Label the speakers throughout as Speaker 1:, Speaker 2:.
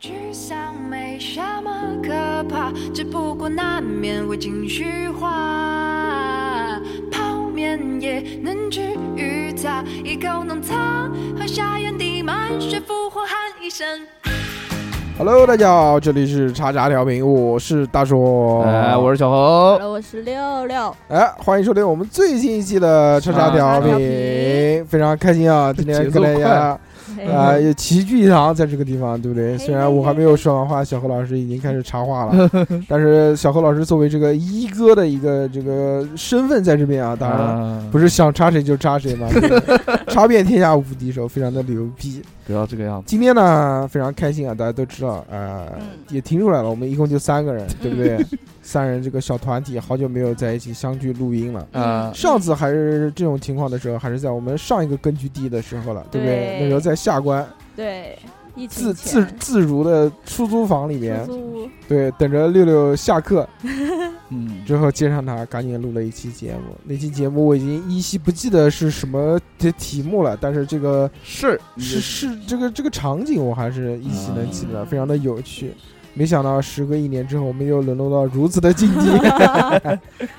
Speaker 1: 沮丧没什么可怕，只不过难免会情绪化。泡面也能治愈它，一口浓汤喝下眼底满是复活喊一声。
Speaker 2: Hello，大家好，这里是叉叉调频，我是大硕，
Speaker 3: 哎，我
Speaker 2: 是
Speaker 3: 是小侯，
Speaker 4: 了，我是六六，
Speaker 2: 哎，欢迎收听我们最新一期的叉叉调
Speaker 4: 叉叉调
Speaker 2: 频
Speaker 4: 频，
Speaker 2: 非常开心啊，今天
Speaker 3: 节奏
Speaker 2: 跟大家
Speaker 4: 嘿
Speaker 2: 啊也齐聚一堂，在这个地方，对不对？
Speaker 4: 嘿
Speaker 2: 虽然我还没有说完话，小何老师已经开始插话了， 但是小何老师作为这个一哥的一个这个身份在这边啊，当然。
Speaker 3: 然
Speaker 2: 不是想插谁就插谁嘛，对不对插遍天下无敌手，非常的牛逼。
Speaker 3: 不要这个样子，
Speaker 2: 今天呢，非常开心啊，大家都知道，呃，
Speaker 4: 嗯
Speaker 2: 也听出来了，我们一共就三个人， 对不对？三人这个小团体好久没有在一起相聚录音了。
Speaker 4: 嗯
Speaker 3: 啊，
Speaker 2: 上次还是这种情况的时候，还是在我们上一个根据地的时候了，对不对？
Speaker 4: 对
Speaker 2: 那时候在下关
Speaker 4: 对，疫
Speaker 2: 自
Speaker 4: 情
Speaker 2: 自
Speaker 4: 前
Speaker 2: 自如的出租房里面
Speaker 4: 出，租屋
Speaker 2: 对，等着六六下课
Speaker 3: 嗯，
Speaker 2: 之后接上他，赶紧录了一期节目。那期节目我已经依稀不记得是什么的题目了，但是这个
Speaker 3: 是
Speaker 2: 是
Speaker 3: 是
Speaker 2: 是这个这个场景，我还是依稀能记得，
Speaker 4: 嗯
Speaker 2: 非常的有趣。没想到时隔一年之后，我们又沦落到如此的境地。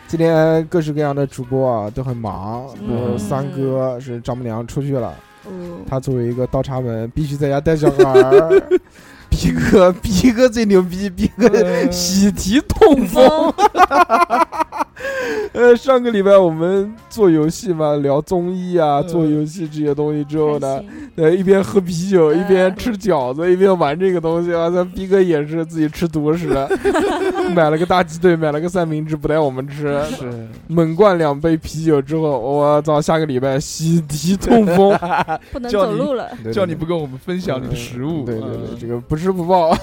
Speaker 2: 今天各式各样的主播啊都很忙，比如
Speaker 3: 嗯
Speaker 2: 三哥是丈母娘出去了，
Speaker 4: 哦，
Speaker 2: 他作为一个倒插门，必须在家带小孩儿。逼哥，逼哥最牛逼，逼哥
Speaker 3: 嗯
Speaker 2: 喜提痛风。呃，上个礼拜我们做游戏嘛，聊综艺啊，
Speaker 3: 嗯
Speaker 2: 做游戏这些东西之后呢
Speaker 4: 开，心
Speaker 2: 对，呃一边喝啤酒，一边
Speaker 4: 嗯
Speaker 2: 吃饺子，一边玩这个东西。啊，那逼哥也是自己吃独 食，买了个大鸡腿，买了个三明治，不带我们吃，
Speaker 3: 是，
Speaker 2: 猛灌两杯啤酒之后，我操，下个礼拜喜 提痛风，
Speaker 4: 不能
Speaker 3: 叫
Speaker 4: 走
Speaker 3: 你
Speaker 4: 路了，
Speaker 3: 叫你不跟我们分享你的食
Speaker 2: 嗯
Speaker 3: 物，嗯
Speaker 2: 对对对，这
Speaker 3: 个
Speaker 2: 个不吃不 报。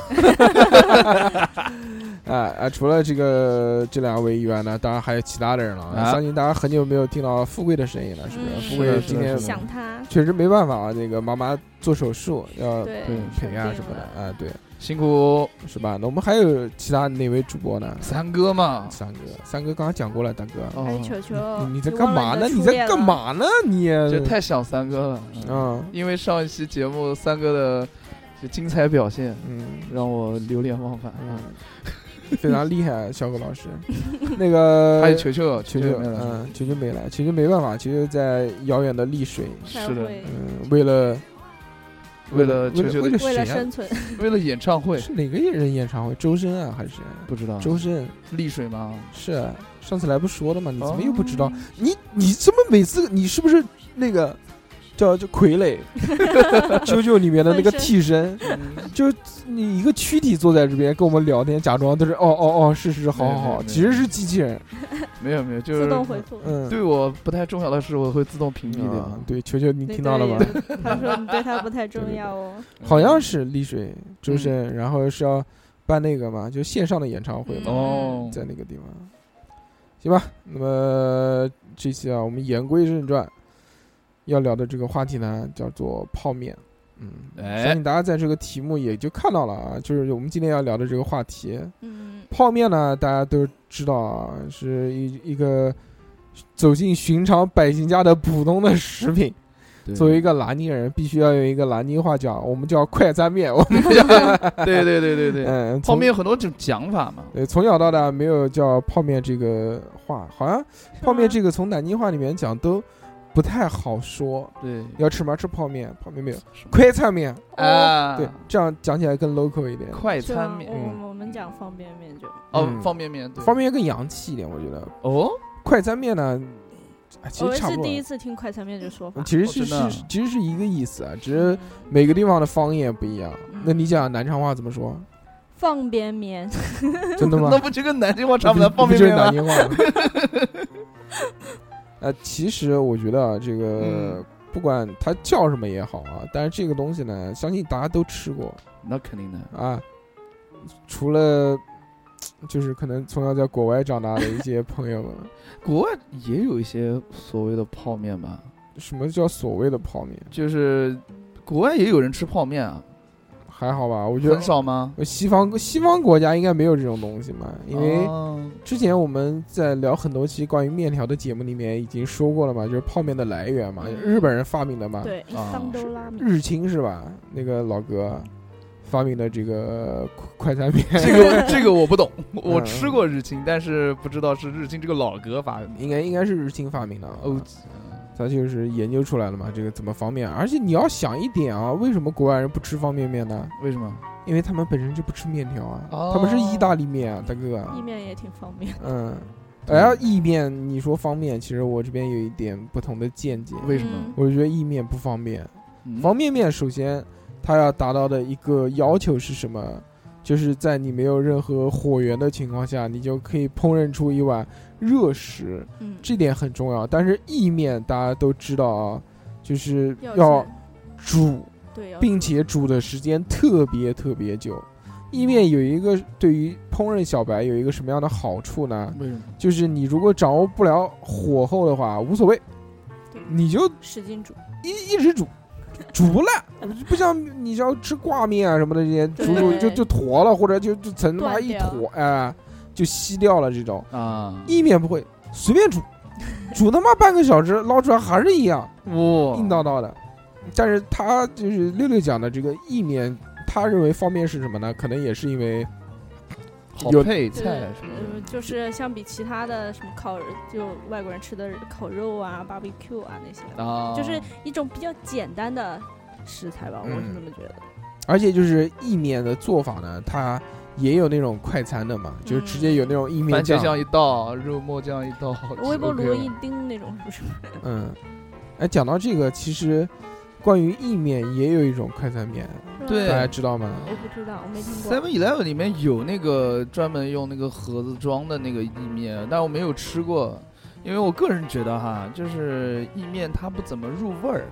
Speaker 2: 哎哎，除了这个这两位以外呢，当然还有其他的人了。
Speaker 3: 啊
Speaker 2: 相信大家很久没有听到富贵的声音了，是不
Speaker 4: 嗯
Speaker 2: 是？富
Speaker 3: 是
Speaker 2: 贵
Speaker 3: 的
Speaker 2: 今
Speaker 3: 是的
Speaker 2: 天
Speaker 3: 是的
Speaker 4: 想他，
Speaker 2: 确实没办法啊，那个妈妈做手术要
Speaker 4: 对
Speaker 3: 对，
Speaker 2: 陪啊
Speaker 4: 生
Speaker 2: 什么
Speaker 4: 病
Speaker 2: 的
Speaker 4: 了，
Speaker 2: 啊，对，
Speaker 3: 辛苦
Speaker 2: 是吧？那我们还有其他哪位主播呢？
Speaker 3: 三哥
Speaker 4: 哦
Speaker 3: 嘛，
Speaker 2: 三哥，三哥刚刚讲过了，大哥，
Speaker 4: 嗯还有
Speaker 3: 哦，
Speaker 4: 球球，
Speaker 2: 你你在
Speaker 4: 忘
Speaker 2: 干
Speaker 4: 了
Speaker 2: 嘛
Speaker 4: 的
Speaker 2: 呢？
Speaker 4: 初
Speaker 2: 你在
Speaker 4: 恋
Speaker 2: 干
Speaker 4: 了？
Speaker 2: 嘛呢？你
Speaker 3: 这太想三哥了，嗯，
Speaker 2: 嗯
Speaker 3: 因为上一期节目三哥的这精彩表现
Speaker 2: 嗯
Speaker 3: 让我流连忘返，
Speaker 2: 嗯
Speaker 3: 嗯，
Speaker 2: 非常厉害，啊小狗老 师。那个
Speaker 3: 还有球球，
Speaker 2: 球
Speaker 3: 球
Speaker 2: 哎球，
Speaker 3: 球没了，
Speaker 2: 嗯，球球没来，球球没办法，球球在遥远的丽水，
Speaker 4: 开
Speaker 3: 是的
Speaker 4: 会
Speaker 2: 嗯，为了
Speaker 3: 为了
Speaker 2: 为
Speaker 3: 球
Speaker 2: 了
Speaker 3: 球
Speaker 2: 为
Speaker 3: 的
Speaker 2: 了
Speaker 4: 为
Speaker 2: 谁
Speaker 4: 了
Speaker 2: 啊？
Speaker 4: 生存，
Speaker 3: 为了演唱会，
Speaker 2: 是哪个艺人演唱会？周深啊，还是
Speaker 3: 不知道
Speaker 2: 周深？
Speaker 3: 丽水吗？
Speaker 2: 是啊上次来不说了吗？你怎么又不知道
Speaker 3: 哦？
Speaker 2: 你你怎么每次你是不是那个叫叫傀儡 啾啾里面的那个
Speaker 4: 分身
Speaker 2: 替身？
Speaker 4: 嗯
Speaker 2: 就你一个躯体坐在这边跟我们聊天，假装都是哦哦哦，是是，好好
Speaker 3: 没有没
Speaker 2: 好，
Speaker 3: 有
Speaker 2: 其实是机器人。
Speaker 3: 没有没有，就
Speaker 4: 自
Speaker 3: 是
Speaker 4: 动回复。
Speaker 2: 嗯，
Speaker 3: 对我不太重要的事，我会自动屏蔽掉
Speaker 2: 啊。对，球球你
Speaker 4: 那
Speaker 2: 听到了
Speaker 4: 对
Speaker 2: 吗？
Speaker 4: 也不他说你对他不太
Speaker 2: 对
Speaker 4: 重
Speaker 2: 对
Speaker 4: 要哦，
Speaker 3: 嗯
Speaker 2: 好像是丽水周深，然后是要办那个嘛，就线上的演唱会嘛，
Speaker 3: 哦，
Speaker 2: 在那个地方。行吧，那么这期啊，我们言归正传，要聊的这个话题呢，叫做泡面。嗯，相
Speaker 3: 哎，
Speaker 2: 信大家在这个题目也就看到了啊，就是我们今天要聊的这个话题，
Speaker 4: 嗯，
Speaker 2: 泡面呢，大家都知道啊，是一一个走进寻常百姓家的普通的食品。作为一个南京人，必须要有一个南京话讲，我们叫快餐面。我们
Speaker 3: 对对对对对，
Speaker 2: 嗯，从
Speaker 3: 泡面有很多种讲法嘛，
Speaker 2: 对呃从小到大没有叫泡面这个话，好像
Speaker 4: 是
Speaker 2: 泡面
Speaker 4: 吗
Speaker 2: 这个从南京话里面讲都不太好说。
Speaker 3: 对
Speaker 2: 要吃吗？吃泡面，泡面没有，快餐面。
Speaker 3: 啊，
Speaker 2: 对，这样讲起来更 local 一点，
Speaker 3: 快
Speaker 4: 是
Speaker 3: 餐
Speaker 4: 吗？
Speaker 3: 面
Speaker 4: 我
Speaker 2: 嗯
Speaker 4: 我们讲方便面就
Speaker 3: 哦
Speaker 2: 嗯，
Speaker 3: 方便面，对，
Speaker 2: 方便面更洋气一点，我觉得。
Speaker 3: 哦，
Speaker 2: 快餐面呢，哎，其
Speaker 4: 我
Speaker 2: 实差
Speaker 4: 是
Speaker 2: 不多嗯
Speaker 4: 第。一次听快餐面这说法，
Speaker 2: 其实是
Speaker 3: 哦真的啊
Speaker 2: 是其实是一个意思啊，只是
Speaker 4: 嗯
Speaker 2: 每个地方的方言不一样
Speaker 4: 嗯。
Speaker 2: 那你讲南昌话怎么 说？
Speaker 4: 放边面，
Speaker 2: 真的吗？
Speaker 3: 那不就跟南京话差不多，
Speaker 2: 那不
Speaker 3: 方便
Speaker 2: 就是
Speaker 3: 面
Speaker 2: 南
Speaker 3: 吗？
Speaker 2: 京话吗？ 呃，其实我觉得啊，这个
Speaker 3: 嗯
Speaker 2: 不管它叫什么也好啊，但是这个东西呢，相信大家都吃过
Speaker 3: 那肯定的，
Speaker 2: 啊。除了就是可能从小在国外长大的一些朋友们，
Speaker 3: 国外也有一些所谓的泡面吧，
Speaker 2: 什么叫所谓的泡面？
Speaker 3: 就是国外也有人吃泡面啊，
Speaker 2: 还好吧，我觉
Speaker 3: 很
Speaker 2: 得
Speaker 3: 少吗？
Speaker 2: 西方西方国家应该没有这种东西嘛，因为。
Speaker 3: 哦
Speaker 2: 之前我们在聊很多期关于面条的节目里面已经说过了嘛，就是泡面的来源嘛，
Speaker 3: 嗯
Speaker 2: 啊日本人发明的嘛。
Speaker 4: 对，
Speaker 3: 啊
Speaker 4: 藏州拉面，
Speaker 2: 日清是吧？那个老哥发明的这个呃快快餐面，
Speaker 3: 这个这个我不懂，我
Speaker 2: 嗯
Speaker 3: 吃过日清，但是不知道是日清这个老哥发明的。
Speaker 2: 应该应该是日清发明的。
Speaker 3: 哦，
Speaker 2: 他就是研究出来了嘛，这个怎么方便？啊而且你要想一点啊，为什么国外人不吃方便面呢？
Speaker 3: 为什么？
Speaker 2: 因为他们本身就不吃面条啊，
Speaker 3: 哦
Speaker 2: 他们是意大利面啊，大哥。
Speaker 4: 意面也挺方便。
Speaker 2: 嗯，
Speaker 3: 对
Speaker 2: 然后意面，你说方便，其实我这边有一点不同的见解。
Speaker 3: 为什么？
Speaker 2: 我觉得意面不方便。
Speaker 3: 嗯
Speaker 2: 方便面首先它要达到的一个要求是什么？就是在你没有任何火源的情况下，你就可以烹饪出一碗热食，
Speaker 4: 嗯，
Speaker 2: 这点很重要。但是意面大家都知道啊，就是
Speaker 4: 要
Speaker 2: 要
Speaker 4: 钱
Speaker 2: 煮，
Speaker 4: 对，要
Speaker 2: 并
Speaker 4: 钱
Speaker 2: 且煮的时间特别特别久。意面有一个对于烹饪小白有一个什么样的好处呢？
Speaker 3: 为什么？
Speaker 2: 就是你如果掌握不了火候的话，无所谓，
Speaker 4: 对
Speaker 2: 你就
Speaker 4: 使劲煮，
Speaker 2: 一一直煮，煮不 烂。不像你要吃挂面啊什么的这些，
Speaker 4: 对
Speaker 2: 煮煮就就坨了，或者就就成他妈
Speaker 4: 断
Speaker 2: 一
Speaker 4: 掉
Speaker 2: 坨，哎、就稀掉了这种。
Speaker 3: 啊，
Speaker 2: 意面不会，随便 煮，煮他妈半个小时，捞出来还是一样
Speaker 3: 哇，
Speaker 2: 硬叨叨的。但是他就是六六讲的这个意面，他认为方便是什么呢？可能也是因为
Speaker 3: 好
Speaker 2: 有
Speaker 3: 配
Speaker 4: 对
Speaker 3: 菜什
Speaker 2: 嗯
Speaker 3: 么
Speaker 4: 呃就是相比其他的什么烤，就外国人吃的烤肉啊、barbecue 啊那些，
Speaker 3: 的
Speaker 2: 哦
Speaker 3: 啊，
Speaker 4: 就是一种比较简单的食材吧，我是这么觉得。
Speaker 2: 嗯而且就是意面的做法呢，它也有那种快餐的嘛，就是直接有那种意面
Speaker 3: 番茄
Speaker 2: 酱。
Speaker 3: 酱一倒，肉末酱一倒，
Speaker 4: 微波炉
Speaker 3: OK
Speaker 4: 一叮那种是不 是？
Speaker 2: 嗯，哎，讲到这个，其实关于意面也有一种快餐面，大
Speaker 3: 对
Speaker 2: 家知道吗？
Speaker 4: 我不知道，我没听过。
Speaker 3: Seven Eleven 里面有那个专门用那个盒子装的那个意面，但我没有吃过，因为我个人觉得哈，就是意面它不怎么入味儿，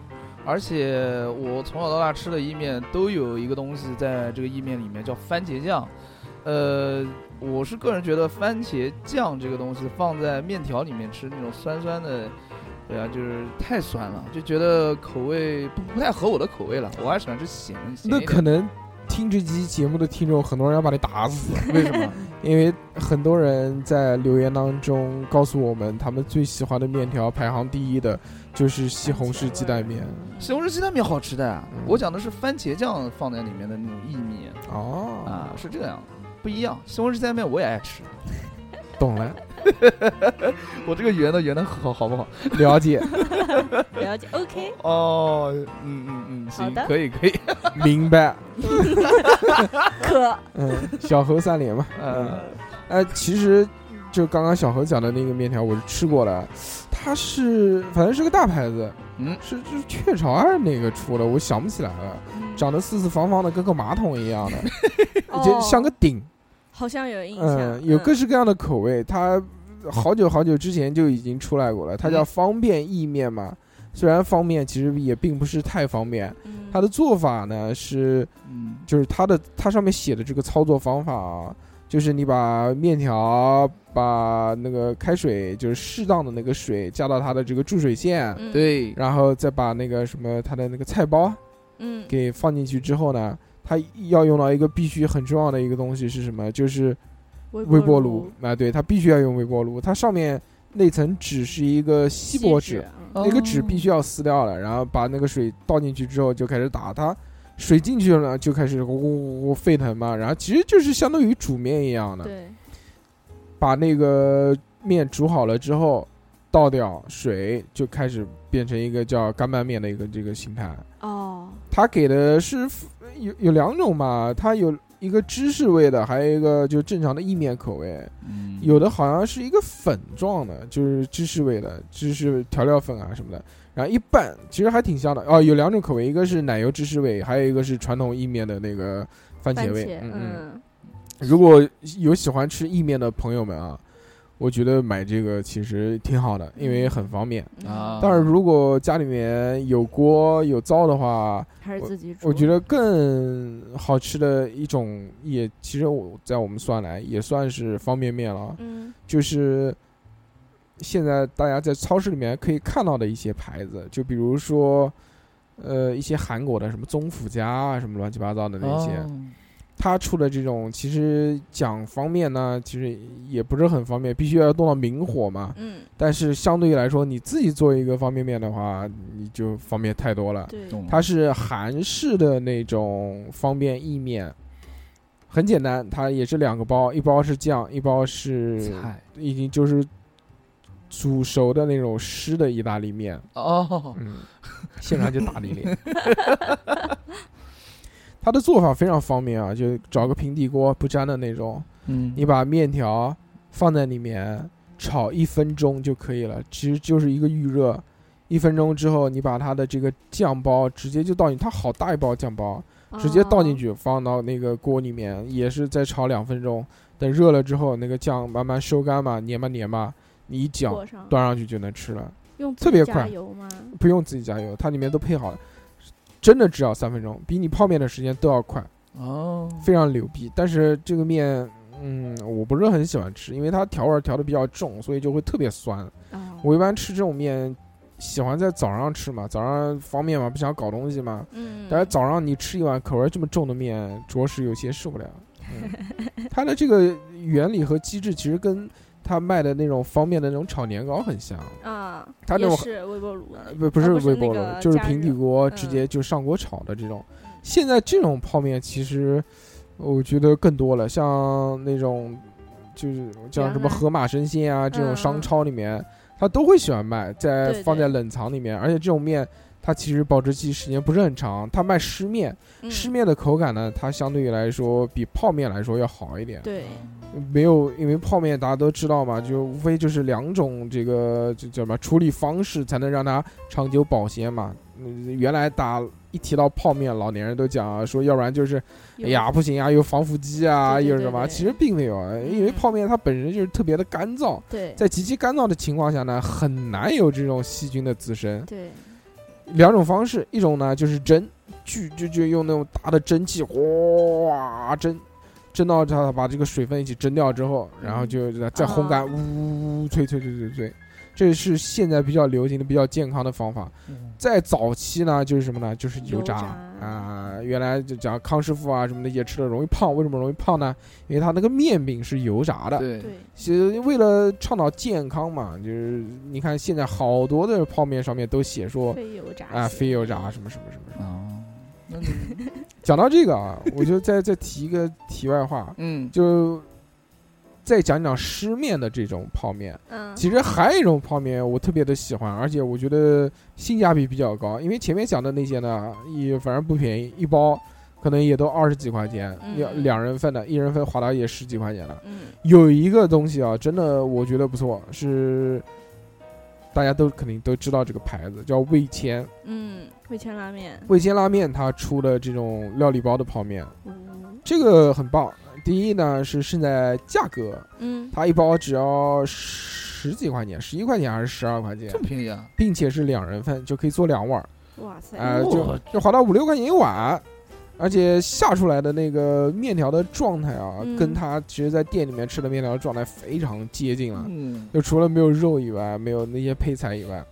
Speaker 3: 而且我从小到大吃的意面都有一个东西在这个意面里面叫番茄酱，呃，我是个人觉得番茄酱这个东西放在面条里面吃那种酸酸的。对啊，就是太酸了，就觉得口味不不太合我的口味了。我还喜欢吃咸咸
Speaker 2: 那
Speaker 3: 一点
Speaker 2: 可能听这期节目的听众，很多人要把你打死，
Speaker 3: 为什么？
Speaker 2: 因为很多人在留言当中告诉我们，他们最喜欢的面条排行第一的就是西红柿鸡蛋面。
Speaker 4: 嗯
Speaker 3: 西红柿鸡蛋面好吃的、啊
Speaker 2: 嗯，
Speaker 3: 我讲的是番茄酱放在里面的那种意面
Speaker 2: 哦，
Speaker 3: 啊，是这样，不一样。西红柿鸡蛋面我也爱吃，
Speaker 2: 懂了，
Speaker 3: 我这个圆的圆的好好不好？
Speaker 2: 了解，
Speaker 4: 了解，OK，
Speaker 3: 哦，嗯嗯嗯，
Speaker 4: 好
Speaker 3: 行，
Speaker 4: 的
Speaker 3: 可以 可以，
Speaker 2: 明白。
Speaker 4: 可
Speaker 2: 嗯，小猴三连嘛。
Speaker 3: 呃，
Speaker 2: 哎，其实就刚刚小何讲的那个面条，我是吃过的，它是反正是个大牌子，
Speaker 3: 嗯
Speaker 2: 是是雀巢还是哪个出的，我想不起来了， 长得四四方方的，跟个马桶一样的，就像个
Speaker 4: 哦
Speaker 2: 顶，
Speaker 4: 好像有印象，
Speaker 2: 嗯，有各式各样的口味，它好久好久之前就已经出来过了，它叫
Speaker 3: 嗯
Speaker 2: 方便意面嘛。虽然方便，其实也并不是太方便。
Speaker 4: 嗯
Speaker 2: 它的做法呢是，
Speaker 3: 嗯，
Speaker 2: 就是它的它上面写的这个操作方法啊，就是你把面条把那个开水，就是适当的那个水加到它的这个注水线，
Speaker 4: 嗯
Speaker 3: 对，
Speaker 2: 然后再把那个什么它的那个菜包
Speaker 4: 嗯
Speaker 2: 给放进去之后呢，它要用到一个必须很重要的一个东西是什么？就是微波炉啊，对，它必须要用微波炉，它上面那层纸是一个锡箔纸，，哦
Speaker 4: 嗯
Speaker 2: 那个纸必须要撕掉了，然后把那个水倒进去之后就开始打它，水进去了就开始咕咕咕咕沸腾嘛，然后其实就是相当于煮面一样的，
Speaker 4: 对，
Speaker 2: 把那个面煮好了之后倒掉水，就开始变成一个叫干拌面的一个这个形态。
Speaker 4: 哦，
Speaker 2: 它给的是呃有有两种嘛，它有一个芝士味的，还有一个就正常的意面口味。
Speaker 3: 嗯
Speaker 2: 有的好像是一个粉状的，就是芝士味的芝士调料粉啊什么的，然后一拌，其实还挺香的。哦，有两种口味，一个是奶油芝士味，还有一个是传统意面的那个番
Speaker 4: 番
Speaker 2: 茄味。
Speaker 4: 茄，
Speaker 2: 嗯嗯，
Speaker 4: 嗯，
Speaker 2: 如果有喜欢吃意面的朋友们啊，我觉得买这个其实挺好的，因为很方便。
Speaker 4: 嗯
Speaker 3: 啊
Speaker 2: 当然，如果家里面有锅有灶的话，
Speaker 4: 还是自己煮，
Speaker 2: 我觉得更好吃的一种也，其实我在我们算来也算是方便面了啊。
Speaker 4: 嗯，
Speaker 2: 就是现在大家在超市里面可以看到的一些牌子，就比如说，呃，一些韩国的什么宗府家啊，什么乱七八糟的那些，
Speaker 3: 哦
Speaker 2: 他出的这种，其实讲方面呢，其实也不是很方便，必须要动到明火嘛。
Speaker 4: 嗯，
Speaker 2: 但是相对于来说，你自己做一个方便面的话，你就方便太多了。
Speaker 4: 对，
Speaker 3: 懂了
Speaker 2: 它是韩式的那种方便意面，很简单，它也是两个包，一包是酱，一包是
Speaker 3: 菜
Speaker 2: 已经就是煮熟的那种湿的意大利面。
Speaker 3: 哦，
Speaker 2: 嗯， 现场就打你脸。 它的做法非常方便啊，就找个平底锅不粘的那种，
Speaker 3: 嗯
Speaker 2: 你把面条放在里面炒一分钟就可以了，其实就是一个预热。一分钟之后，你把它的这个酱包直接就倒进，它好大一包酱包，直接倒进
Speaker 4: 哦，
Speaker 2: 去，放到那个锅里面，也是再炒两分钟。等热了之后，那个酱慢慢收干嘛，粘吧粘吧，你一搅
Speaker 4: 裹上，
Speaker 2: 端上去就能吃了。
Speaker 4: 用
Speaker 2: 特别
Speaker 4: 自己加
Speaker 2: 快
Speaker 4: 油吗？
Speaker 2: 不用自己加油，它里面都配好了，真的只要三分钟，比你泡面的时间都要快，
Speaker 3: 哦，
Speaker 2: 非常牛逼。但是这个面，嗯，我不是很喜欢吃，因为它调味儿调的比较重，所以就会特别酸。
Speaker 4: 啊，
Speaker 2: 我一般吃这种面，喜欢在早上吃嘛，早上方便嘛，不想搞东西嘛。
Speaker 4: 嗯，
Speaker 2: 但是早上你吃一碗口味这么重的面，着实有些受不了。嗯它的这个原理和机制其实跟它卖的那种方便的那种炒年糕很像，
Speaker 4: 啊，
Speaker 2: 它那
Speaker 4: 也
Speaker 2: 种
Speaker 4: 是微波炉的那
Speaker 2: 呃不
Speaker 4: 种，
Speaker 2: 不
Speaker 4: 啊
Speaker 2: 是
Speaker 4: 不是
Speaker 2: 微波
Speaker 4: 那
Speaker 2: 炉，
Speaker 4: 个
Speaker 2: 就是
Speaker 4: 加
Speaker 2: 平底
Speaker 4: 热
Speaker 2: 锅
Speaker 4: 嗯
Speaker 2: 直接就上锅炒的这种。现在这种泡面其实我觉得更多了，像那种就是像什么
Speaker 4: 原来
Speaker 2: 盒马生鲜啊这种
Speaker 4: 嗯
Speaker 2: 商
Speaker 4: 嗯
Speaker 2: 超里面，它都会喜欢卖，在
Speaker 4: 对
Speaker 2: 放在
Speaker 4: 对
Speaker 2: 冷藏里面，而且这种面。它其实保质期时间不是很长，它卖湿面，
Speaker 4: 嗯
Speaker 2: 湿面的口感呢，它相对于来说比泡面来说要好一点。
Speaker 4: 对，
Speaker 2: 没有，因为泡面大家都知道
Speaker 4: 嗯
Speaker 2: 嘛，就无非就是两种这个这叫什么处理方式才能让它长久保鲜嘛。嗯原来打一提到泡面，老年人都讲啊，说要不然就是哎
Speaker 4: 有
Speaker 2: 呀不行啊，有防腐剂啊，
Speaker 4: 对对
Speaker 2: 有
Speaker 4: 对
Speaker 2: 什么？
Speaker 4: 对嗯
Speaker 2: 其实并没有，啊，因为泡面它本身就是特别的干燥，
Speaker 4: 对
Speaker 2: 在极其干燥的情况下呢，很难有这种细菌的滋生。
Speaker 4: 对，
Speaker 2: 两种方式，一种呢就是蒸，去就就用那种大的蒸汽哗蒸，蒸到它把这个水分一起蒸掉之后，然后就再再烘干，
Speaker 4: 啊
Speaker 2: 呜呜呜吹吹吹吹吹，这是现在比较流行的、比较健康的方法。在早期呢，就是什么呢？就是油炸
Speaker 4: 油炸
Speaker 2: 啊、原来就讲康师傅啊什么那些吃的容易胖，为什么容易胖呢？因为它那个面饼是油炸的，
Speaker 3: 对，
Speaker 4: 对，
Speaker 2: 其实为了倡导健康嘛，就是你看现在好多的泡面上面都写说。
Speaker 4: 非油炸
Speaker 2: 啊，
Speaker 4: 型
Speaker 2: 非油炸什么什么什么。
Speaker 3: 哦，那你
Speaker 2: 讲到这个啊，我就再再提一个题外话，
Speaker 3: 嗯，
Speaker 2: 就再讲讲湿面的这种泡面。
Speaker 4: 嗯，
Speaker 2: 其实还有一种泡面我特别的喜欢，而且我觉得性价比比较高，因为前面讲的那些呢，也反正不便宜，一包可能也都二十几块钱，
Speaker 4: 嗯
Speaker 2: 两两人份的，一人份划到也十几块钱了。
Speaker 4: 嗯
Speaker 2: 有一个东西啊，真的我觉得不错，是大家都肯定都知道这个牌子，叫味千。
Speaker 4: 嗯，味千拉面，
Speaker 2: 味千拉面它出的这种料理包的泡面，
Speaker 4: 嗯
Speaker 2: 这个很棒。第一呢是胜在价格，
Speaker 4: 嗯，
Speaker 2: 它一包只要十几块钱，十一块钱还是十二块钱
Speaker 3: 这，么便宜啊？
Speaker 2: 并且是两人份，就可以做两碗儿，
Speaker 4: 哇塞，
Speaker 2: 哎、就
Speaker 3: 哇
Speaker 2: 就划到五六块钱一碗。而且下出来的那个面条的状态啊，
Speaker 4: 嗯
Speaker 2: 跟它其实在店里面吃的面条的状态非常接近了。
Speaker 3: 嗯，
Speaker 2: 就除了没有肉以外，没有那些配菜以外，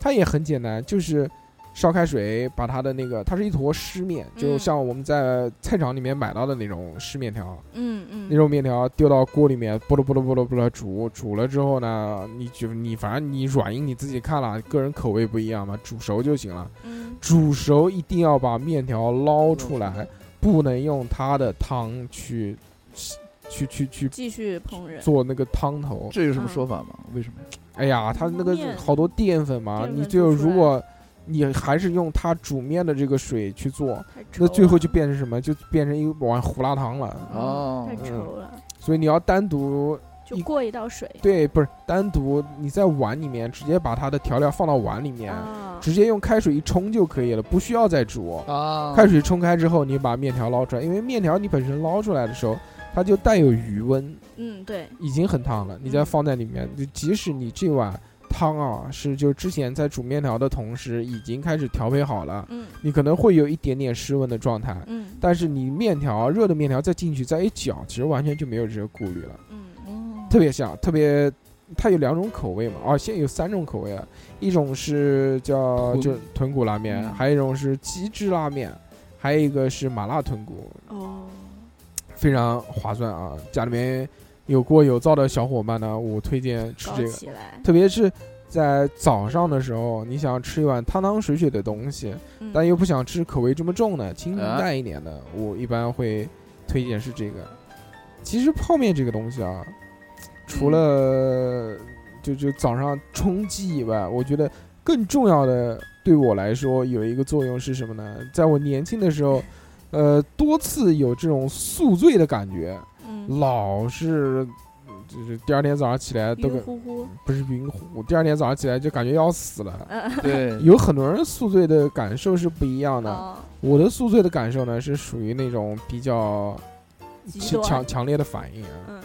Speaker 2: 它也很简单，就是烧开水，把它的那个，它是一坨湿面，就
Speaker 4: 嗯
Speaker 2: 像我们在菜场里面买到的那种湿面条，
Speaker 4: 嗯嗯，
Speaker 2: 那种面条丢到锅里面，拨噜拨噜拨噜拨噜煮，煮了之后呢，你就你反正你软硬你自己看了，个人口味不一样嘛，煮熟就行了。
Speaker 4: 嗯
Speaker 2: 煮熟一定要把面条捞出来，不能用它的汤去去去去
Speaker 4: 继续烹饪，
Speaker 2: 做那个汤头。
Speaker 3: 这有什么说法吗？为什么呀？
Speaker 2: 哎呀，它那个
Speaker 4: 面
Speaker 2: 好多淀粉嘛，
Speaker 4: 淀粉
Speaker 2: 你最后
Speaker 4: 做出
Speaker 2: 如
Speaker 4: 来
Speaker 2: 果你还是用它煮面的这个水去做，
Speaker 4: 太稠
Speaker 2: 那最后
Speaker 4: 了
Speaker 2: 就变成什么？就变成一碗胡辣汤了。
Speaker 3: 哦
Speaker 4: 太
Speaker 2: 嗯
Speaker 4: 稠了，
Speaker 2: 所以你要单独
Speaker 4: 就
Speaker 2: 一
Speaker 4: 过一道水
Speaker 2: 对，不是单独你在碗里面直接把它的调料放到碗里面，
Speaker 4: 啊，
Speaker 2: 直接用开水一冲就可以了，不需要再煮。
Speaker 3: 啊，
Speaker 2: 开水冲开之后，你把面条捞出来，因为面条你本身捞出来的时候，它就带有余温，
Speaker 4: 嗯对，
Speaker 2: 已经很烫了，你再
Speaker 4: 嗯
Speaker 2: 放在里面，就即使你这碗汤啊是就之前在煮面条的同时已经开始调配好了，
Speaker 4: 嗯
Speaker 2: 你可能会有一点点失温的状态，
Speaker 4: 嗯
Speaker 2: 但是你面条热的面条再进去再一搅，其实完全就没有这个顾虑了，
Speaker 4: 嗯
Speaker 3: 嗯，
Speaker 2: 特别像，特别。它有两种口味嘛，哦，现在有三种口味了，一种是叫
Speaker 3: 豚
Speaker 2: 就是豚骨拉面，
Speaker 3: 嗯
Speaker 2: 还有一种是鸡汁拉面，还有一个是麻辣豚骨，
Speaker 4: 哦，
Speaker 2: 非常划算啊！家里面有锅有灶的小伙伴呢，我推荐吃
Speaker 4: 搞
Speaker 2: 这个，
Speaker 4: 起来。
Speaker 2: 特别是在早上的时候，你想吃一碗汤汤水水的东西，
Speaker 4: 嗯
Speaker 2: 但又不想吃口味这么重的，清清
Speaker 3: 啊
Speaker 2: 淡一点的，我一般会推荐是这个。其实泡面这个东西啊，除
Speaker 4: 嗯
Speaker 2: 了就就早上冲击以外，我觉得更重要的对我来说有一个作用是什么呢？在我年轻的时候，呃，多次有这种宿醉的感觉，
Speaker 4: 嗯，
Speaker 2: 老是就是第二天早上起来都
Speaker 4: 晕
Speaker 2: 跟
Speaker 4: 乎乎，
Speaker 2: 不是晕乎，第二天早上起来就感觉要死了。
Speaker 4: 嗯，
Speaker 3: 对，
Speaker 2: 有很多人宿醉的感受是不一样的，
Speaker 4: 哦，
Speaker 2: 我的宿醉的感受呢，是属于那种比较
Speaker 4: 极
Speaker 2: 强
Speaker 4: 端
Speaker 2: 强，强烈的反应啊。
Speaker 4: 嗯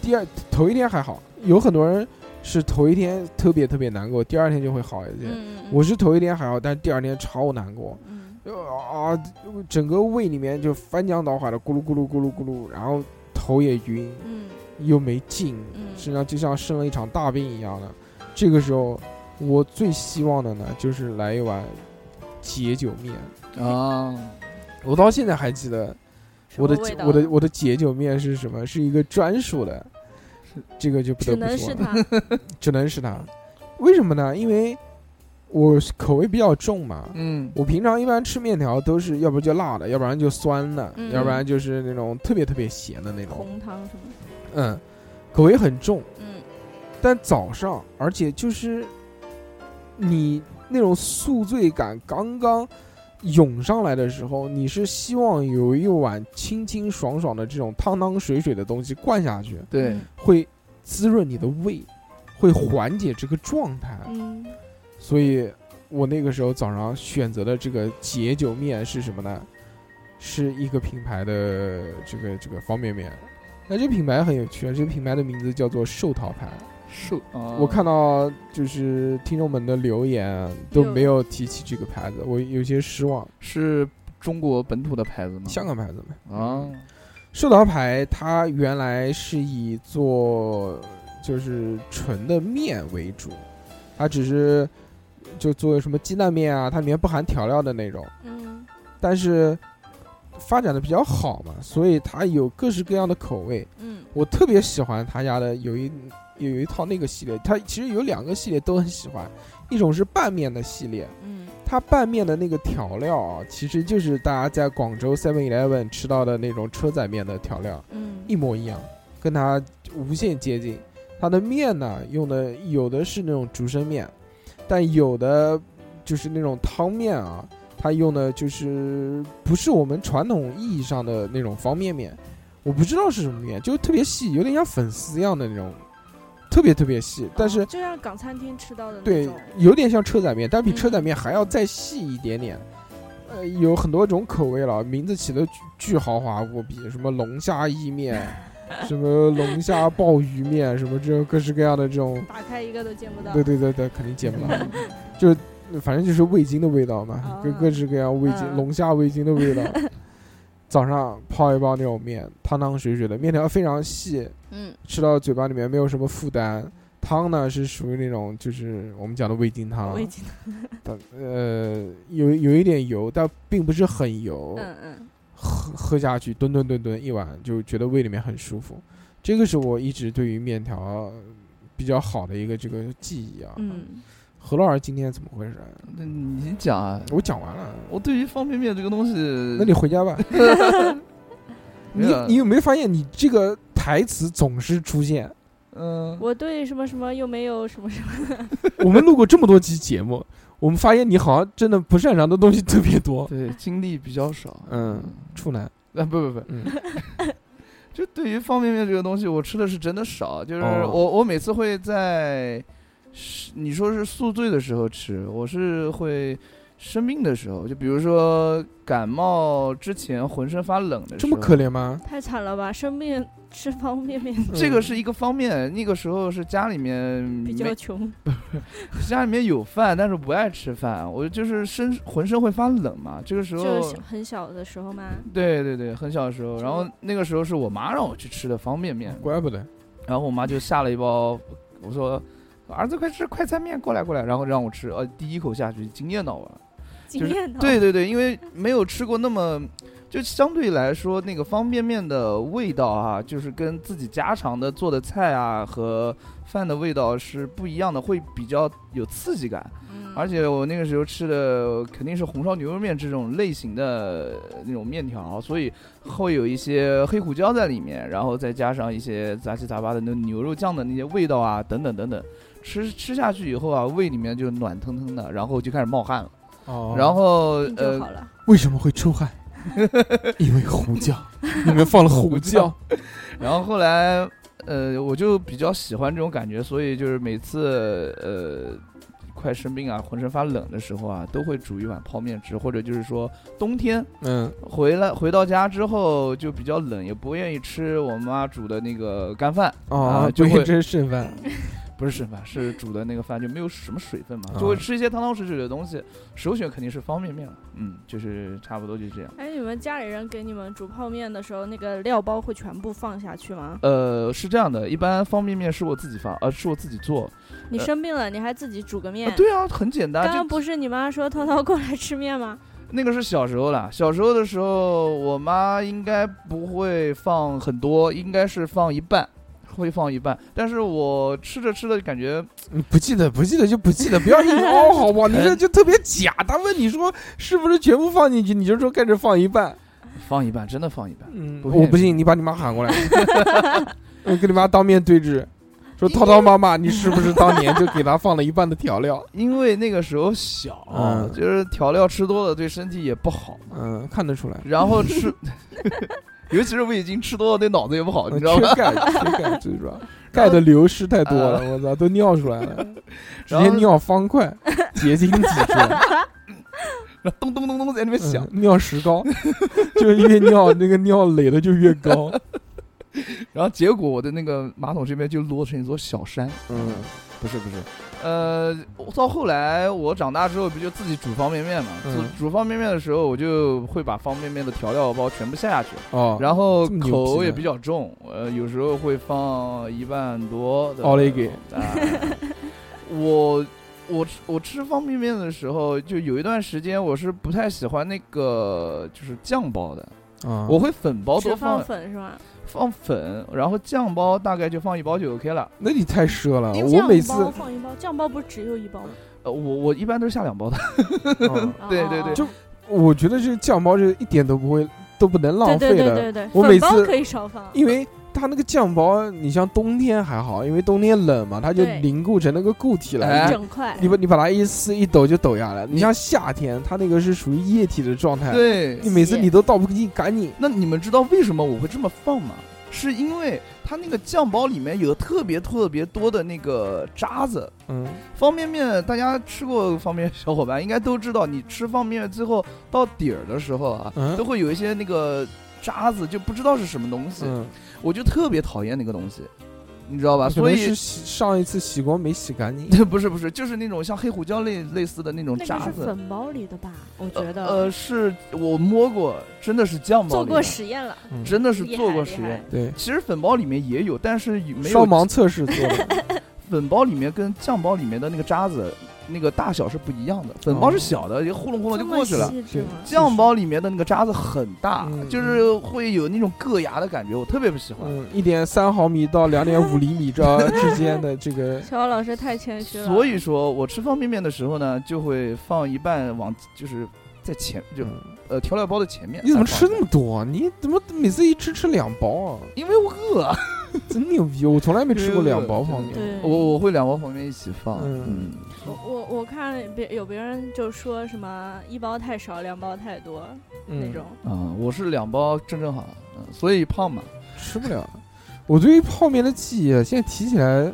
Speaker 2: 第二头一天还好，有很多人是头一天特别特别难过，第二天就会好一些。
Speaker 4: 嗯，
Speaker 2: 我是头一天还好，但是第二天超难过，
Speaker 4: 嗯，
Speaker 2: 就啊，整个胃里面就翻江倒海的咕噜咕噜咕噜咕噜，然后头也晕，
Speaker 4: 嗯
Speaker 2: 又没劲，
Speaker 4: 嗯
Speaker 2: 身上就像生了一场大病一样的。这个时候，我最希望的呢，就是来一碗解酒面。
Speaker 3: 啊，
Speaker 2: 我到现在还记得
Speaker 4: 什
Speaker 2: 我的
Speaker 4: 么味
Speaker 2: 解
Speaker 4: 道
Speaker 2: 我的我的解酒面是什么？是一个专属的，这个就不
Speaker 4: 只
Speaker 2: 得不
Speaker 4: 能
Speaker 2: 说
Speaker 4: 是
Speaker 2: 了，
Speaker 4: 它，
Speaker 2: 只能是它。为什么呢？因为我口味比较重嘛。
Speaker 3: 嗯，
Speaker 2: 我平常一般吃面条都是要不就辣的，要不然就酸的，
Speaker 4: 嗯
Speaker 2: 要不然就是那种特别特别咸的那种。
Speaker 4: 红汤什么的，
Speaker 2: 嗯，口味很重。
Speaker 4: 嗯
Speaker 2: 但早上，而且就是你那种宿醉感刚刚涌上来的时候，你是希望有一碗清清爽爽的这种汤汤水水的东西灌下去，
Speaker 3: 对，
Speaker 2: 会滋润你的胃，会缓解这个状态。
Speaker 4: 嗯，
Speaker 2: 所以我那个时候早上选择的这个解酒面是什么呢？是一个品牌的这个这个方便面。那这品牌很有趣啊，这品牌的名字叫做寿桃牌。
Speaker 3: 瘦，
Speaker 2: 我
Speaker 3: 我
Speaker 2: 看到就是听众们的留言都没有提起这个牌子，我有些失望。
Speaker 3: 是中国本土的牌子吗？
Speaker 2: 香港牌子嘛，
Speaker 3: 啊，
Speaker 2: 寿桃牌它原来是以做就是纯的面为主，它只是就做什么鸡蛋面啊，它里面不含调料的那种。
Speaker 4: 嗯
Speaker 2: 但是发展的比较好嘛，所以它有各式各样的口味。
Speaker 4: 嗯
Speaker 2: 我特别喜欢他家的有一有一套那个系列，它其实有两个系列都很喜欢，一种是拌面的系列，
Speaker 4: 嗯
Speaker 2: 它拌面的那个调料啊，其实就是大家在广州 Seven Eleven 吃到的那种车仔面的调料
Speaker 4: 嗯
Speaker 2: 一模一样，跟它无限接近。它的面呢，用的有的是那种竹升面，但有的就是那种汤面啊，它用的就是不是我们传统意义上的那种方便面，我不知道是什么面，就是特别细，有点像粉丝一样的那种，特别特别细，但是、
Speaker 4: 哦就像港餐厅吃到的那
Speaker 2: 对
Speaker 4: 种，，
Speaker 2: 有点像车仔面，但比车仔
Speaker 4: 嗯
Speaker 2: 面还要再细一点点。呃，有很多种口味了，名字起的巨巨豪华无比，什么龙虾意 面，什么龙虾鲍鱼面，什么这种各式各样的这种，
Speaker 4: 打开一个都见不到，
Speaker 2: 对对对对，肯定见不 到，就反正就是味精的味道嘛
Speaker 4: 啊，
Speaker 2: 各各式各样味精、
Speaker 4: 嗯
Speaker 2: 龙虾味精的 味道。早上泡一包那种面，汤汤水水的，面条非常细，
Speaker 4: 嗯
Speaker 2: 吃到嘴巴里面没有什么负担。汤呢是属于那种就是我们讲的味精汤，
Speaker 4: 我已经，
Speaker 2: 但呃有有一点油，但并不是很油。
Speaker 4: 嗯嗯
Speaker 2: 喝喝下去，吨吨吨吨一碗，就觉得胃里面很舒服。这个是我一直对于面条比较好的一个这个记忆啊。
Speaker 4: 嗯，
Speaker 2: 何老师今天怎么回事？
Speaker 3: 那你讲啊，
Speaker 2: 我讲完了，
Speaker 3: 我对于方便面这个东西，
Speaker 2: 那你回家 吧。你
Speaker 3: 没有
Speaker 2: 你有没有发现你这个台词总是出现？
Speaker 3: 嗯，
Speaker 4: 我对什么什么又没有什么什么，
Speaker 2: 我们录过这么多期节目，我们发现你好像真的不擅长的东西特别多。
Speaker 3: 对经历比较少，
Speaker 2: 嗯，处男，
Speaker 3: 啊不不不，
Speaker 2: 嗯，
Speaker 3: 就对于方便面这个东西，我吃的是真的少，就是我、
Speaker 2: 哦
Speaker 3: 我每次会在是你说是宿醉的时候吃，我是会生病的时候，就比如说感冒之前浑身发冷的时候，
Speaker 2: 这么可怜吗？
Speaker 4: 太惨了吧？生病吃方便面，
Speaker 3: 这个是一个方面，那个时候是家里面
Speaker 4: 嗯比
Speaker 3: 没
Speaker 4: 较穷，
Speaker 3: 家里面有饭，但是不爱吃饭，我就是身浑身会发冷嘛。这个时候，
Speaker 4: 就是小很小的时候嘛，
Speaker 3: 对对对，很小的时候，然后那个时候是我妈让我去吃的方便面，
Speaker 2: 嗯怪不得，
Speaker 3: 然后我妈就下了一包，我说儿子快吃快餐面，过来过来，然后让我吃，呃，第一口下去惊艳到我了。
Speaker 4: 惊艳到，
Speaker 3: 对对对，因为没有吃过那么就相对来说，那个方便面的味道啊，就是跟自己家常的做的菜啊和饭的味道是不一样的，会比较有刺激感。
Speaker 4: 嗯
Speaker 3: 而且我那个时候吃的肯定是红烧牛肉面这种类型的呃那种面条，所以会有一些黑胡椒在里面，然后再加上一些杂七杂八的那种牛肉酱的那些味道啊，等等等等。吃吃下去以后啊，胃里面就暖腾腾的，然后就开始冒汗了。
Speaker 2: 哦
Speaker 3: 然后
Speaker 4: 你就
Speaker 3: 呃
Speaker 4: 好，了。
Speaker 2: 为什么会出 汗？因为胡椒，里面放了胡椒。
Speaker 3: 然后后来，呃，我就比较喜欢这种感觉，所以就是每次呃快生病啊、浑身发冷的时候啊，都会煮一碗泡面吃，或者就是说冬天
Speaker 2: 嗯，
Speaker 3: 回来回到家之后就比较冷，也不愿意吃我妈煮的那个干饭，
Speaker 2: 哦
Speaker 3: 啊，就
Speaker 2: 不
Speaker 3: 会
Speaker 2: 会真剩饭。
Speaker 3: 不是剩饭，是煮的那个饭就没有什么水分嘛，
Speaker 2: 啊
Speaker 3: 就会吃一些汤汤水水的东西。首选肯定是方便面了，嗯，就是差不多就这样。
Speaker 4: 哎，你们家里人给你们煮泡面的时候，那个料包会全部放下去吗？
Speaker 3: 呃，是这样的，一般方便面是我自己发，呃，是我自己做。
Speaker 4: 你
Speaker 3: 呃
Speaker 4: 生病了，你还自己煮个面
Speaker 3: 啊？对啊，很简单，
Speaker 4: 刚
Speaker 3: 就
Speaker 4: 刚不是你妈说涛涛过来吃面吗？
Speaker 3: 那个是小时候了，小时候的时候，我妈应该不会放很多，应该是放一半，会放一半。但是我吃着吃着就感觉，
Speaker 2: 嗯不记得，不记得就不记得，不要硬凹，好不好？你这就特别假。他问你说是不是全部放进去，你就说开始放一半。
Speaker 3: 放一半，真的放一半。
Speaker 2: 嗯，
Speaker 3: 不
Speaker 2: 我不
Speaker 3: 骗
Speaker 2: 信，你把你妈喊过来， 我跟你妈当面对质，说涛涛妈妈，你是不是当年就给她放了一半的调料？
Speaker 3: 因为那个时候小，
Speaker 2: 嗯
Speaker 3: 就是调料吃多了对身体也不好，
Speaker 2: 嗯，看得出来，
Speaker 3: 然后吃， 尤其是味精吃多了对脑子也不好，你知道
Speaker 2: 缺
Speaker 3: 吧？
Speaker 2: 钙，缺钙最主要，钙的流失太多了，我操，都尿出来了，直
Speaker 3: 然
Speaker 2: 接
Speaker 3: 后
Speaker 2: 尿方块，结晶体出来。
Speaker 3: 然后咚咚咚咚在那边响，
Speaker 2: 嗯、尿石膏， 就是越尿那个尿垒的就越高。
Speaker 3: 然后结果我的那个马桶这边就摞成一座小山。
Speaker 2: 嗯，
Speaker 3: 不是不是，呃，我到后来我长大之后不就自己煮方便面嘛？
Speaker 2: 嗯
Speaker 3: 煮煮方便面的时候，我就会把方便面的调料包全部下下去，
Speaker 2: 哦，
Speaker 3: 然后
Speaker 2: 这么牛逼
Speaker 3: 口
Speaker 2: 的
Speaker 3: 也比较重，呃，有时候会放一万多的。
Speaker 2: 奥利给
Speaker 3: 啊！ 我我吃我吃方便面的时候，就有一段时间我是不太喜欢那个就是酱包的，
Speaker 2: 啊，
Speaker 3: 我会粉包
Speaker 4: 只
Speaker 3: 多哦
Speaker 4: 放
Speaker 3: 放啊
Speaker 4: 粉是吗？
Speaker 3: 放粉，然后酱包大概就放一包就 OK 了。
Speaker 2: 那你太奢了，我每次
Speaker 4: 酱包放一包，酱包不是只有一包吗？
Speaker 3: 呃，我我一般都是下 两包的。
Speaker 2: 嗯
Speaker 3: 对
Speaker 4: 哦
Speaker 3: 对对
Speaker 2: 就我觉得这个酱包是一点都不会都不能浪
Speaker 4: 对
Speaker 2: 费
Speaker 4: 对
Speaker 2: 的，
Speaker 4: 对对对，
Speaker 2: 我
Speaker 4: 粉
Speaker 2: 每
Speaker 4: 包
Speaker 2: 次
Speaker 4: 可以少放，
Speaker 2: 因为。它那个酱包，你像冬天还好，因为冬天冷嘛，它就
Speaker 4: 对
Speaker 2: 凝固成那个固体了。
Speaker 3: 哎
Speaker 4: 一
Speaker 2: 你
Speaker 4: 整块。
Speaker 2: 你把你把它一撕一抖就抖下来。你
Speaker 3: 你
Speaker 2: 像夏天，它那个是属于液体的状态，
Speaker 3: 对
Speaker 2: 你每次你都倒不进，赶紧
Speaker 3: 那你们知道为什么我会这么放吗？是因为它那个酱包里面有特别特别多的那个渣子。
Speaker 2: 嗯，
Speaker 3: 方便面，大家吃过方便面，小伙伴应该都知道，你吃方便面最后到底儿的时候啊，
Speaker 2: 嗯
Speaker 3: 都会有一些那个渣子，就不知道是什么东西。
Speaker 2: 嗯，
Speaker 3: 我就特别讨厌那个东西，你知道
Speaker 2: 可
Speaker 3: 吧？啊所
Speaker 2: 能
Speaker 3: 以
Speaker 2: 是洗上一次洗光没洗干净。
Speaker 3: 不是不是，就是那种像黑胡椒类类似的那种
Speaker 4: 那
Speaker 3: 渣
Speaker 4: 个是
Speaker 3: 子。
Speaker 4: 粉包里的吧？我觉得、
Speaker 3: 呃，是我摸过，真的是酱包
Speaker 4: 做
Speaker 3: 里
Speaker 4: 过
Speaker 3: 的
Speaker 4: 实验了，
Speaker 2: 嗯
Speaker 3: 真的是
Speaker 4: 厉害
Speaker 3: 做过
Speaker 4: 厉
Speaker 3: 实
Speaker 4: 害
Speaker 3: 验。
Speaker 2: 对，
Speaker 3: 其实粉包里面也有，但是没
Speaker 2: 双
Speaker 3: 有
Speaker 2: 盲测试做 的，
Speaker 3: 粉包里面跟酱包里面的那个渣子那个大小是不一样的。粉包是小的，就呼隆呼隆就过去了
Speaker 4: 这。么细致吗
Speaker 2: 对
Speaker 3: 酱包里面的那个渣子很大，
Speaker 2: 嗯
Speaker 3: 就是会有那种硌牙的感觉，我特别不喜欢。
Speaker 2: 嗯，一点三毫米到两点五厘米这 之间的这个，
Speaker 4: 小王老师太谦虚了，
Speaker 3: 所以说我吃方便面的时候呢，就会放一半往就是在前 就、
Speaker 2: 嗯
Speaker 3: 呃调料包的前面。
Speaker 2: 你怎么吃那？么多？啊你怎么每次一吃吃两包啊？
Speaker 3: 因为我饿啊，
Speaker 2: 真牛逼！我从来没吃过两包泡面。
Speaker 4: 对
Speaker 3: 我我会两包旁边一起放。
Speaker 2: 嗯
Speaker 3: 嗯，
Speaker 4: 我我我看别有别人就说什么一包太少，两包太多、那
Speaker 2: 嗯，
Speaker 4: 种，
Speaker 3: 啊、我是两包正正好，嗯所以胖嘛。
Speaker 2: 吃不了。我对于泡面的记忆，啊现在提起来，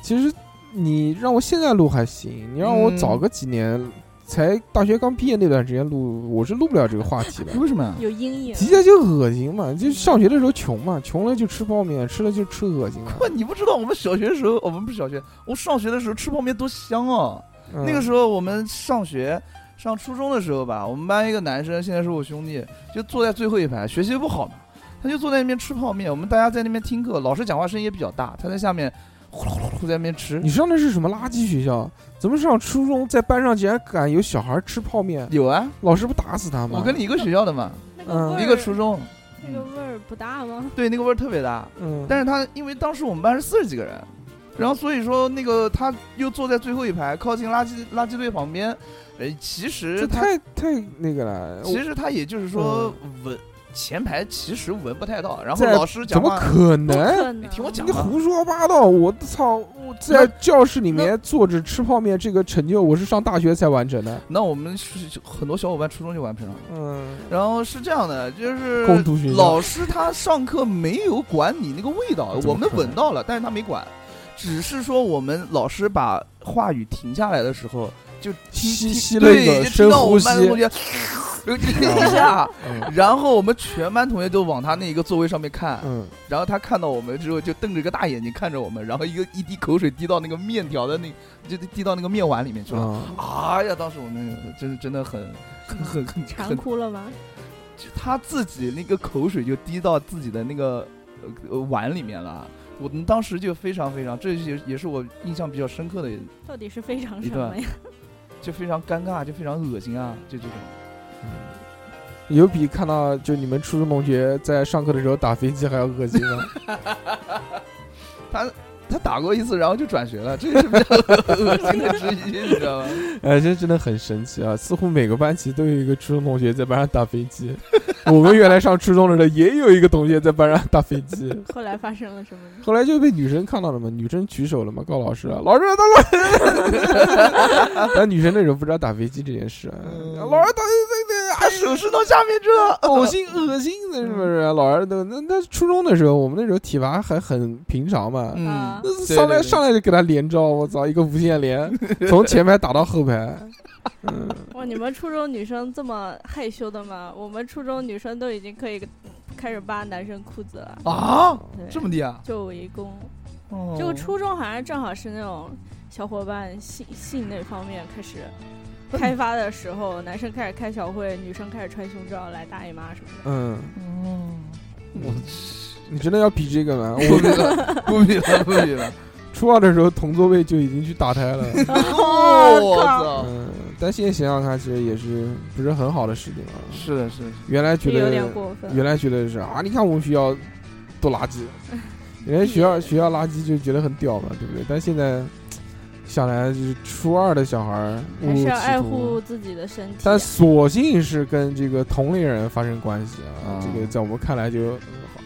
Speaker 2: 其实你让我现在录还行，你让我
Speaker 3: 嗯
Speaker 2: 早个几年，才大学刚毕业那段时间录，我是录不了这个话题的。
Speaker 3: 为什么呀？
Speaker 4: 有阴影。
Speaker 2: 提起来就恶心嘛，就上学的时候穷嘛，穷了就吃泡面，吃了就吃恶心嘛
Speaker 3: 不，。你不知道我们小学的时候，我们不是小学，我上学的时候吃泡面多香啊！
Speaker 2: 嗯
Speaker 3: 那个时候我们上学。上初中的时候吧，我们班一个男生，现在是我兄弟，就坐在最后一排，学习不好嘛，他就坐在那边吃泡面。我们大家在那边听课，老师讲话声音也比较大，他在下面呼噜呼噜呼噜在那边吃
Speaker 2: 你。上的是什么垃圾学校？怎么上初中在班上竟然敢有小孩吃泡面？
Speaker 3: 有啊，
Speaker 2: 老师不打死他吗？
Speaker 3: 我跟你一个学校的嘛，
Speaker 4: 那那个
Speaker 2: 嗯
Speaker 4: 味儿，
Speaker 3: 一个初中，
Speaker 4: 那个味儿不大 吗？
Speaker 3: 对，那个味儿特别大。
Speaker 2: 嗯，
Speaker 3: 但是他因为当时我们班是四十几个人，然后所以说那个他又坐在最后一排，靠近垃圾垃圾堆旁边。呃，其
Speaker 2: 这
Speaker 3: 实他
Speaker 2: 太太那个了，
Speaker 3: 其实他也就是说闻前排其实闻不太到，然后
Speaker 2: 在
Speaker 3: 老师
Speaker 2: 怎
Speaker 3: 讲
Speaker 2: 么
Speaker 3: 话，
Speaker 2: 可
Speaker 4: 不
Speaker 2: 能？
Speaker 4: 可能，
Speaker 3: 哎你听我讲啊
Speaker 2: 你
Speaker 3: 嘛
Speaker 2: 胡说八道！我操！我在教室里面坐着吃泡面，这个成就我是上大学才完成的。
Speaker 3: 那我们是很多小伙伴初中就完不成了。
Speaker 2: 嗯，
Speaker 3: 然后是这样的，就是
Speaker 2: 共读学校
Speaker 3: 老师他上课没有管你那个味道，
Speaker 2: 啊怎么
Speaker 3: 我
Speaker 2: 可
Speaker 3: 们
Speaker 2: 能
Speaker 3: 闻到了，但是他没管，只是说我们老师把话语停下来的时候，就听
Speaker 2: 吸
Speaker 3: 听
Speaker 2: 吸了
Speaker 3: 对，
Speaker 2: 一个
Speaker 3: 就听
Speaker 2: 深
Speaker 3: 到我
Speaker 2: 呼
Speaker 3: 们
Speaker 2: 吸
Speaker 3: 班，的同学就听一下，
Speaker 2: 嗯
Speaker 3: 然后我们全班同学都往他那个座位上面看，
Speaker 2: 嗯，
Speaker 3: 然后他看到我们之后就瞪着个大眼睛看着我们，然后一个一滴口水滴到那个面条的那就滴到那个面碗里面去了。
Speaker 2: 啊
Speaker 3: 哎呀，当时我们真的真的很很很很
Speaker 4: 馋
Speaker 3: 很
Speaker 4: 哭了吗？
Speaker 3: 他自己那个口水就滴到自己的那个呃呃碗里面了。我们当时就非常非常，这也也是我印象比较深刻的，
Speaker 4: 到底是非常
Speaker 3: 一
Speaker 4: 什
Speaker 3: 段
Speaker 4: 么呀？
Speaker 3: 就非常尴尬，就非常恶心啊，就这种。
Speaker 2: 有比看到就你们初中同学在上课的时候打飞机还要恶心吗？
Speaker 3: 他打过一次，然后就转学了，这个是比较恶心的之一，你知道 吗？
Speaker 2: 哎，这真的很神奇啊！似乎每个班级都有一个初中同学在班上打飞 机。我们原来上初中的时候，也有一个同学在班上打飞机，
Speaker 4: 后来发生了什么 呢？
Speaker 2: 后来就被女生看到了嘛，女生举手了嘛，告老师了，啊老师，他 老师，但女生那时候不知道打飞机这件事，啊
Speaker 3: 嗯
Speaker 2: 老师打
Speaker 3: 他手伸到下面去了，
Speaker 2: 哎恶心恶心的，是不是？老师都那那初中的时候，我们那时候体罚还很平常嘛，
Speaker 3: 嗯
Speaker 4: 啊，
Speaker 2: 那
Speaker 3: 对
Speaker 2: 上来
Speaker 3: 对对
Speaker 2: 上 来就给他连招，我操，一个无限 连，从前排打到后排，嗯。
Speaker 4: 哇，你们初中女生这么害羞的吗？我们初中女生都已经可以开始扒男生裤子了，
Speaker 3: 啊，
Speaker 4: 对
Speaker 3: 这么低啊？
Speaker 4: 就围攻。
Speaker 3: 哦
Speaker 4: 就初中好像正好是那种小伙伴性性那方面 开始
Speaker 3: 嗯
Speaker 4: 开发的时候，男生开始开小会，女生开始穿胸罩来大姨妈什么的。
Speaker 2: 嗯
Speaker 3: 哦，我
Speaker 2: 你真的要比这个 吗？
Speaker 3: 不
Speaker 2: 我
Speaker 3: 比了，不比了，不比 了。
Speaker 2: 初二的时候同座位就已经去打胎了，
Speaker 3: 哦，我
Speaker 4: 靠
Speaker 3: 操！
Speaker 2: 嗯，但现在想想看，其实也是不是很好的事情啊。
Speaker 3: 是的，是的，是
Speaker 2: 原来觉
Speaker 4: 就有
Speaker 2: 得
Speaker 4: 点过分，
Speaker 2: 原来觉得是啊，你看我们学校多垃 圾，原来学校学校垃圾就觉得很屌嘛，对不对？但现在想来就是初二的小孩儿误
Speaker 4: 还
Speaker 2: 入
Speaker 4: 是
Speaker 2: 歧
Speaker 4: 要爱
Speaker 2: 途
Speaker 4: 护自己的身体。啊
Speaker 2: 但索性是跟这个同龄人发生关系啊，
Speaker 3: 啊
Speaker 2: 这个在我们看来就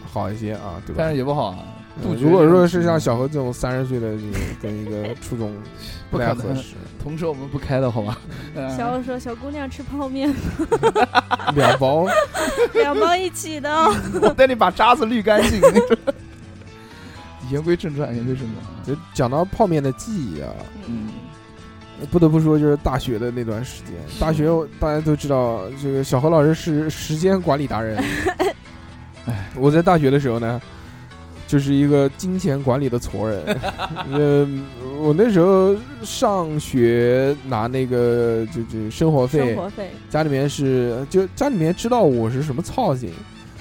Speaker 2: 好好一些啊，对吧？
Speaker 3: 但是也不好啊。
Speaker 2: 嗯
Speaker 3: 杜绝
Speaker 2: 如果
Speaker 3: 这种
Speaker 2: 说是
Speaker 3: 情
Speaker 2: 像
Speaker 3: 况
Speaker 2: 小何这种三十岁的这个跟一个初中
Speaker 3: 不
Speaker 2: 太
Speaker 3: 可
Speaker 2: 合
Speaker 3: 能，
Speaker 2: 适，
Speaker 3: 同时我们不开了， 好吧？嗯
Speaker 4: 小欧说：“小姑娘吃泡面，
Speaker 2: 两包
Speaker 4: 两包一起的哦。
Speaker 3: 我带你把渣子滤干净。 言归正传，言归正传啊。
Speaker 2: 就讲到泡面的记忆啊，
Speaker 3: 嗯，
Speaker 2: 不得不说就是大学的那段时间。
Speaker 4: 嗯
Speaker 2: 大学我大家都知道，这个小何老师是时间管理达 人。
Speaker 4: 哎
Speaker 2: 我在大学的时候呢，就是一个金钱管理的矬人。 呃，我那时候上学拿那个就就生活
Speaker 4: 生
Speaker 2: 费，
Speaker 4: 活费
Speaker 2: 家里面是就家里面知道我是什么操性，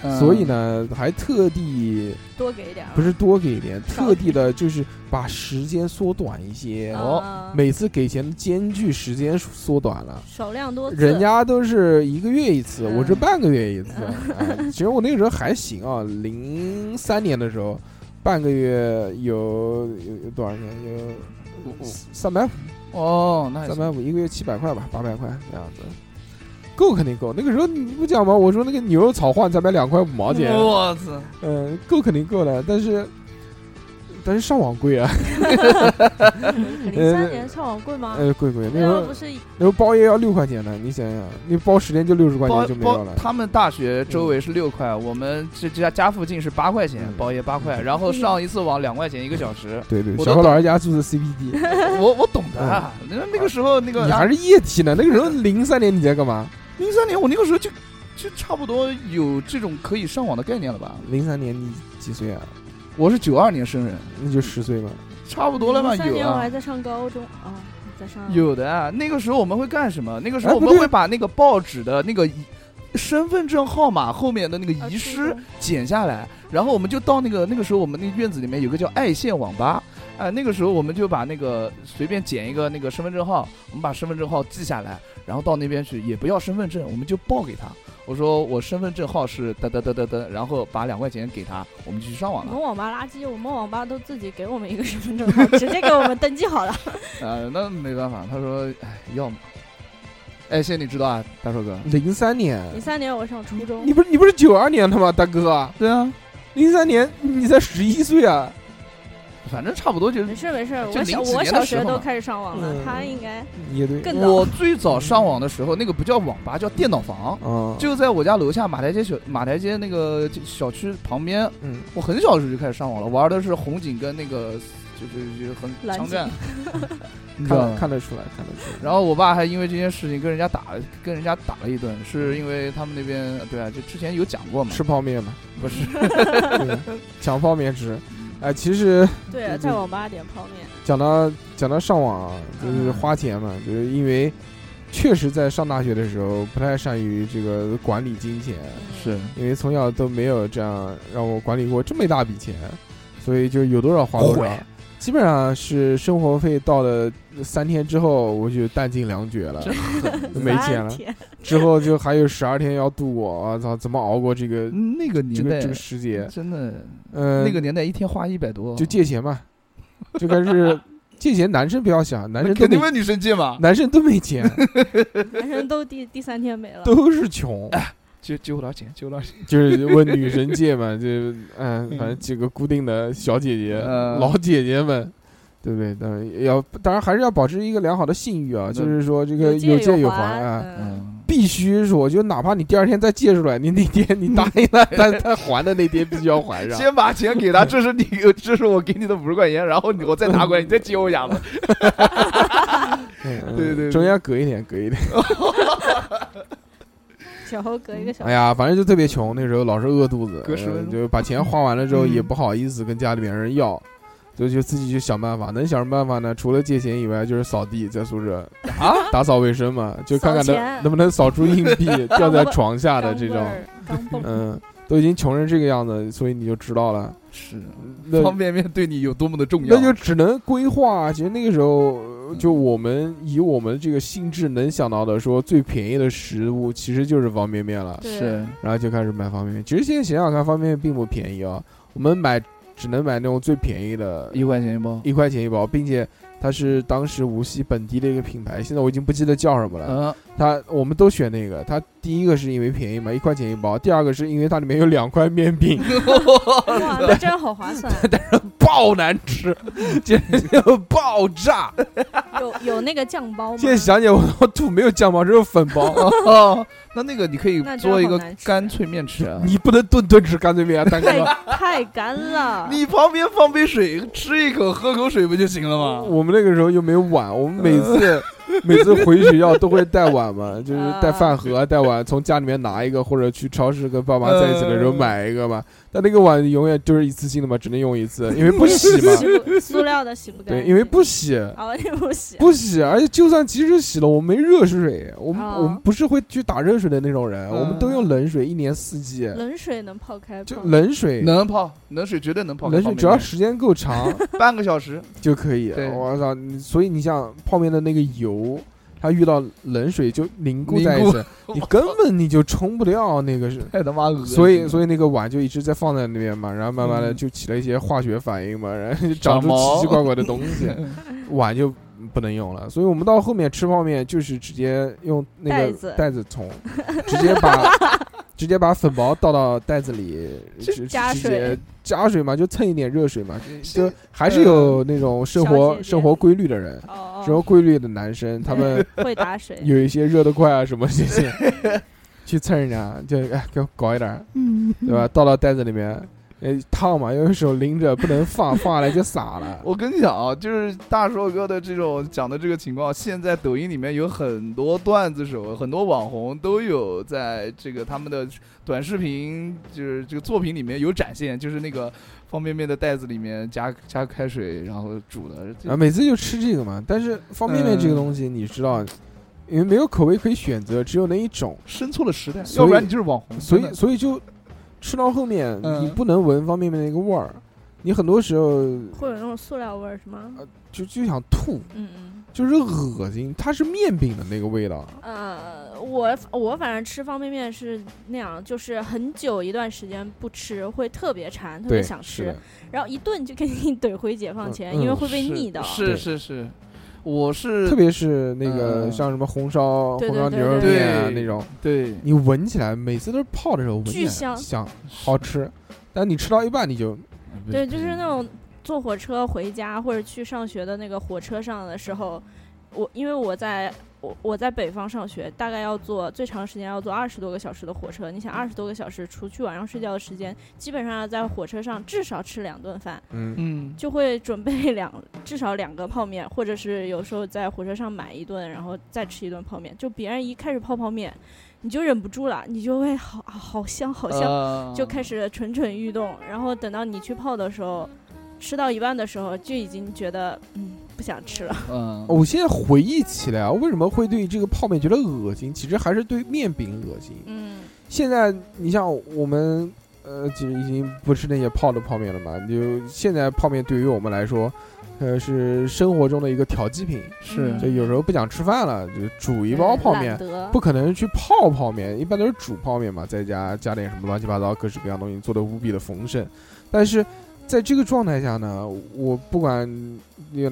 Speaker 4: 嗯
Speaker 2: 所以呢还特地
Speaker 4: 多给点儿，啊
Speaker 2: 不是多给一点，
Speaker 4: 少
Speaker 2: 特地的就是把时间缩短一些。
Speaker 4: 啊，
Speaker 2: 哦每次给钱的间距时间缩短了，
Speaker 4: 少量多次。
Speaker 2: 人家 都是一个月一次，
Speaker 4: 哦嗯
Speaker 2: 我这半个月一次。哎其实我那个时候还行啊，零三年的时候，半个月有有有多少钱？有
Speaker 3: 嗯，
Speaker 2: 三百五，
Speaker 3: 哦，那也
Speaker 2: 三百
Speaker 3: 行
Speaker 2: 五，一个月七百块吧，八百块这样子。够肯定够，那个时候你不讲吗？我说那个牛肉炒饭才卖两块五毛钱，
Speaker 3: 我操，
Speaker 2: 嗯，够肯定够了，但是但是上网贵啊，
Speaker 4: 零三年上网贵吗？
Speaker 2: 呃，贵贵，那时
Speaker 4: 那时
Speaker 2: 候
Speaker 4: 候不是
Speaker 2: 那时候包夜要六块钱呢，你想想，你包十天就六十块
Speaker 3: 包
Speaker 2: 钱就没有
Speaker 3: 包
Speaker 2: 了，
Speaker 3: 他们大学周围是六块，我们这家家附近是八块钱
Speaker 2: 嗯，。
Speaker 3: 包夜八块，然
Speaker 4: 哎
Speaker 3: 后上一次网两块钱一个小时
Speaker 2: 对对，
Speaker 3: 我
Speaker 2: 小
Speaker 3: 都
Speaker 2: 何老师家住的 CBD，
Speaker 3: 我我懂的啊，那那个时候那个
Speaker 2: 嗯你还是液体呢。那个时候零三年你在干嘛？
Speaker 3: 零三年，我那个时候就就差不多有这种可以上网的概念了吧？
Speaker 2: 零三年你几岁啊？
Speaker 3: 我是九二年生人，
Speaker 2: 那就十岁嘛。
Speaker 3: 差不多了吧？
Speaker 4: 三
Speaker 3: 有
Speaker 4: 年我
Speaker 3: 啊
Speaker 4: 还。在上高中啊，我在上
Speaker 3: 有的啊，那个时候我们会干什么？那个时
Speaker 2: 哎
Speaker 3: 候我
Speaker 2: 不
Speaker 3: 们
Speaker 2: 对
Speaker 3: 会把那个报纸的那个身份证号码后面的那个
Speaker 4: 啊
Speaker 3: 遗
Speaker 4: 是
Speaker 3: 失
Speaker 4: 的
Speaker 3: 剪下来，然后我们就到那个那个时候我们那个院子里面有个叫爱线网吧。哎，那个时候我们就把那个随便剪一个那个身份证号，我们把身份证号记下来，然后到那边去也不要身份证，我们就报给他。我说我身份证号是哒哒哒哒哒，然后把两块钱给他，我们就去上网
Speaker 4: 我
Speaker 3: 了
Speaker 4: 们。网吧垃圾，我们网吧都自己给我们一个身份证号，直接给我们登记好了。
Speaker 3: 啊、那没办法，他说，哎，要么，哎，谢谢你知道啊，大硕哥。
Speaker 2: 零三年，
Speaker 4: 零三年我上初中
Speaker 2: 你，不是你不是九二年的吗，大哥？
Speaker 3: 对啊，
Speaker 2: 零三年你才十一岁啊！
Speaker 3: 反正差不多就是
Speaker 4: 没事没事，
Speaker 3: 就
Speaker 4: 我小
Speaker 3: 零几
Speaker 4: 我
Speaker 3: 年的
Speaker 4: 小
Speaker 3: 时
Speaker 4: 学
Speaker 3: 候
Speaker 4: 都
Speaker 3: 嘛
Speaker 4: 开始上网了
Speaker 2: 嗯，
Speaker 4: 他应该
Speaker 2: 也对，
Speaker 4: 更早
Speaker 3: 我。最早上网的时候，那个不叫网吧，叫电脑房，
Speaker 2: 啊，
Speaker 3: 就在我家楼下马台街小马台街那个小区旁边。
Speaker 2: 嗯，
Speaker 3: 我很小的时候就开始上网了，玩的是红警跟那个就就就很
Speaker 4: 蓝
Speaker 3: 枪
Speaker 4: 警
Speaker 3: 战，
Speaker 2: 看
Speaker 3: 你知道吗
Speaker 2: 得看得出来，看得出来。
Speaker 3: 然后我爸还因为这件事情跟人家打了，跟人家打了一顿，是因为他们那边对啊，就之前有讲过嘛，
Speaker 2: 吃泡面嘛，
Speaker 3: 不是？
Speaker 2: 对抢泡面吃。哎、其实
Speaker 4: 对，在网吧点泡面，
Speaker 2: 讲到讲到上网啊，就是
Speaker 4: 嗯
Speaker 2: 花钱嘛，就是因为确实在上大学的时候不太善于这个管理金钱，
Speaker 3: 是
Speaker 2: 因为从小都没有这样让我管理过这么一大笔钱，所以就有多少花多少
Speaker 3: 毁。
Speaker 2: 基本上是生活费到了三天之后，我就弹尽粮绝 了，没钱了
Speaker 4: 嗯三。天
Speaker 2: 之后就还有十二天要度过，我操，怎么熬过这 个
Speaker 3: 那个
Speaker 2: 这
Speaker 3: 年
Speaker 2: 个
Speaker 3: 代
Speaker 2: 这个时节？
Speaker 3: 真的，
Speaker 2: 嗯，
Speaker 3: 那个年代一天花一百多，
Speaker 2: 就借钱嘛，就开始借钱。男生不要想，男生都
Speaker 3: 肯定
Speaker 2: 没
Speaker 3: 问女生借嘛，
Speaker 2: 男生都没钱，
Speaker 4: 男生都第第三天没了。
Speaker 2: 都是穷，
Speaker 3: 借借我点钱，借我点钱。
Speaker 2: 就是问女生借嘛，就嗯，反正几个固定的小姐姐、
Speaker 3: 呃
Speaker 2: 老姐姐们。对不对？当然要，当然还是要保持一个良好的信誉啊，
Speaker 3: 那
Speaker 2: 就是说这个
Speaker 4: 有
Speaker 2: 借有还
Speaker 4: 还
Speaker 2: 啊，，
Speaker 4: 嗯
Speaker 3: 嗯，
Speaker 2: 必须说，就哪怕你第二天再借出来， 你那天你答应他他 他还的那天必须要还上。
Speaker 3: 先把钱给他，这是你，这是我给你的五十块钱，然后你我再拿过来，你再借我 两个。
Speaker 2: 嗯嗯
Speaker 3: 对对对
Speaker 2: 中间隔一点，隔一点。
Speaker 4: 小猴隔一个小
Speaker 2: 哎呀，反正就特别穷，那时候老是饿肚子，
Speaker 3: 隔10
Speaker 2: 呃
Speaker 3: 分钟
Speaker 2: 就把钱花完了之后
Speaker 3: 嗯
Speaker 2: 也不好意思跟家里面人要，就就自己去想办法。能想什么办法呢？除了借钱以外，就是扫地，在宿舍
Speaker 3: 啊，
Speaker 2: 打扫卫生嘛，就看看
Speaker 4: 扫
Speaker 2: 能
Speaker 4: 钱
Speaker 2: 能不能扫出硬 币掉在床下哎的这
Speaker 4: 钢
Speaker 2: 种
Speaker 4: 镚。儿钢镚儿
Speaker 2: 嗯，都已经穷成这个样子，所以你就知道了。
Speaker 3: 是
Speaker 2: 那
Speaker 3: 方便面对你有多么的重要？
Speaker 2: 那就只能规划。其实那个时候，呃就我们以我们这个性质能想到的，说最便宜的食物其实就是方便面了。
Speaker 4: 对
Speaker 3: 是
Speaker 2: 然后就开始买方便面。其实现在想想看，方便面并不便宜啊，我们买只能买那种最便宜的，
Speaker 3: 一块钱一包。
Speaker 2: 一块钱一包，并且它是当时无锡本地的一个品牌，现在我已经不记得叫什么了。
Speaker 3: 嗯，
Speaker 2: 它我们都选那个，它第一个是因为便宜嘛，一块钱一包；第二个是因为它里面有两块面饼，
Speaker 4: 哇，那真好划算！
Speaker 2: 爆难吃，简直就爆炸。
Speaker 4: 啊 有有那个酱包吗？
Speaker 2: 现在想起来我都吐，没有酱包，只有粉包。
Speaker 3: 哦，那那个你可以
Speaker 4: 那真
Speaker 3: 做一
Speaker 4: 好
Speaker 3: 个
Speaker 4: 难吃
Speaker 3: 干脆面吃啊。
Speaker 2: 你不能顿顿吃干脆面啊，大
Speaker 4: 太
Speaker 2: 哥。
Speaker 4: 太干了，
Speaker 3: 你旁边放杯水，吃一口，喝口水不就行了吗？
Speaker 2: 我们那个时候又没有碗，我们每次 每次回学校都会带碗嘛，就是带饭盒、带碗，从家里面拿一个，或者去超市跟爸妈在一起的时候
Speaker 3: 嗯
Speaker 2: 买一个嘛。但那个碗永远就是一次性的嘛，只能用一次，因为不洗 嘛。
Speaker 4: 洗不塑料的洗不干
Speaker 2: 对，
Speaker 4: 净，
Speaker 2: 因为不洗，
Speaker 4: 啊，那不洗，
Speaker 2: 不洗，而且就算即使洗了，我们没热水，我们
Speaker 4: 哦
Speaker 2: 我们不是会去打热水的那种人，
Speaker 3: 嗯
Speaker 2: 我们都用冷水，一年四季
Speaker 4: 冷水能泡开
Speaker 2: 就
Speaker 4: 泡，
Speaker 2: 冷水。
Speaker 3: 能泡冷水绝对能泡开
Speaker 2: 冷
Speaker 3: 方便
Speaker 2: 水
Speaker 3: 面，
Speaker 2: 只要时间够长
Speaker 3: 半个小时，
Speaker 2: 就可以。
Speaker 3: 对
Speaker 2: 我操！你所以你像泡面的那个油，它遇到冷水就凝固
Speaker 3: 凝
Speaker 2: 在一
Speaker 3: 固
Speaker 2: 起，你根本你就冲不掉那个是
Speaker 3: ，太他妈恶心了。
Speaker 2: 所以所以那个碗就一直在放在那边嘛，然后慢慢的
Speaker 3: 嗯
Speaker 2: 就起了一些化学反应嘛，然后就
Speaker 3: 长
Speaker 2: 长出
Speaker 3: 毛
Speaker 2: 奇奇怪怪的东 西，碗就不能用了。所以我们到后面吃泡面就是直接用那
Speaker 4: 袋
Speaker 2: 个
Speaker 4: 子
Speaker 2: 袋子冲，直接把 直接把粉包倒到袋子里，
Speaker 3: 就
Speaker 2: 直
Speaker 4: 加
Speaker 2: 直
Speaker 4: 水
Speaker 2: 接加水嘛，就蹭一点热水嘛，就还是
Speaker 3: 呃
Speaker 2: 有那种生
Speaker 4: 小
Speaker 2: 活
Speaker 4: 姐姐
Speaker 2: 生活规律的人。
Speaker 4: 哦
Speaker 2: 生活
Speaker 4: 哦，
Speaker 2: 规律的男生，他们
Speaker 4: 会打水，
Speaker 2: 有一些热得快啊什么这些， 去蹭人家，就哎给我搞一点儿，
Speaker 4: 嗯
Speaker 2: 对
Speaker 3: 嗯
Speaker 2: 吧？倒到袋子里面，呃，烫嘛，用手拎着，不能放，放下来就洒了。
Speaker 3: 我跟你讲啊，就是大硕哥的这种讲的这个情况，现在抖音里面有很多段子手，很多网红都有在这个他们的短视频，就是这个作品里面有展现，就是那个方便面的袋子里面加加开水，然后煮的。这
Speaker 2: 嗯啊，每次就吃这个嘛。但是方便面这个
Speaker 3: 嗯
Speaker 2: 东西，你知道，因为没有口味可以选择，只有那一种，
Speaker 3: 生错了时代，
Speaker 2: 所以
Speaker 3: 要不然你就是网红。
Speaker 2: 所
Speaker 3: 嗯真
Speaker 2: 以
Speaker 3: 的
Speaker 2: 所以就吃到后面，
Speaker 3: 嗯
Speaker 2: 你不能闻方便面那个味儿，你很多时候
Speaker 4: 会有那种塑料味儿是吗？
Speaker 2: 就就想吐，
Speaker 4: 嗯
Speaker 2: 就是恶心，它是面饼的那个味道。
Speaker 4: 嗯，呃，我我反正吃方便面是那样，就是很久一段时间不吃，会特别馋，特别
Speaker 2: 对，
Speaker 4: 想
Speaker 2: 是
Speaker 4: 吃
Speaker 2: 的，，
Speaker 4: 然后一顿就给你怼回解放前，
Speaker 2: 嗯
Speaker 4: 因为
Speaker 2: 嗯
Speaker 4: 会被腻到。
Speaker 3: 是
Speaker 2: 对
Speaker 3: 是是，我是
Speaker 2: 特别是那个
Speaker 3: 嗯
Speaker 2: 像什么红烧
Speaker 4: 对
Speaker 2: 红
Speaker 4: 对
Speaker 2: 烧
Speaker 4: 对
Speaker 2: 牛肉
Speaker 4: 对
Speaker 2: 面啊
Speaker 3: 对
Speaker 2: 那种，
Speaker 3: 对
Speaker 2: 你闻起来每次都是泡的时候闻起
Speaker 4: 巨
Speaker 2: 来
Speaker 4: 香
Speaker 2: 香，好吃，但你吃到一半你就
Speaker 4: 对，就是那种坐火车回家或者去上学的那个火车上的时候，我因为我在我我在北方上学，大概要坐最长时间要坐二十多个小时的火车。你想二十多个小时，除去晚上睡觉的时间，基本上要在火车上至少吃两顿饭，
Speaker 2: 嗯
Speaker 3: 嗯，
Speaker 4: 就会准备两至少两个泡面，或者是有时候在火车上买一顿，然后再吃一顿泡面。就别人一开始泡泡面，你就忍不住了，你就会好啊好香好香，
Speaker 3: 像
Speaker 4: 就开始蠢蠢欲动，然后等到你去泡的时候，吃到一半的时候就已经觉得嗯不想吃了。
Speaker 3: 嗯，
Speaker 2: 我现在回忆起来啊，为什么会对这个泡面觉得恶心？其实还是对面饼恶心。
Speaker 4: 嗯
Speaker 2: 现在你像我们，呃，其实已经不吃那些泡的泡面了嘛。就现在泡面对于我们来说，呃，是生活中的一个调剂品。
Speaker 3: 是
Speaker 2: 就有时候不想吃饭了，就煮一包泡面，，不可能去泡泡面，一般都是煮泡面嘛，在家加点什么乱七八糟各式各样东西，做的无比的丰盛。但是在这个状态下呢，我不管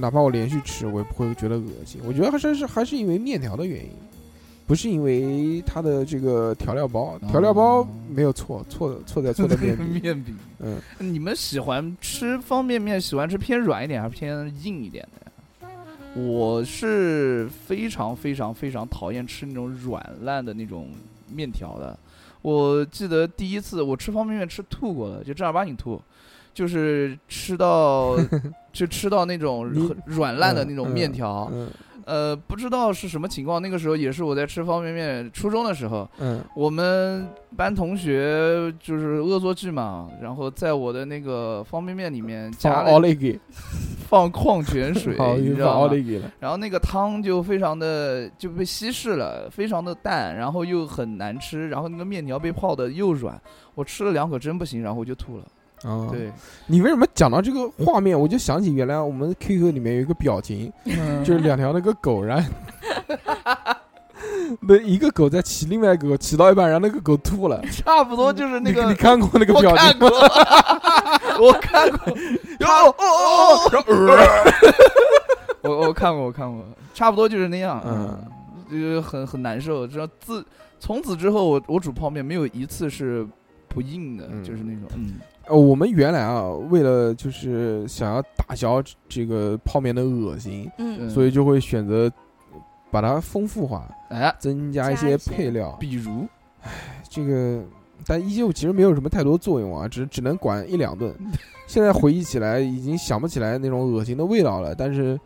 Speaker 2: 哪怕我连续吃，我也不会觉得恶心。我觉得还是还是因为面条的原因，不是因为它的这个调料
Speaker 3: 哦
Speaker 2: 包，调料包没有错，错错在错在 面饼。
Speaker 3: 面饼。
Speaker 2: 嗯，
Speaker 3: 你们喜欢吃方便面，喜欢吃偏软一点还是偏硬一点的呀？我是非常非常非常讨厌吃那种软烂的那种面条的。我记得第一次我吃方便面吃吐过的，就正儿八经吐，就是吃 到就吃到那种
Speaker 2: 你
Speaker 3: 很软烂的那种
Speaker 2: 嗯
Speaker 3: 面
Speaker 2: 嗯
Speaker 3: 条。
Speaker 2: 嗯
Speaker 3: 呃，不知道是什么情况，那个时候也是我在吃方便面，初中的时候，
Speaker 2: 嗯
Speaker 3: 我们班同学就是恶作剧嘛，然后在我的那个方便面里面
Speaker 2: 放
Speaker 3: 加
Speaker 2: 奥
Speaker 3: 了
Speaker 2: 利给，
Speaker 3: 放矿泉水
Speaker 2: 好，，
Speaker 3: 你
Speaker 2: 又
Speaker 3: 知
Speaker 2: 放
Speaker 3: 道
Speaker 2: 奥
Speaker 3: 吗？
Speaker 2: 利给了。
Speaker 3: 然后那个汤就非常的就被稀释了，非常的淡，然后又很难吃，然后那个面条被泡的又软，我吃了两口真不行，然后我就吐了。
Speaker 2: 啊，
Speaker 3: 对，
Speaker 2: 你为什么讲到这个画面，我就想起原来我们 QQ 里面有一个表情，
Speaker 4: 嗯
Speaker 2: 就是两条那个狗，然后 那一个狗在骑另外一个狗，骑到一半，然后那个狗吐了。
Speaker 3: 差不多就是那
Speaker 2: 你
Speaker 3: 个
Speaker 2: 你看过那个
Speaker 3: 我
Speaker 2: 表
Speaker 3: 看
Speaker 2: 情？
Speaker 3: 过，我看过，哦哦哦哦， 我我看过，我看过，差不多就是那样，
Speaker 2: 嗯，
Speaker 3: 就是很很难受。知道自从此之后，我我煮泡面没有一次是不硬的，
Speaker 2: 嗯
Speaker 3: 就是那种，嗯，
Speaker 2: 呃，我们原来啊，为了就是想要打消这个泡面的恶心，
Speaker 4: 嗯
Speaker 3: 嗯
Speaker 2: 所以就会选择把它丰富化，
Speaker 3: 哎，
Speaker 2: 增加一
Speaker 4: 加
Speaker 2: 些
Speaker 4: 一些
Speaker 2: 配料。
Speaker 3: 比如
Speaker 2: 这个，但依旧其实没有什么太多作用啊，只只能管一两 顿。现在回忆起来，已经想不起来那种恶心的味道了，但是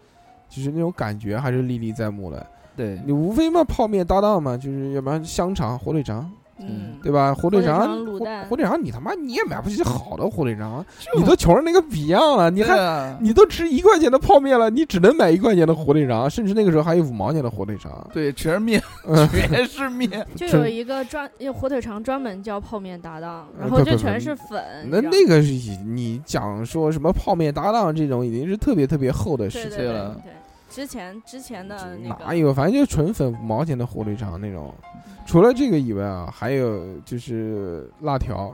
Speaker 2: 就是那种感觉还是历历在目了。
Speaker 3: 对，
Speaker 2: 你无非嘛泡面搭档嘛，就是要不然香肠、火腿肠，
Speaker 4: 嗯，
Speaker 2: 对吧？火腿
Speaker 4: 火腿
Speaker 2: 肠
Speaker 4: 肠、卤
Speaker 2: 火
Speaker 4: 蛋
Speaker 2: 火腿肠，你他妈你也买不起好的火腿肠，啊你都穷成那个逼样了，你
Speaker 3: 你
Speaker 2: 还。
Speaker 3: 看，
Speaker 2: 你都吃一块钱的泡面了，你只能买一块钱的火腿肠，甚至那个时候还有五毛钱的火腿肠。
Speaker 3: 对，全是面，
Speaker 2: 嗯
Speaker 3: 全是面，
Speaker 4: 就
Speaker 2: 这
Speaker 4: 有一个专有火腿肠专门叫泡面搭档，
Speaker 2: 呃
Speaker 4: 然后
Speaker 2: 不
Speaker 4: 就
Speaker 2: 不
Speaker 4: 全
Speaker 2: 不
Speaker 3: 嗯
Speaker 4: 是粉。
Speaker 2: 那
Speaker 4: 你知道
Speaker 2: 那个是以你讲说什么泡面搭档这种，已经是特别特别厚的
Speaker 4: 对
Speaker 2: 事
Speaker 4: 对
Speaker 2: 情
Speaker 4: 对
Speaker 3: 对
Speaker 2: 了。
Speaker 3: 了
Speaker 4: 对，之前之前的那
Speaker 2: 哪
Speaker 4: 个嗯
Speaker 2: 有？反正就是纯粉五毛钱的火腿肠那种。除了这个以外啊，还有就是辣条。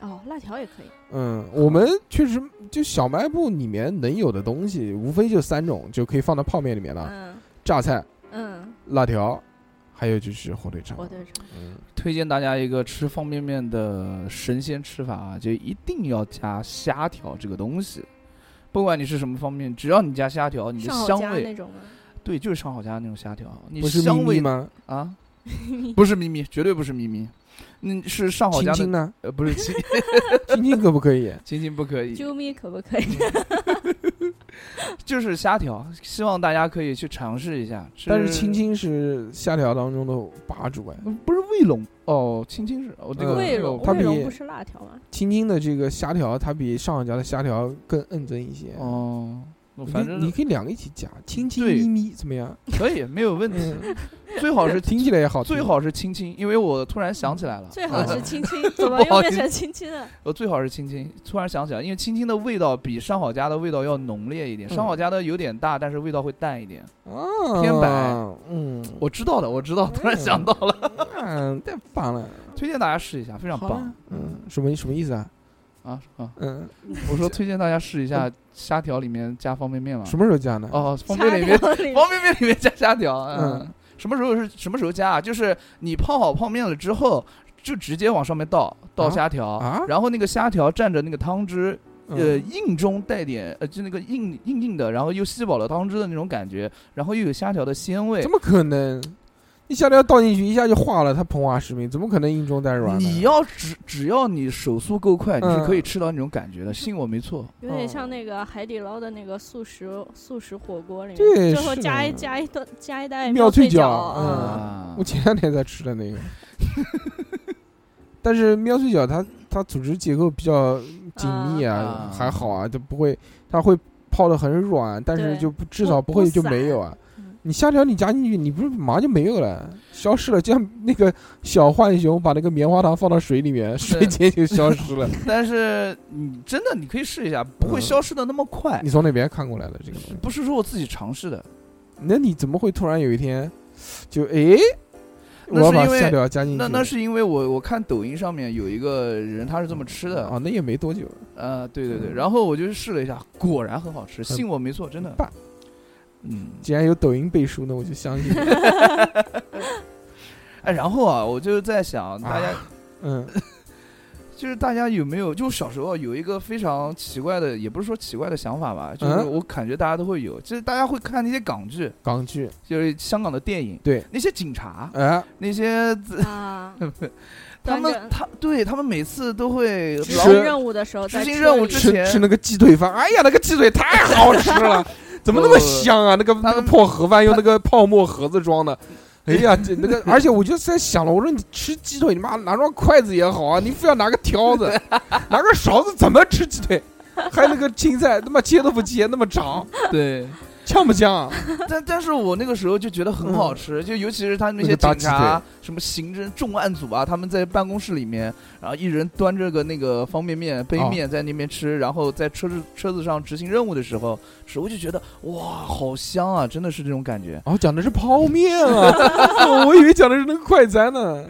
Speaker 4: 哦，辣条也可以。
Speaker 2: 嗯，我们确实就小卖部里面能有的东西，无非就三种，就可以放到泡面里面了：
Speaker 4: 嗯
Speaker 2: 榨菜、
Speaker 4: 嗯，
Speaker 2: 辣条，还有就是火腿肠
Speaker 4: 火。腿肠
Speaker 2: 嗯，
Speaker 3: 推荐大家一个吃方便面的神仙吃法啊，就一定要加虾条这个东西。不管你是什么方便面，只要你加虾条，你的
Speaker 4: 上好
Speaker 3: 香
Speaker 4: 佳那
Speaker 3: 味，
Speaker 4: 种吗？
Speaker 3: 对，就是上好佳那种虾条，你
Speaker 2: 不是秘
Speaker 3: 香
Speaker 2: 密
Speaker 3: 味
Speaker 2: 吗？
Speaker 3: 啊， 不是咪咪，绝对不是咪咪，嗯，是上好佳
Speaker 2: 亲亲
Speaker 3: 的，
Speaker 2: 呢？
Speaker 3: 呃，不是亲
Speaker 2: 亲亲可不可 以？
Speaker 3: 亲亲不可以，
Speaker 4: 啾咪可不可以？
Speaker 3: 就是虾条，希望大家可以去尝试一下。吃
Speaker 2: 但是亲亲是虾条当中的霸主哎。
Speaker 3: 嗯不是卫龙哦，亲亲是哦，这个
Speaker 2: 嗯
Speaker 3: 这
Speaker 4: 卫
Speaker 3: 个
Speaker 4: 龙
Speaker 3: 我
Speaker 2: 它
Speaker 4: 卫龙
Speaker 2: 比
Speaker 4: 不是辣条吗？
Speaker 2: 青青的这个虾条，它比上一家的虾条更摁真一些。
Speaker 3: 哦，
Speaker 2: 你可
Speaker 3: 反
Speaker 2: 以
Speaker 3: 正
Speaker 2: 你可以两个一起加，亲亲
Speaker 3: 对
Speaker 2: 咪咪怎么 样？
Speaker 3: 可以没有问题，
Speaker 2: 嗯，
Speaker 3: 最好是
Speaker 2: 听起来也好听，
Speaker 3: 最好是亲亲，因为我突然想起来了，
Speaker 4: 最好
Speaker 2: 嗯
Speaker 4: 是亲亲，怎么
Speaker 3: 啊 不好
Speaker 4: 又
Speaker 3: 意
Speaker 4: 变
Speaker 3: 思
Speaker 4: 成亲亲了？
Speaker 3: 我最好是青青，突然想起来，因为青青的味道比上好佳的味道要浓烈一点，
Speaker 2: 嗯
Speaker 3: 上好佳的有点大，但是味道会淡一点。
Speaker 2: 啊
Speaker 3: 偏白，
Speaker 2: 嗯，
Speaker 3: 我知道的，我知道，突然
Speaker 2: 嗯
Speaker 3: 想到了，
Speaker 2: 嗯，太棒了，
Speaker 3: 推荐大家试一下，非常
Speaker 2: 好
Speaker 3: 棒
Speaker 2: 了，嗯，什么什么意思啊？
Speaker 3: 啊 啊！
Speaker 2: 嗯，
Speaker 3: 我说推荐大家试一下虾条里面加方便面嘛，
Speaker 2: 什么时候加呢？
Speaker 3: 啊哦， 方
Speaker 4: 掐
Speaker 3: 便里面
Speaker 4: 掉里 面
Speaker 3: 方便面里面加虾条，嗯
Speaker 2: 嗯，
Speaker 3: 什么时候是什么时候加啊？就是你泡好泡面了之后，就直接往上面倒倒
Speaker 2: 啊
Speaker 3: 虾条
Speaker 2: 啊，
Speaker 3: 然后那个虾条蘸着那个汤汁，呃，
Speaker 2: 嗯，
Speaker 3: 硬中带点呃，就那个硬硬硬的，然后又吸饱了汤汁的那种感觉，然后又有虾条的鲜味
Speaker 2: 怎。么可能？你下料倒进去一下就化了，它膨化食品怎么可能硬中带软呢？
Speaker 3: 你要只只要你手速够快，你
Speaker 2: 嗯
Speaker 3: 是可以吃到那种感觉的，信我没错。
Speaker 4: 有点
Speaker 2: 哦
Speaker 4: 像那个海底捞的那个素食素食火锅里面，
Speaker 2: 对
Speaker 4: 最后
Speaker 2: 是
Speaker 4: 加
Speaker 2: 的
Speaker 4: 一加一段加一袋
Speaker 2: 妙脆
Speaker 4: 脆
Speaker 2: 角
Speaker 4: 嗯，
Speaker 3: 啊
Speaker 2: 我，前两天才吃的那个， 但是喵碎角它它组织结构比较紧密啊
Speaker 3: 啊，
Speaker 2: 还好啊，就不会它会泡的很软，但是
Speaker 4: 对
Speaker 2: 就不至少
Speaker 4: 不
Speaker 2: 不会
Speaker 4: 不
Speaker 2: 就
Speaker 4: 散
Speaker 2: 没有啊
Speaker 4: 嗯。
Speaker 2: 你虾条你加进去，你不是马上就没有了，消失了，就像那个小浣熊把那个棉花糖放到水里面，
Speaker 3: 是
Speaker 2: 瞬间就消失了。
Speaker 3: 但是你真的你可以试一下，不会
Speaker 2: 嗯
Speaker 3: 消失的那么快
Speaker 2: 你。从哪边看过来的这个东西？
Speaker 3: 不是说我自己尝试的，
Speaker 2: 那你怎么会突然有一天就诶，我
Speaker 3: 那是
Speaker 2: 要把
Speaker 3: 因为
Speaker 2: 虾条加进去？
Speaker 3: 那那是因为我我看抖音上面有一个人他是这么吃的，
Speaker 2: 啊，那也没多久。
Speaker 3: 呃，对
Speaker 2: 嗯
Speaker 3: 对对，然后我就试了一下，果然很好吃，信我没错，真的
Speaker 2: 棒。
Speaker 3: 嗯，
Speaker 2: 既然有抖音背书，那我就相 信。
Speaker 3: 哎，然后啊，我就在想，大家、
Speaker 2: 嗯，
Speaker 3: 就是大家有没有，就小时候有一个非常奇怪的，也不是说奇怪的想法吧，就是
Speaker 2: 嗯
Speaker 3: 我感觉大家都会有，就是大家会看那些港剧，
Speaker 2: 港剧，
Speaker 3: 就是香港的电影，
Speaker 2: 对，
Speaker 3: 那些警察，
Speaker 2: 哎，
Speaker 3: 那些
Speaker 4: 啊，
Speaker 2: 嗯
Speaker 3: 他
Speaker 4: 端
Speaker 3: 们
Speaker 4: 着
Speaker 3: 他对他们每次都会
Speaker 4: 执
Speaker 2: 吃
Speaker 3: 老
Speaker 4: 行任务的时候
Speaker 3: 执
Speaker 4: 在
Speaker 3: 行
Speaker 4: 车
Speaker 3: 任务
Speaker 4: 里
Speaker 3: 之
Speaker 2: 吃
Speaker 3: 前
Speaker 2: 吃那个鸡腿饭，哎呀，那个鸡腿太好吃 了，怎么那么香啊？那个那个破盒饭用那个泡沫盒子装 的。哎呀，这那个，而且我就在想了，我说你吃鸡腿，你妈拿双筷子也好啊，你非要拿个 挑子，拿个勺子怎么吃鸡腿？还有那个青菜，他妈切都不切，那么长，
Speaker 3: 对，
Speaker 2: 呛不呛啊？
Speaker 3: 但但是我那个时候就觉得很好吃，就尤其是他们那些
Speaker 2: 嗯那个大
Speaker 3: 警
Speaker 2: 鸡
Speaker 3: 察、什么刑侦重案组啊，他们在办公室里面，然后一人端着个那个方便面杯
Speaker 2: 哦
Speaker 3: 面在那边吃，然后在车子车子上执行任务的时候，吃我就觉得哇，好香啊，真的是这种感觉。
Speaker 2: 哦，讲的是泡面 啊，我以为讲的是那个快餐呢。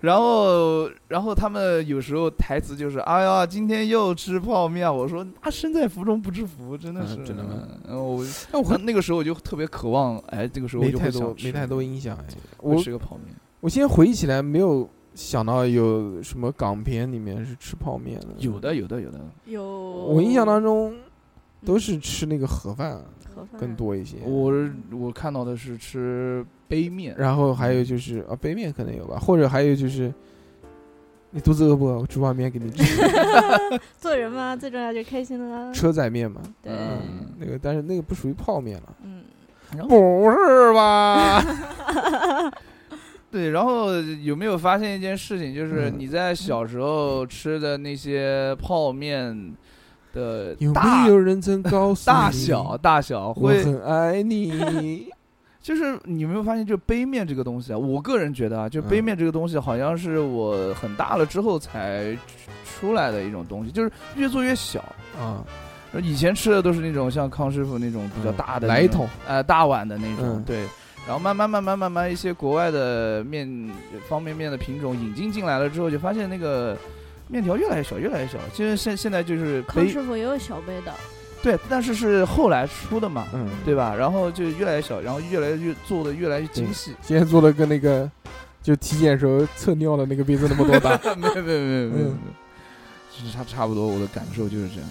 Speaker 3: 然后然后他们有时候台词就是哎呀，今天又吃泡面啊，我说那身在福中不知福，真的
Speaker 2: 嗯
Speaker 3: 是、
Speaker 2: 真的吗
Speaker 3: 嗯我
Speaker 2: 那我
Speaker 3: 我那个时候我就特别渴望，哎，这个时候我
Speaker 2: 没
Speaker 3: 就
Speaker 2: 太
Speaker 3: 会
Speaker 2: 多
Speaker 3: 想，吃
Speaker 2: 没太多印象哎。
Speaker 3: 我
Speaker 2: 我
Speaker 3: 吃个泡面。
Speaker 2: 我现在回忆起来，没有想到有什么港片里面是吃泡面的。
Speaker 3: 有，的，有的，有的。
Speaker 4: 有
Speaker 2: 我印象当中都是吃那个盒饭
Speaker 4: 盒嗯饭
Speaker 2: 更多一些。
Speaker 3: 我我看到的是吃杯面，
Speaker 2: 然后还有就是啊，杯面可能有吧，或者还有就是，你肚子饿不饿？我煮碗面给你吃，
Speaker 4: 做人嘛，最重要就是开心啦。
Speaker 2: 车载面嘛。
Speaker 4: 对，
Speaker 2: 嗯，那个但是那个不属于泡面了，
Speaker 4: 嗯，
Speaker 3: 然后
Speaker 2: 不是 吧？
Speaker 3: 对，然后有没有发现一件事情，就是
Speaker 2: 嗯
Speaker 3: 你在小时候吃的那些泡面的
Speaker 2: 有
Speaker 3: 大
Speaker 2: 没有人曾告诉
Speaker 3: 大
Speaker 2: 你
Speaker 3: 小大小
Speaker 2: 我
Speaker 3: 会，
Speaker 2: 很爱你。
Speaker 3: 就是你有没有发现，就杯面这个东西啊，我个人觉得啊，就
Speaker 2: 嗯
Speaker 3: 杯面这个东西好像是我很大了之后才出来的一种东西，就是越做越小。
Speaker 2: 啊，
Speaker 3: 以前吃的都是那种像康师傅那种比较大的
Speaker 2: 嗯
Speaker 3: 那种、
Speaker 2: 来一桶
Speaker 3: 呃大碗的那种，
Speaker 2: 嗯
Speaker 3: 对。然后慢慢慢慢慢慢，一些国外的面方便面的品种引进进来了之后，就发现那个面条越来越小，越来越小。其实现现在就是
Speaker 4: 康
Speaker 3: 杯
Speaker 4: 师傅也有小杯的，
Speaker 3: 对，但是是后来出的嘛，
Speaker 2: 嗯，
Speaker 3: 对吧？然后就越来越小，然后越来越做的越来越精细。
Speaker 2: 今天做了个那个，就体检时候测尿的那个杯子那么多大。
Speaker 3: 没有没有没有没有
Speaker 2: 嗯，
Speaker 3: 就是差差不多，我的感受就是这样。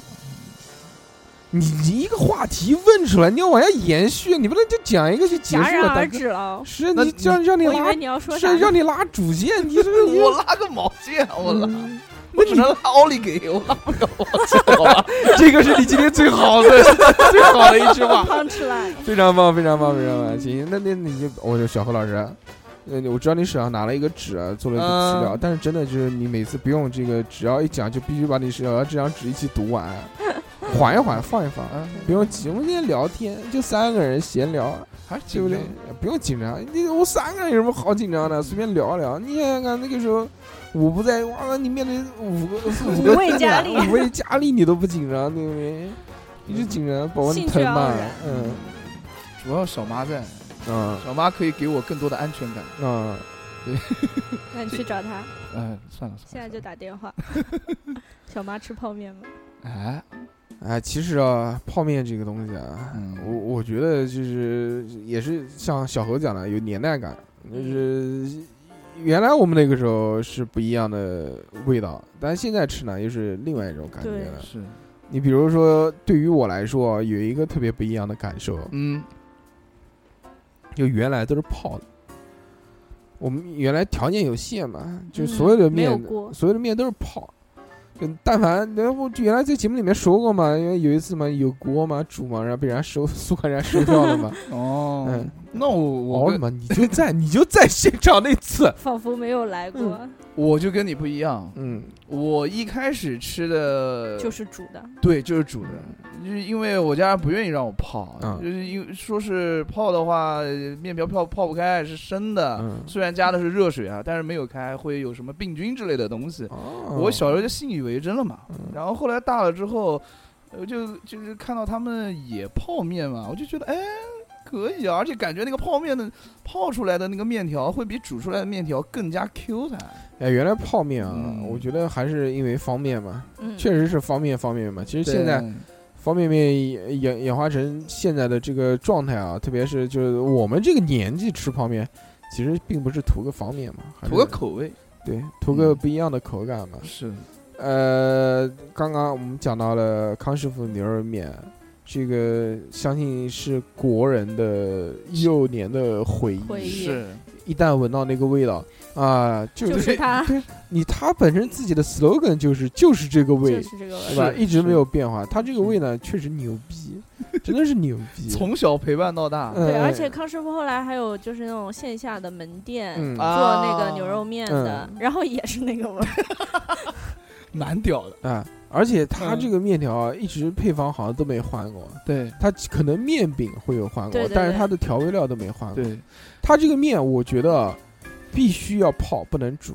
Speaker 2: 你你一个话题问出来，你要往下延续，你不能就讲一个就结
Speaker 4: 戛
Speaker 2: 束
Speaker 4: 然
Speaker 2: 了，大
Speaker 4: 而
Speaker 2: 哥。
Speaker 4: 止了。
Speaker 2: 是啊
Speaker 3: 那
Speaker 2: 你让让你
Speaker 4: 我以
Speaker 2: 拉
Speaker 4: 为，你要说
Speaker 2: 是
Speaker 4: 啥
Speaker 2: 啊
Speaker 4: 呢？
Speaker 2: 让你拉主线，你这个你
Speaker 3: 我拉个毛线，啊我拉，
Speaker 2: 嗯
Speaker 3: 我只能拉奥利给，我拉不了啊毛线，好 吧？
Speaker 2: 这个是你今天最好 的最好的一句话，
Speaker 4: 胖出来，
Speaker 2: 非常棒，非常棒，非常棒。行，那那你就我就小何老师，呃，我知道你手上拿了一个纸啊做了一个资料，
Speaker 3: 嗯
Speaker 2: 但是真的就是你每次不用这个，只要一讲就必须把你手上这张纸一起读完。缓一缓，放一放，
Speaker 3: 啊，
Speaker 2: 不用急。我们今天聊天就三个人闲聊，
Speaker 3: 还是
Speaker 2: 对不
Speaker 3: 紧
Speaker 2: 对
Speaker 3: 张。？嗯
Speaker 2: 不用紧张，你我三个人有什么好紧张的？随便聊一聊。你想想看，那个时候我不在，哇，你面对五个四五个
Speaker 4: 五位佳丽
Speaker 2: 五位佳丽你都不紧张，对不
Speaker 3: 嗯
Speaker 2: 对？一直紧张，保温
Speaker 4: 兴趣
Speaker 2: 疼嘛
Speaker 4: 盎然，
Speaker 2: 嗯
Speaker 3: 主要小妈在，
Speaker 2: 啊
Speaker 3: 小妈可以给我更多的安全感。
Speaker 2: 啊，
Speaker 4: 那你去找他，
Speaker 3: 哎，算了算了，
Speaker 4: 现在就 打电话。小妈吃泡面吗？
Speaker 3: 哎，
Speaker 2: 哎，其实啊，泡面这个东西啊，
Speaker 3: 嗯
Speaker 2: 我我觉得就是也是像小何讲的，有年代感，就是原来我们那个时候是不一样的味道，但现在吃呢又是另外一种感觉
Speaker 4: 对
Speaker 2: 了。
Speaker 3: 是，
Speaker 2: 你比如说，对于我来说，有一个特别不一样的感受，
Speaker 3: 嗯，
Speaker 2: 就原来都是泡的。我们原来条件有限嘛，就所有的
Speaker 4: 嗯没
Speaker 2: 面，
Speaker 4: 有锅
Speaker 2: 所有的面都是泡。就但凡，然后我原来在节目里面说过嘛，因为有一次嘛，有锅嘛煮嘛，然后被人家收， 宿管人家收掉了嘛。
Speaker 3: 哦，
Speaker 2: 嗯
Speaker 3: 那我 我
Speaker 2: 熬了
Speaker 3: 跟
Speaker 2: 嘛，你就在， 你就在现场那次。
Speaker 4: 仿佛没有来过，
Speaker 3: 我就跟你不一样，
Speaker 2: 嗯，
Speaker 3: 我一开始吃的
Speaker 4: 就是煮的。
Speaker 3: 对，就是煮的，就是因为我家人不愿意让我泡，
Speaker 2: 嗯
Speaker 3: 就是因为说是泡的话，呃面条泡泡不开，是生的。
Speaker 2: 嗯
Speaker 3: 虽然加的是热水啊，但是没有开，会有什么病菌之类的东西。
Speaker 2: 哦
Speaker 3: 我小时候就信以为真了嘛，
Speaker 2: 嗯
Speaker 3: 然后后来大了之后，我就就是看到他们也泡面嘛，我就觉得哎可以啊，而且感觉那个泡面的泡出来的那个面条会比煮出来的面条更加 Q 弹。
Speaker 2: 哎，原来泡面啊，
Speaker 3: 嗯
Speaker 2: 我觉得还是因为方便嘛，
Speaker 4: 嗯，
Speaker 2: 确实是方便方便嘛。其实现在
Speaker 3: 对
Speaker 2: 方便面演演演化成现在的这个状态啊，特别是就是我们这个年纪吃泡面，其实并不是图个方便嘛，还是
Speaker 3: 图个口嗯味
Speaker 2: 对，图个
Speaker 3: 嗯
Speaker 2: 不一样的口感嘛。
Speaker 3: 是
Speaker 2: 呃，刚刚我们讲到了康师傅牛肉面，这个相信是国人的幼年的回忆，
Speaker 4: 回忆
Speaker 3: 是，
Speaker 2: 一旦闻到那个味道啊，就
Speaker 4: 就是是它，
Speaker 2: 你他本身自己的 slogan 就是就是这个
Speaker 4: 就
Speaker 2: 味。
Speaker 4: 是这个
Speaker 2: 对
Speaker 4: 味
Speaker 3: 是
Speaker 4: 儿。
Speaker 2: 吧？一直没
Speaker 3: 是
Speaker 2: 有变化。他这个味呢，确实牛逼，真的是牛逼。
Speaker 3: 从小陪伴到大，
Speaker 2: 嗯
Speaker 4: 对，而且康师傅后来还有就是那种线下的门店。
Speaker 2: 嗯
Speaker 3: 啊
Speaker 4: 做那个牛肉面的，然后也是那个味儿，
Speaker 3: 蛮屌的。
Speaker 2: 啊，而且它
Speaker 3: 嗯
Speaker 2: 这个面条啊，一直配方好像都没换过，
Speaker 3: 对
Speaker 2: 它可能面饼会有换过，
Speaker 4: 对对
Speaker 2: 但是
Speaker 4: 对
Speaker 2: 它的调味料都没换过。
Speaker 3: 对，
Speaker 2: 它这个面，我觉得啊必须要泡，不能煮，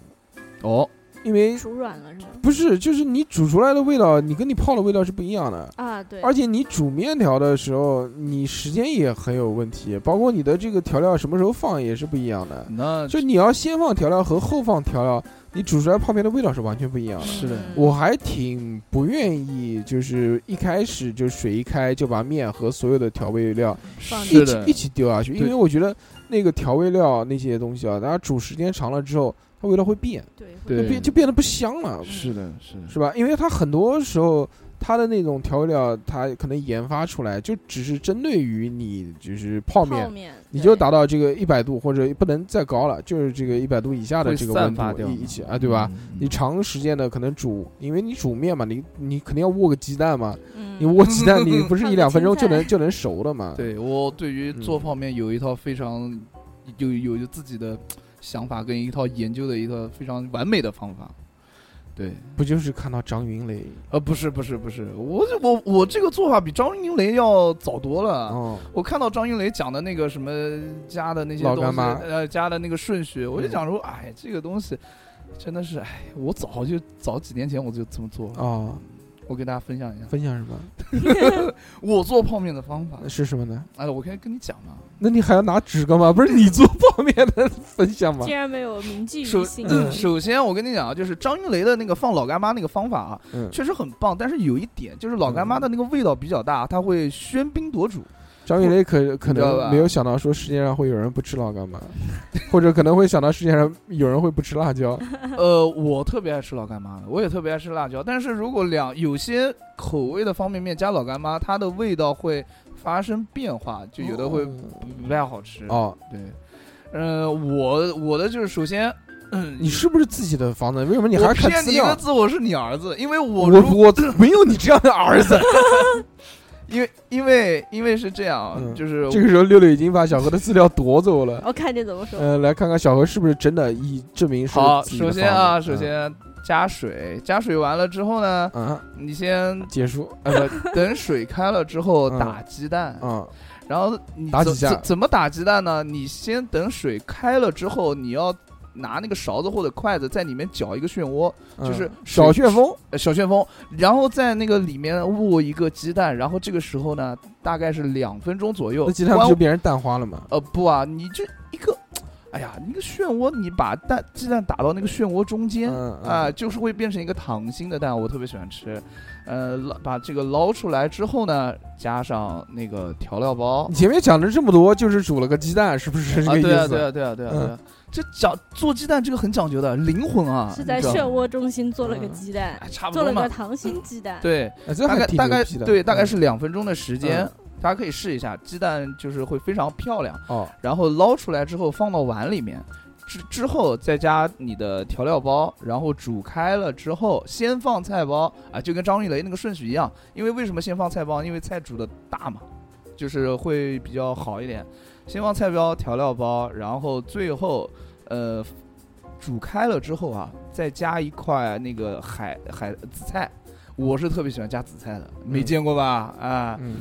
Speaker 3: 哦，
Speaker 2: 因为
Speaker 4: 煮软了是吗？
Speaker 2: 不是就是你煮出来的味道，你跟你泡的味道是不一样的。
Speaker 4: 啊，对，
Speaker 2: 而且你煮面条的时候，你时间也很有问题，包括你的这个调料什么时候放也是不一样的。
Speaker 3: 那
Speaker 2: 就你要先放调料和后放调料，你煮出来泡面的味道是完全不一样的。
Speaker 3: 是的
Speaker 4: 嗯
Speaker 2: 我还挺不愿意，就是一开始就水一开就把面和所有的调味料
Speaker 4: 放
Speaker 2: 一
Speaker 3: 是
Speaker 2: 起
Speaker 3: 的
Speaker 2: 一，起丢下去，因为
Speaker 3: 对
Speaker 2: 我觉得那个调味料那些东西啊，它煮时间长了之后，它味道会变，
Speaker 4: 对
Speaker 2: 就
Speaker 3: 对
Speaker 2: 变就变得不香了，
Speaker 3: 嗯是的，是的，
Speaker 2: 是吧？因为它很多时候它的那种调味料，它可能研发出来就只是针对于你就是泡
Speaker 4: 泡
Speaker 2: 面。
Speaker 4: 面，
Speaker 2: 你就
Speaker 4: 对
Speaker 2: 达到这个一百度或者不能再高了，就是这个一百度以下的
Speaker 3: 会
Speaker 2: 这个
Speaker 3: 散
Speaker 2: 温
Speaker 3: 发
Speaker 2: 度
Speaker 3: 掉
Speaker 2: 一一起啊，对
Speaker 3: 嗯
Speaker 2: 吧？？你长时间的可能煮，因为你煮面嘛，你你肯定要握个鸡蛋嘛，
Speaker 4: 嗯
Speaker 2: 你握鸡蛋， 你不是
Speaker 4: 烫
Speaker 2: 一
Speaker 4: 个
Speaker 2: 两分钟就
Speaker 4: 青菜
Speaker 2: 能就能熟的嘛？，
Speaker 3: 对我对于做泡面有一套非常有有有自己的想法跟一套研究的一套非常完美的方法。对，
Speaker 2: 不就是看到张云雷
Speaker 3: 呃，不是不是不是，我这我我这个做法比张云雷要早多了。
Speaker 2: 哦，
Speaker 3: 我看到张云雷讲的那个什么加的那些
Speaker 2: 老
Speaker 3: 东西
Speaker 2: 干妈
Speaker 3: 呃，加的那个顺序，我就
Speaker 2: 嗯
Speaker 3: 想说，哎，这个东西真的是，哎，我早就早几年前我就这么做了。
Speaker 2: 哦，
Speaker 3: 我给大家分享一下
Speaker 2: 分享什么？
Speaker 3: 我做泡面的方法。
Speaker 2: 是什么呢？
Speaker 3: 哎，我可以跟你讲嘛。
Speaker 2: 那你还要拿纸干嘛？不是你做泡面的分享吗
Speaker 4: 竟？然没有铭记
Speaker 3: 首
Speaker 4: 于心，
Speaker 2: 嗯
Speaker 3: 首先，我跟你讲啊，就是张云雷的那个放老干妈那个方法啊，
Speaker 2: 嗯，
Speaker 3: 确实很棒，但是有一点就是老干妈的那个味道比较大，它会喧宾夺主。
Speaker 2: 张云雷可可
Speaker 3: 知道
Speaker 2: 能
Speaker 3: 吧
Speaker 2: 没有想到说世界上会有人不吃老干妈，或者可能会想到世界上有人会不吃辣椒。
Speaker 3: 呃，我特别爱吃老干妈的，我也特别爱吃辣椒，但是如果两有些口味的方便面加老干妈，它的味道会发生变化，就有的会不不太好吃。，
Speaker 2: 哦，
Speaker 3: 对，呃，我我的就是首先，嗯，
Speaker 2: 你是不是自己的房子？为什么你还
Speaker 3: 我
Speaker 2: 要看
Speaker 3: 骗
Speaker 2: 资
Speaker 3: 你一个
Speaker 2: 料？
Speaker 3: 字，我是你儿子，因为我
Speaker 2: 我
Speaker 3: 如
Speaker 2: 我没有你这样的儿 子。
Speaker 3: 因为因为因为是这样啊，
Speaker 2: 嗯
Speaker 3: 就是
Speaker 2: 这个时候，六六已经把小何的资料夺走了。
Speaker 4: 我看你怎么说，
Speaker 2: 呃，来看看小何是不是真的以证明是
Speaker 3: 好，
Speaker 2: 自己的嗯
Speaker 3: 首先啊，
Speaker 2: 房子
Speaker 3: 首，先加水，加水完了之后呢，
Speaker 2: 啊，
Speaker 3: 你先
Speaker 2: 结束，
Speaker 3: 呃等水开了之后
Speaker 2: 嗯
Speaker 3: 打鸡蛋，
Speaker 2: 啊，
Speaker 3: 然后你
Speaker 2: 打
Speaker 3: 怎
Speaker 2: 几下
Speaker 3: 怎怎么打鸡蛋呢？你先等水开了之后，你要拿那个勺子或者筷子在里面搅一个漩涡，
Speaker 2: 嗯
Speaker 3: 就是
Speaker 2: 小
Speaker 3: 水
Speaker 2: 旋风，
Speaker 3: 呃小旋风，然后在那个里面握一个鸡蛋，然后这个时候呢，大概是两分钟左右。
Speaker 2: 那鸡蛋不
Speaker 3: 关
Speaker 2: 就变成蛋花了吗？
Speaker 3: 呃不啊，你这一个，哎呀，那个漩涡，你把蛋鸡蛋打到那个漩涡中间。
Speaker 2: 嗯
Speaker 3: 啊、，就是会变成一个溏心的蛋，我特别喜欢吃。呃，捞把这个捞出来之后呢，加上那个调料包
Speaker 2: 你，前面讲了这么多，就是煮了个鸡蛋，是不是嗯这
Speaker 3: 哦啊，
Speaker 2: 个意
Speaker 3: 对啊，对
Speaker 2: 思？嗯
Speaker 3: 啊，对啊，对啊，对啊，这讲做鸡蛋这个很讲究的灵魂啊，
Speaker 4: 是在
Speaker 3: 你知
Speaker 4: 漩
Speaker 3: 道吗，
Speaker 4: 涡中心做了个鸡蛋，
Speaker 3: 哎，差不
Speaker 4: 做
Speaker 3: 多
Speaker 4: 了
Speaker 3: 嘛
Speaker 4: 个，溏心鸡蛋。
Speaker 3: 对，
Speaker 2: 哎这
Speaker 3: 大
Speaker 2: 还
Speaker 3: 概
Speaker 2: 挺
Speaker 3: 大概
Speaker 2: 牛逼的
Speaker 3: 对，大概
Speaker 2: 嗯
Speaker 3: 是两分钟的时间
Speaker 2: 嗯，
Speaker 3: 大家可以试一下，鸡蛋就是会非常漂亮，
Speaker 2: 哦，
Speaker 3: 然后捞出来之后放到碗里面。之之后再加你的调料包，然后煮开了之后，先放菜包啊，就跟张玉雷那个顺序一样。因为为什么先放菜包？因为菜煮的大嘛，就是会比较好一点。先放菜包、调料包，然后最后呃煮开了之后啊，再加一块那个海海紫菜。我是特别喜欢加紫菜的，没
Speaker 2: 嗯
Speaker 3: 见过吧？啊，
Speaker 2: 嗯，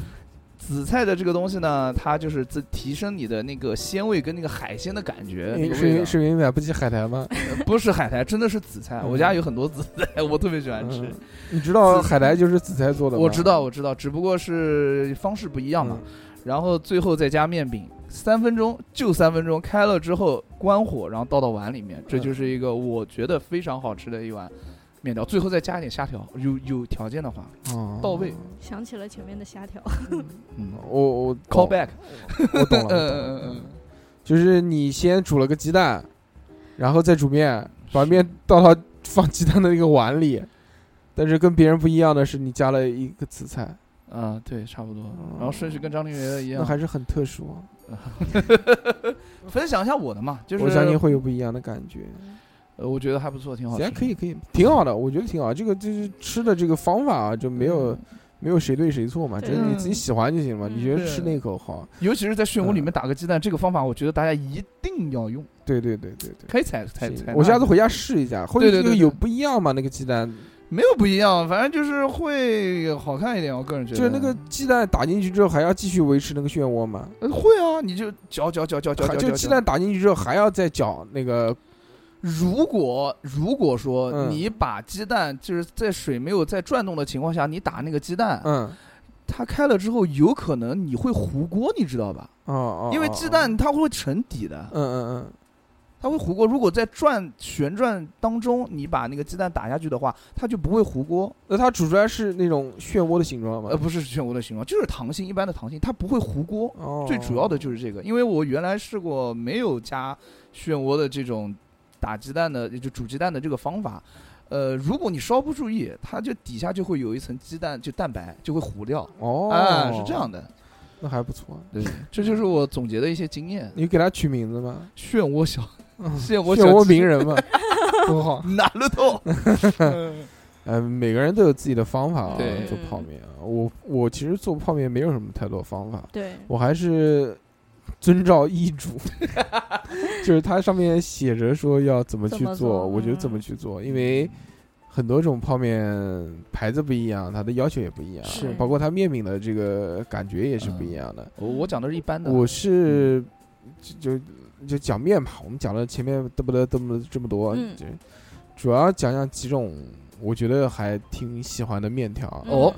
Speaker 3: 紫菜的这个东西呢，它就是自提升你的那个鲜味跟那个海鲜的感觉。那
Speaker 2: 因
Speaker 3: 个
Speaker 2: 嗯是
Speaker 3: 味
Speaker 2: 因
Speaker 3: 道呃
Speaker 2: 是因为买不起海苔 吗？
Speaker 3: 不是海苔，真的是紫菜。
Speaker 2: 嗯
Speaker 3: 我家有很多紫菜，我特别喜欢吃。
Speaker 2: 嗯你知道
Speaker 3: 紫
Speaker 2: 海苔就是紫菜做的吗？
Speaker 3: 我知道，我知道，只不过是方式不一样嘛。
Speaker 2: 嗯
Speaker 3: 然后最后再加面饼，三分钟就三分钟，开了之后关火，然后倒到碗里面，这就是一个我觉得非常好吃的一碗面条。最后再加一点虾条，有有条件的话，
Speaker 2: 哦
Speaker 3: 到位。
Speaker 4: 想起了前面的虾条，
Speaker 3: 嗯
Speaker 2: 我我懂
Speaker 3: ，call back，
Speaker 2: 我懂了，我懂
Speaker 3: 嗯嗯
Speaker 2: 了
Speaker 3: 嗯
Speaker 2: 就是你先煮了个鸡蛋，然后再煮面，把面倒到放鸡蛋的那个碗里。但是跟别人不一样的是，你加了一个紫菜，
Speaker 3: 嗯，啊，对，差不多。然后顺序跟张丽媛一
Speaker 2: 嗯那
Speaker 3: 样，
Speaker 2: 还是很特殊。啊
Speaker 3: 分享一下我的嘛，就是
Speaker 2: 我相信会有不一样的感觉。
Speaker 3: 呃，我觉得还不错，挺好吃
Speaker 2: 行，
Speaker 3: 的。
Speaker 2: 可以可以，挺好的，我觉得挺好。这个就是吃的这个方法啊，就没
Speaker 3: 嗯
Speaker 2: 有没有谁对谁错嘛，只
Speaker 4: 对
Speaker 2: 是你自己喜欢就行嘛。
Speaker 4: 嗯
Speaker 2: 你觉得
Speaker 3: 对
Speaker 2: 吃那口好？
Speaker 3: 尤其是在漩涡
Speaker 2: 嗯
Speaker 3: 里面打个鸡蛋，这个方法我觉得大家一定要用，
Speaker 2: 对对对对对。
Speaker 3: 可以采采
Speaker 2: 行
Speaker 3: 采纳。
Speaker 2: 我下次回家试一下，或者
Speaker 3: 对
Speaker 2: 这
Speaker 3: 对
Speaker 2: 个
Speaker 3: 对
Speaker 2: 有
Speaker 3: 对
Speaker 2: 不一样嘛？那个鸡蛋
Speaker 3: 没有不一样，反正就是会好看一点。我个人觉
Speaker 2: 就
Speaker 3: 得
Speaker 2: 是那个鸡蛋打进去之后还要继续维持那个漩涡嘛？
Speaker 3: 呃会啊，你就搅搅搅搅搅
Speaker 2: 还
Speaker 3: 搅，
Speaker 2: 就
Speaker 3: 搅
Speaker 2: 鸡蛋。打进去之后还要再搅那个，
Speaker 3: 如果如果说
Speaker 2: 嗯
Speaker 3: 你把鸡蛋就是在水没有在转动的情况下，你打那个鸡蛋，
Speaker 2: 嗯，
Speaker 3: 它开了之后，有可能你会糊锅，你知道吧？
Speaker 2: 哦哦，
Speaker 3: 因为
Speaker 2: 哦
Speaker 3: 鸡，蛋它会沉底的。
Speaker 2: 嗯嗯
Speaker 3: 它会糊锅。如果在转旋转当中，你把那个鸡蛋打下去的话，它就不会糊锅。
Speaker 2: 嗯，那它煮出来是那种漩涡的形状吗
Speaker 3: 呃，？不是漩涡的形状，就是溏心一般的溏心，它不会糊锅。
Speaker 2: 哦，
Speaker 3: 最主要的就是这个，因为我原来试过没有加漩涡的这种打鸡蛋的，就煮鸡蛋的这个方法。呃，如果你稍不注意，它就底下就会有一层鸡蛋，就蛋白就会糊掉。
Speaker 2: 哦，
Speaker 3: 啊，是这样，的，
Speaker 2: 那还不错。
Speaker 3: 对，这就是我总结的一些经验。
Speaker 2: 你给它取名字吗？
Speaker 3: 漩涡小，
Speaker 2: 嗯
Speaker 3: 漩 涡
Speaker 2: 漩
Speaker 3: 小
Speaker 2: 涡
Speaker 3: 鸡
Speaker 2: 鸣，人嘛，多好。
Speaker 3: 哪路透？
Speaker 2: 嗯，每个人都有自己的方法啊，
Speaker 3: 对
Speaker 2: 做泡面啊。我我其实做泡面没有什么太多方法，
Speaker 4: 对，
Speaker 2: 我还是遵照医 嘱，就是它上面写着说要怎么去
Speaker 4: 怎么
Speaker 2: 做，
Speaker 4: 做嗯
Speaker 2: 我就怎么去做，因为很多种泡面牌子不一样，它的要求也不一样，
Speaker 3: 是
Speaker 2: 包括它面饼的这个感觉也是不一样的。
Speaker 3: 我我讲的是一
Speaker 4: 嗯
Speaker 3: 般的。
Speaker 2: 我是就就就讲面吧，我们讲了前面嘚不嘚嘚不嘚这么多，
Speaker 4: 嗯
Speaker 2: 就主要讲讲几种我觉得还挺喜欢的面条。
Speaker 4: 嗯
Speaker 3: 哦，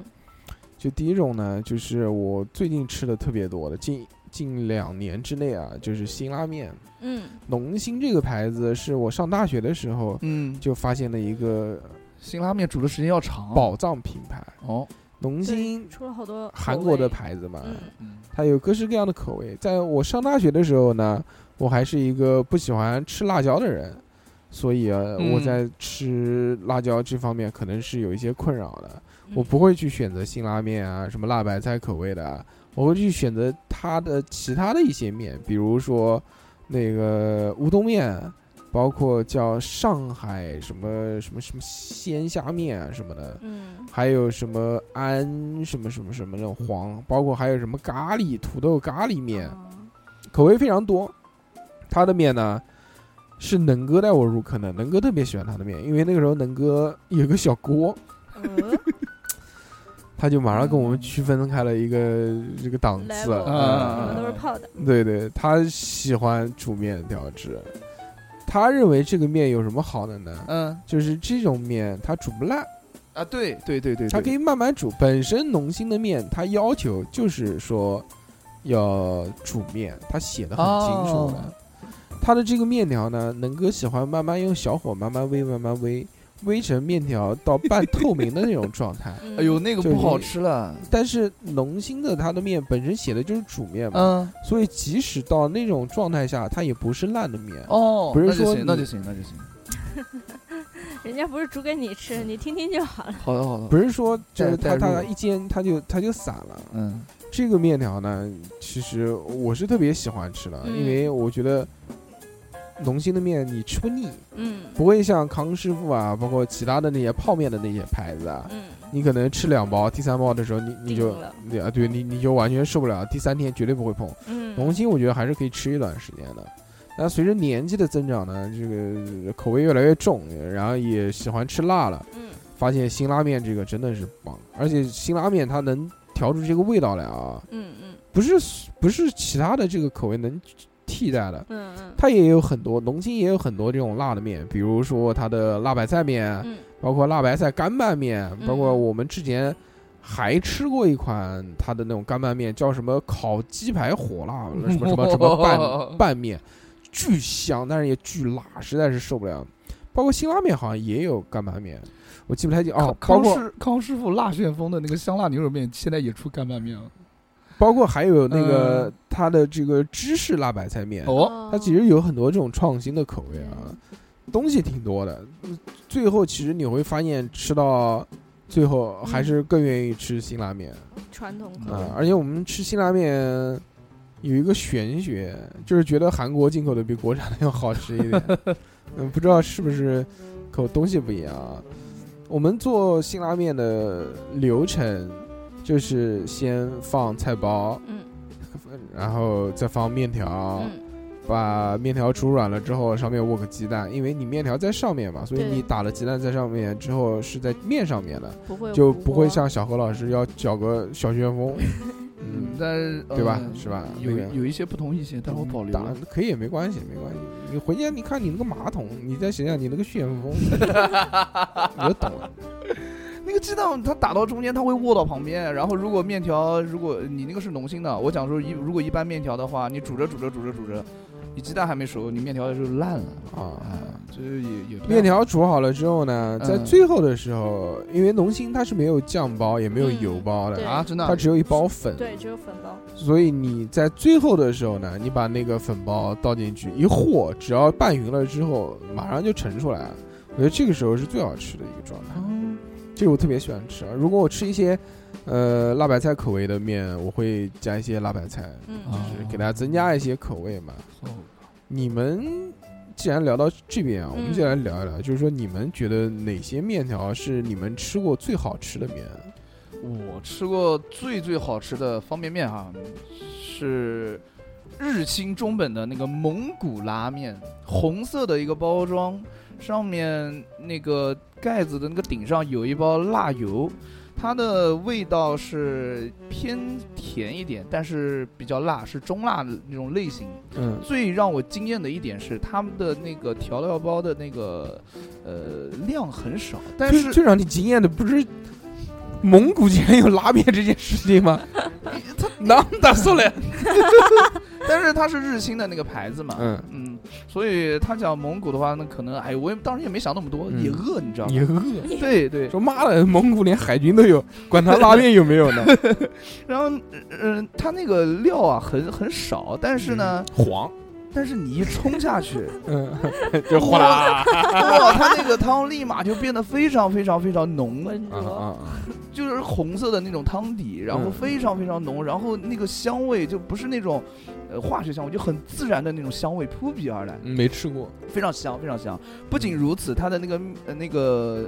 Speaker 2: 就第一种呢，就是我最近吃的特别多的，近近两年之内啊，就是辛拉面。
Speaker 4: 嗯，
Speaker 2: 农心这个牌子是我上大学的时候
Speaker 3: 嗯，
Speaker 2: 就发现了一
Speaker 4: 哦
Speaker 2: 个
Speaker 3: 辛拉面煮的时间要长。
Speaker 2: 宝藏品牌，
Speaker 3: 哦，
Speaker 2: 农心
Speaker 4: 对，出了好多口
Speaker 2: 韩国的
Speaker 4: 味，
Speaker 2: 牌子嘛，
Speaker 4: 嗯
Speaker 3: 嗯
Speaker 2: 它有各式各样的口味。在我上大学的时候呢，我还是一个不喜欢吃辣椒的人，所以啊，
Speaker 3: 嗯
Speaker 2: 我在吃辣椒这方面可能是有一些困扰的。
Speaker 4: 嗯
Speaker 2: 我不会去选择辛拉面啊，什么辣白菜口味的啊，我会去选择它的其他的一些面，比如说那个乌冬面。包括叫上海什么什么什么鲜虾面啊什么的，
Speaker 4: 嗯
Speaker 2: 还有什么安什么什么什么那种黄，包括还有什么咖喱土豆咖喱面，
Speaker 4: 啊
Speaker 2: 口味非常多。它的面呢是能哥带我入坑的，能哥特别喜欢他的面，因为那个时候能哥有个小锅，
Speaker 4: 嗯
Speaker 2: 他就马上跟我们区分开了一个这个档次。
Speaker 4: level，
Speaker 3: 啊
Speaker 4: 什么都是
Speaker 2: 嗯
Speaker 4: 泡的，
Speaker 2: 对对，他喜欢煮面条汁，他认为这个面有什么好的呢？
Speaker 3: 嗯
Speaker 2: 就是这种面它煮不烂，
Speaker 3: 啊，对对对对，
Speaker 2: 它可以慢慢煮。本身农心的面，它要求就是说要煮面，它写的很清楚的
Speaker 3: 哦。
Speaker 2: 它的这个面条呢，能哥喜欢慢慢用小火慢慢煨，慢慢煨，煨成面条到半透明的那种状态。
Speaker 4: 嗯
Speaker 3: 哎呦，，那个
Speaker 2: 就是
Speaker 3: 不好吃了，
Speaker 2: 但是农心的它的面本身写的就是煮面嘛，
Speaker 3: 嗯
Speaker 2: 所以即使到那种状态下，它也不是烂的面。
Speaker 3: 哦，
Speaker 2: 不是
Speaker 3: 那就
Speaker 2: 说
Speaker 3: 行那
Speaker 2: 你
Speaker 3: 就行那就行，
Speaker 4: 人家不是煮给你吃，你听听就好了。
Speaker 3: 好的好的，
Speaker 2: 不是说就是它
Speaker 3: 带带入
Speaker 2: 它一煎它就它就散了，
Speaker 3: 嗯
Speaker 2: 这个面条呢，其实我是特别喜欢吃的，
Speaker 4: 嗯
Speaker 2: 因为我觉得农心的面你吃不腻，
Speaker 4: 嗯
Speaker 2: 不会像康师傅啊，包括其他的那些泡面的那些牌子啊，
Speaker 4: 嗯，
Speaker 2: 你可能吃两包，第三包的时候你你就
Speaker 4: 定了
Speaker 2: 你啊，对你你就完全受不了，第三天绝对不会碰。
Speaker 4: 嗯，
Speaker 2: 农心我觉得还是可以吃一段时间的。但随着年纪的增长呢，这个口味越来越重，然后也喜欢吃辣了。
Speaker 4: 嗯
Speaker 2: 发现辛拉面这个真的是棒，而且辛拉面它能调出这个味道来啊，
Speaker 4: 嗯嗯
Speaker 2: 不是不是其他的这个口味能替代的，
Speaker 4: 嗯嗯
Speaker 2: 它也有很多，龙津也有很多这种辣的面，比如说它的辣白菜面，啊
Speaker 4: 嗯
Speaker 2: 包括辣白菜干拌面，
Speaker 4: 嗯
Speaker 2: 包括我们之前还吃过一款它的那种干拌面，叫什么烤鸡排火辣，什么什么什么拌拌面，巨香，但是也巨辣，实在是受不了。包括辛拉面好像也有干拌面，我记不太清哦。包
Speaker 3: 康
Speaker 2: 括
Speaker 3: 师康师傅辣旋风的那个香辣牛肉面，现在也出干拌面了。
Speaker 2: 包括还有那个
Speaker 3: 嗯
Speaker 2: 它的这个芝士辣白菜面，
Speaker 3: 哦，
Speaker 2: 它其实有很多这种创新的口味啊
Speaker 4: 嗯，
Speaker 2: 东西挺多的。嗯最后其实你会发现，吃到最后还是更愿意吃辛拉面
Speaker 4: 传统口味
Speaker 2: 啊。而且我们吃辛拉面有一个玄学，就是觉得韩国进口的比国产的 要好吃一点。嗯，不知道是不是口东西不一样啊？我们做辛拉面的流程就是先放菜包，
Speaker 4: 嗯
Speaker 2: 然后再放面条。
Speaker 4: 嗯
Speaker 2: 把面条煮软了之后，上面握个鸡蛋，因为你面条在上面嘛，所以
Speaker 4: 对
Speaker 2: 你打了鸡蛋在上面之后是在面上面的，
Speaker 4: 不会
Speaker 2: 就
Speaker 4: 糊
Speaker 2: 不会
Speaker 4: 锅
Speaker 2: 像小何老师要搅个小旋 风，嗯，
Speaker 3: 但是
Speaker 2: 对吧
Speaker 3: 呃
Speaker 2: 是吧
Speaker 3: 有
Speaker 2: 那个
Speaker 3: 有一些不同意 见，但我保留
Speaker 2: 打
Speaker 3: 了。
Speaker 2: 可以也没关系，没关系。你回家你看你那个马桶，你再想想你那个旋 风，你就懂了。
Speaker 3: 那个鸡蛋它打到中间，它会握到旁边。然后如果面条，如果你那个是浓心的，我讲说一如果一般面条的话，你煮着煮着煮着煮着，你鸡蛋还没熟，你面条就烂了
Speaker 2: 啊
Speaker 3: 啊。 这也也不太
Speaker 2: 面条煮好了之后呢，在
Speaker 3: 嗯
Speaker 2: 最后的时候，因为农心它是没有酱包也没有
Speaker 4: 嗯
Speaker 2: 油包的
Speaker 4: 对，
Speaker 3: 啊，真的
Speaker 2: 它只有一包粉，
Speaker 4: 对，只有粉包，
Speaker 2: 所以你在最后的时候呢，你把那个粉包倒进去一和，只要拌匀了之后，马上就盛出来了。我觉得这个时候是最好吃的一个状态，
Speaker 3: 嗯
Speaker 2: 这个我特别喜欢吃啊。如果我吃一些，呃，辣白菜口味的面，我会加一些辣白菜，
Speaker 4: 嗯
Speaker 3: 啊
Speaker 2: 就是给大家增加一些口味嘛。
Speaker 3: 哦
Speaker 2: 你们既然聊到这边啊，我们
Speaker 4: 嗯
Speaker 2: 就来聊一聊，就是说你们觉得哪些面条是你们吃过最好吃的面？啊
Speaker 3: 我吃过最最好吃的方便面哈，是日清中本的那个蒙古拉面，红色的一个包装，上面那个盖子的那个顶上有一包辣油，它的味道是偏甜一点，但是比较辣，是中辣的那种类型。
Speaker 2: 嗯
Speaker 3: 最让我惊艳的一点是他们的那个调料包的那个呃量很少， 但
Speaker 2: 最
Speaker 3: 是
Speaker 2: 最让你惊艳的不是蒙古竟然有拉面这件事情吗？他哪打算来？
Speaker 3: 但是它是日清的那个牌子嘛，
Speaker 2: 嗯，
Speaker 3: 嗯，所以他讲蒙古的话，那可能哎，我也当时也没想那么多，
Speaker 2: 嗯
Speaker 3: 也饿，你知道
Speaker 2: 你
Speaker 3: 吗？
Speaker 2: 饿？
Speaker 3: 对对，
Speaker 2: 说妈的，蒙古连海军都有，管他拉面有没有呢？
Speaker 3: 然后嗯、呃他那个料啊很很少，但是呢，
Speaker 2: 黄，
Speaker 3: 但是你一冲 下去，
Speaker 2: 嗯，就哗啦，
Speaker 3: 哇，它那个汤立马就变得非常非常非常浓，
Speaker 4: 浑
Speaker 2: 啊
Speaker 4: 浊，
Speaker 2: 啊，
Speaker 3: 就是红色的那种汤底，然后
Speaker 2: 嗯
Speaker 3: 非常非常浓，然后那个香味就不是那种呃化学香味，就很自然的那种香味扑鼻而来。
Speaker 2: 嗯没吃过，嗯
Speaker 3: 非常香，非常香。不仅如此，它的那个呃那个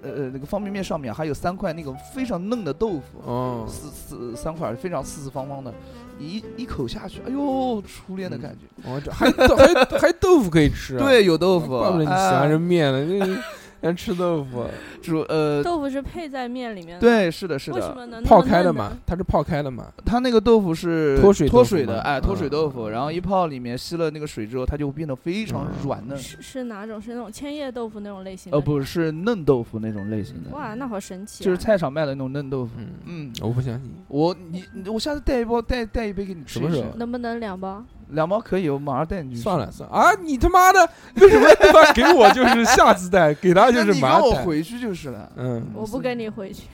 Speaker 3: 呃那个方便面上面还有三块那个非常嫩的豆腐，
Speaker 2: 哦，
Speaker 3: 四四三块非常四四方方的，你一一口下去，哎呦，初恋的感觉。
Speaker 2: 哦，这还 豆还还豆腐可以吃、啊，，
Speaker 3: 对，呃有豆腐，
Speaker 2: 怪不得你喜欢
Speaker 3: 哎
Speaker 2: 这面呢，这人吃豆 腐，
Speaker 3: 煮呃，
Speaker 4: 豆腐是配在面里面的，，
Speaker 3: 对，是的，是
Speaker 4: 为什
Speaker 3: 的，
Speaker 4: 么能
Speaker 2: 泡开的嘛
Speaker 4: 嘛？，
Speaker 2: 它是泡开的嘛，
Speaker 3: 它那个豆腐是
Speaker 2: 脱水豆
Speaker 3: 脱
Speaker 2: 腐
Speaker 3: 水
Speaker 2: 吗
Speaker 3: 的，哎，脱水
Speaker 2: 嗯
Speaker 3: 豆腐，然后一泡里面吸了那个水之后，它就会变得非常
Speaker 2: 嗯
Speaker 3: 软嫩，
Speaker 4: 是是哪种？是那种千叶豆腐那种类型的？
Speaker 3: 呃，，不是嫩豆腐那种类型的，
Speaker 4: 哇，那好神奇、啊！
Speaker 3: 就是菜场卖的那种嫩豆腐。
Speaker 2: 嗯，
Speaker 3: 嗯，
Speaker 2: 我不相信，
Speaker 3: 我你你我下次带一包带带一杯给你吃
Speaker 2: 什么
Speaker 3: 一
Speaker 2: 时
Speaker 3: 吃
Speaker 2: 候
Speaker 4: 能不能两包？
Speaker 3: 两包可以，我马上带你去。
Speaker 2: 算了，算了啊，你他妈的为什么他妈给我就是下次带，给他
Speaker 3: 那
Speaker 2: 就是
Speaker 3: 你
Speaker 2: 马
Speaker 3: 跟我
Speaker 2: 上带，
Speaker 3: 回去就是了。
Speaker 2: 嗯。
Speaker 4: 我不跟你回去，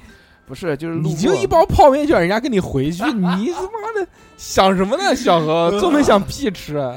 Speaker 3: 不是，就是路
Speaker 2: 你就
Speaker 3: 过
Speaker 2: 一包泡面叫人家跟你回 去，你他妈的想什么呢，小
Speaker 3: 呃
Speaker 2: 何？做梦想屁吃啊！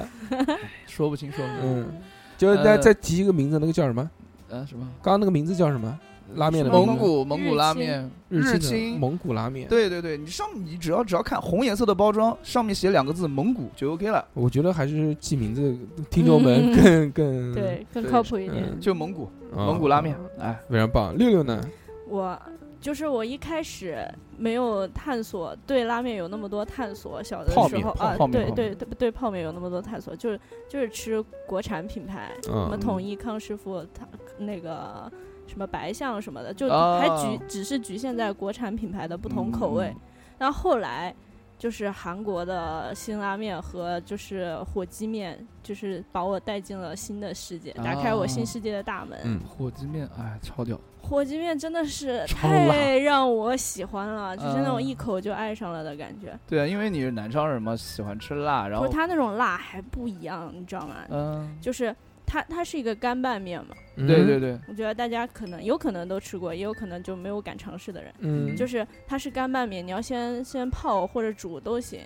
Speaker 3: 说不清说不清。
Speaker 2: 嗯，就是再
Speaker 3: 呃
Speaker 2: 再提一个名字，那个叫什么？
Speaker 3: 嗯，什么？
Speaker 2: 刚刚那个名字叫什么？拉面的
Speaker 4: 什么
Speaker 2: 名
Speaker 3: 蒙
Speaker 2: 字
Speaker 3: 古蒙古拉面，
Speaker 2: 日
Speaker 3: 日
Speaker 2: 清的
Speaker 3: 清。
Speaker 2: 蒙古拉面。
Speaker 3: 对对对，你上你只要只要看红颜色的包装，上面写两个字“蒙古”就 OK 了，
Speaker 2: 我觉得还是记名字，听众们
Speaker 4: 嗯
Speaker 2: 更更
Speaker 4: 对，更
Speaker 3: 对
Speaker 4: 靠谱一点。
Speaker 2: 嗯
Speaker 3: 就蒙古
Speaker 2: 啊
Speaker 3: 蒙古拉面。哎，
Speaker 2: 非常棒。六六呢？
Speaker 4: 我就是我一开始没有探索对拉面有那么多探索，小的
Speaker 2: 泡
Speaker 4: 时
Speaker 2: 面
Speaker 4: 候
Speaker 2: 泡
Speaker 4: 啊
Speaker 3: 泡，面
Speaker 4: 对
Speaker 3: 泡
Speaker 4: 对对对，泡面有那么多探索，就是就是吃国产品牌，什么
Speaker 2: 嗯，
Speaker 4: 统一、康师傅、他那个什么白象什么的，就
Speaker 3: 哦
Speaker 4: 还局、只是局限在国产品牌的不同口味。
Speaker 3: 嗯
Speaker 4: 然后后来就是韩国的辛拉面和就是火鸡面，就是把我带进了新的世界，打开我
Speaker 3: 哦
Speaker 4: 新世界的大门。
Speaker 2: 嗯，
Speaker 3: 火鸡面，哎，超屌！
Speaker 4: 火鸡面真的是
Speaker 2: 超辣
Speaker 4: 太让我喜欢了，就是那种
Speaker 3: 嗯
Speaker 4: 一口就爱上了的感觉。
Speaker 3: 对啊，因为你是南昌人嘛，喜欢吃辣，然
Speaker 4: 不
Speaker 3: 后
Speaker 4: 是它那种辣还不一样，你知道吗？
Speaker 3: 嗯，
Speaker 4: 就是它它是一个干拌面嘛，
Speaker 2: 嗯
Speaker 3: 对对，对，
Speaker 4: 我觉得大家可能有可能都吃过，也有可能就没有敢尝试的人。
Speaker 2: 嗯，
Speaker 4: 就是是它是干拌面，你要先先泡或者煮都行，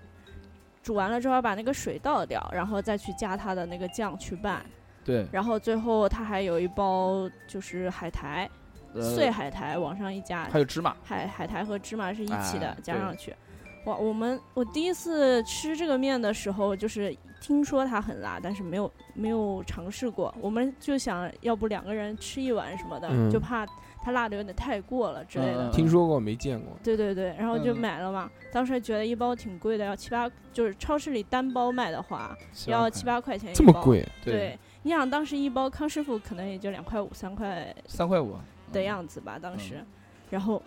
Speaker 4: 煮完了之后把那个水倒掉，然后再去加它的那个酱去拌，
Speaker 3: 对，
Speaker 4: 然后最后它还有一包就是海苔，
Speaker 3: 呃
Speaker 4: 碎海苔往上一加，
Speaker 3: 还有芝麻，
Speaker 4: 海海苔和芝麻是一起的，
Speaker 3: 哎
Speaker 4: 加
Speaker 3: 对
Speaker 4: 上去。哇，我们我第一次吃这个面的时候，就是听说它很辣，但是没有没有尝试过。我们就想要不两个人吃一碗什么的，
Speaker 2: 嗯
Speaker 4: 就怕它辣的有点太过了之类的。
Speaker 3: 嗯
Speaker 2: 听说过没见过。
Speaker 4: 对对对，然后就
Speaker 3: 嗯
Speaker 4: 买了嘛。当时还觉得一包挺贵的，要七八，就是超市里单包卖的话，
Speaker 3: 七八
Speaker 4: 要
Speaker 3: 块
Speaker 4: 七八块钱一包。
Speaker 2: 这么？贵？啊
Speaker 4: 对，，你想当时一包康师傅可能也就两块五、三块
Speaker 3: 三块五
Speaker 4: 的
Speaker 3: 嗯
Speaker 4: 样子吧，当时
Speaker 3: 嗯，
Speaker 4: 然后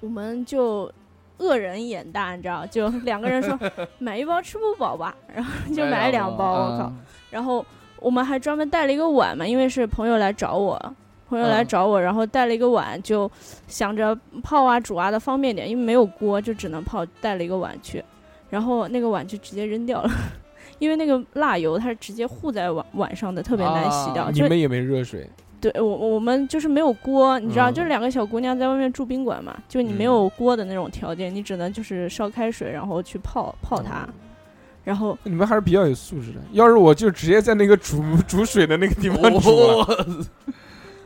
Speaker 4: 我们就恶人眼大，你知道，就两个人说买一包吃不饱吧，然后
Speaker 3: 嗯
Speaker 4: 就买两包，
Speaker 3: 哎
Speaker 4: 我靠，！然后我们还专门带了一个碗嘛，因为是朋友来找我。朋友来
Speaker 3: 嗯
Speaker 4: 找我，然后带了一个碗，就想着泡啊、煮啊的方便点，因为没有锅，就只能泡，带了一个碗去。然后那个碗就直接扔掉了， 因为那个辣油它是直接糊在碗碗上的，特别难洗掉。
Speaker 3: 啊
Speaker 4: 就
Speaker 2: 你
Speaker 4: 是。
Speaker 2: 们也没热水，
Speaker 4: 对我我们就是没有锅，你知道，
Speaker 2: 嗯
Speaker 4: 就是两个小姑娘在外面住宾馆嘛，就你没有锅的那种条件，你只能就是烧开水，然后去泡泡
Speaker 2: 嗯
Speaker 4: 它，然后
Speaker 2: 你们还是比较有素质的。要是我就直接在那个煮 煮水的那个地方煮啊了。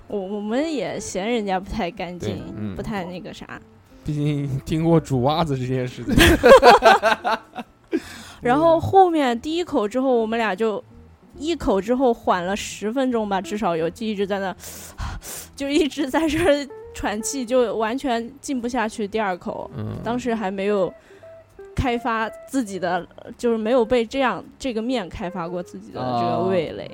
Speaker 3: 哦，
Speaker 4: 我我们也嫌人家不太干净
Speaker 2: 对，嗯
Speaker 4: 不太那个啥，
Speaker 2: 毕竟听过煮蛙子这件事 情，
Speaker 4: 然后后面第一口之后，我们俩就一口之后缓了十分钟吧，至少有，就一直在那， 就一直在这儿喘气，就完全进不下去第二口，
Speaker 2: 嗯，
Speaker 4: 当时还没有开发自己的，就是没有被这样这个面开发过自己的这
Speaker 3: 哦
Speaker 4: 个味蕾。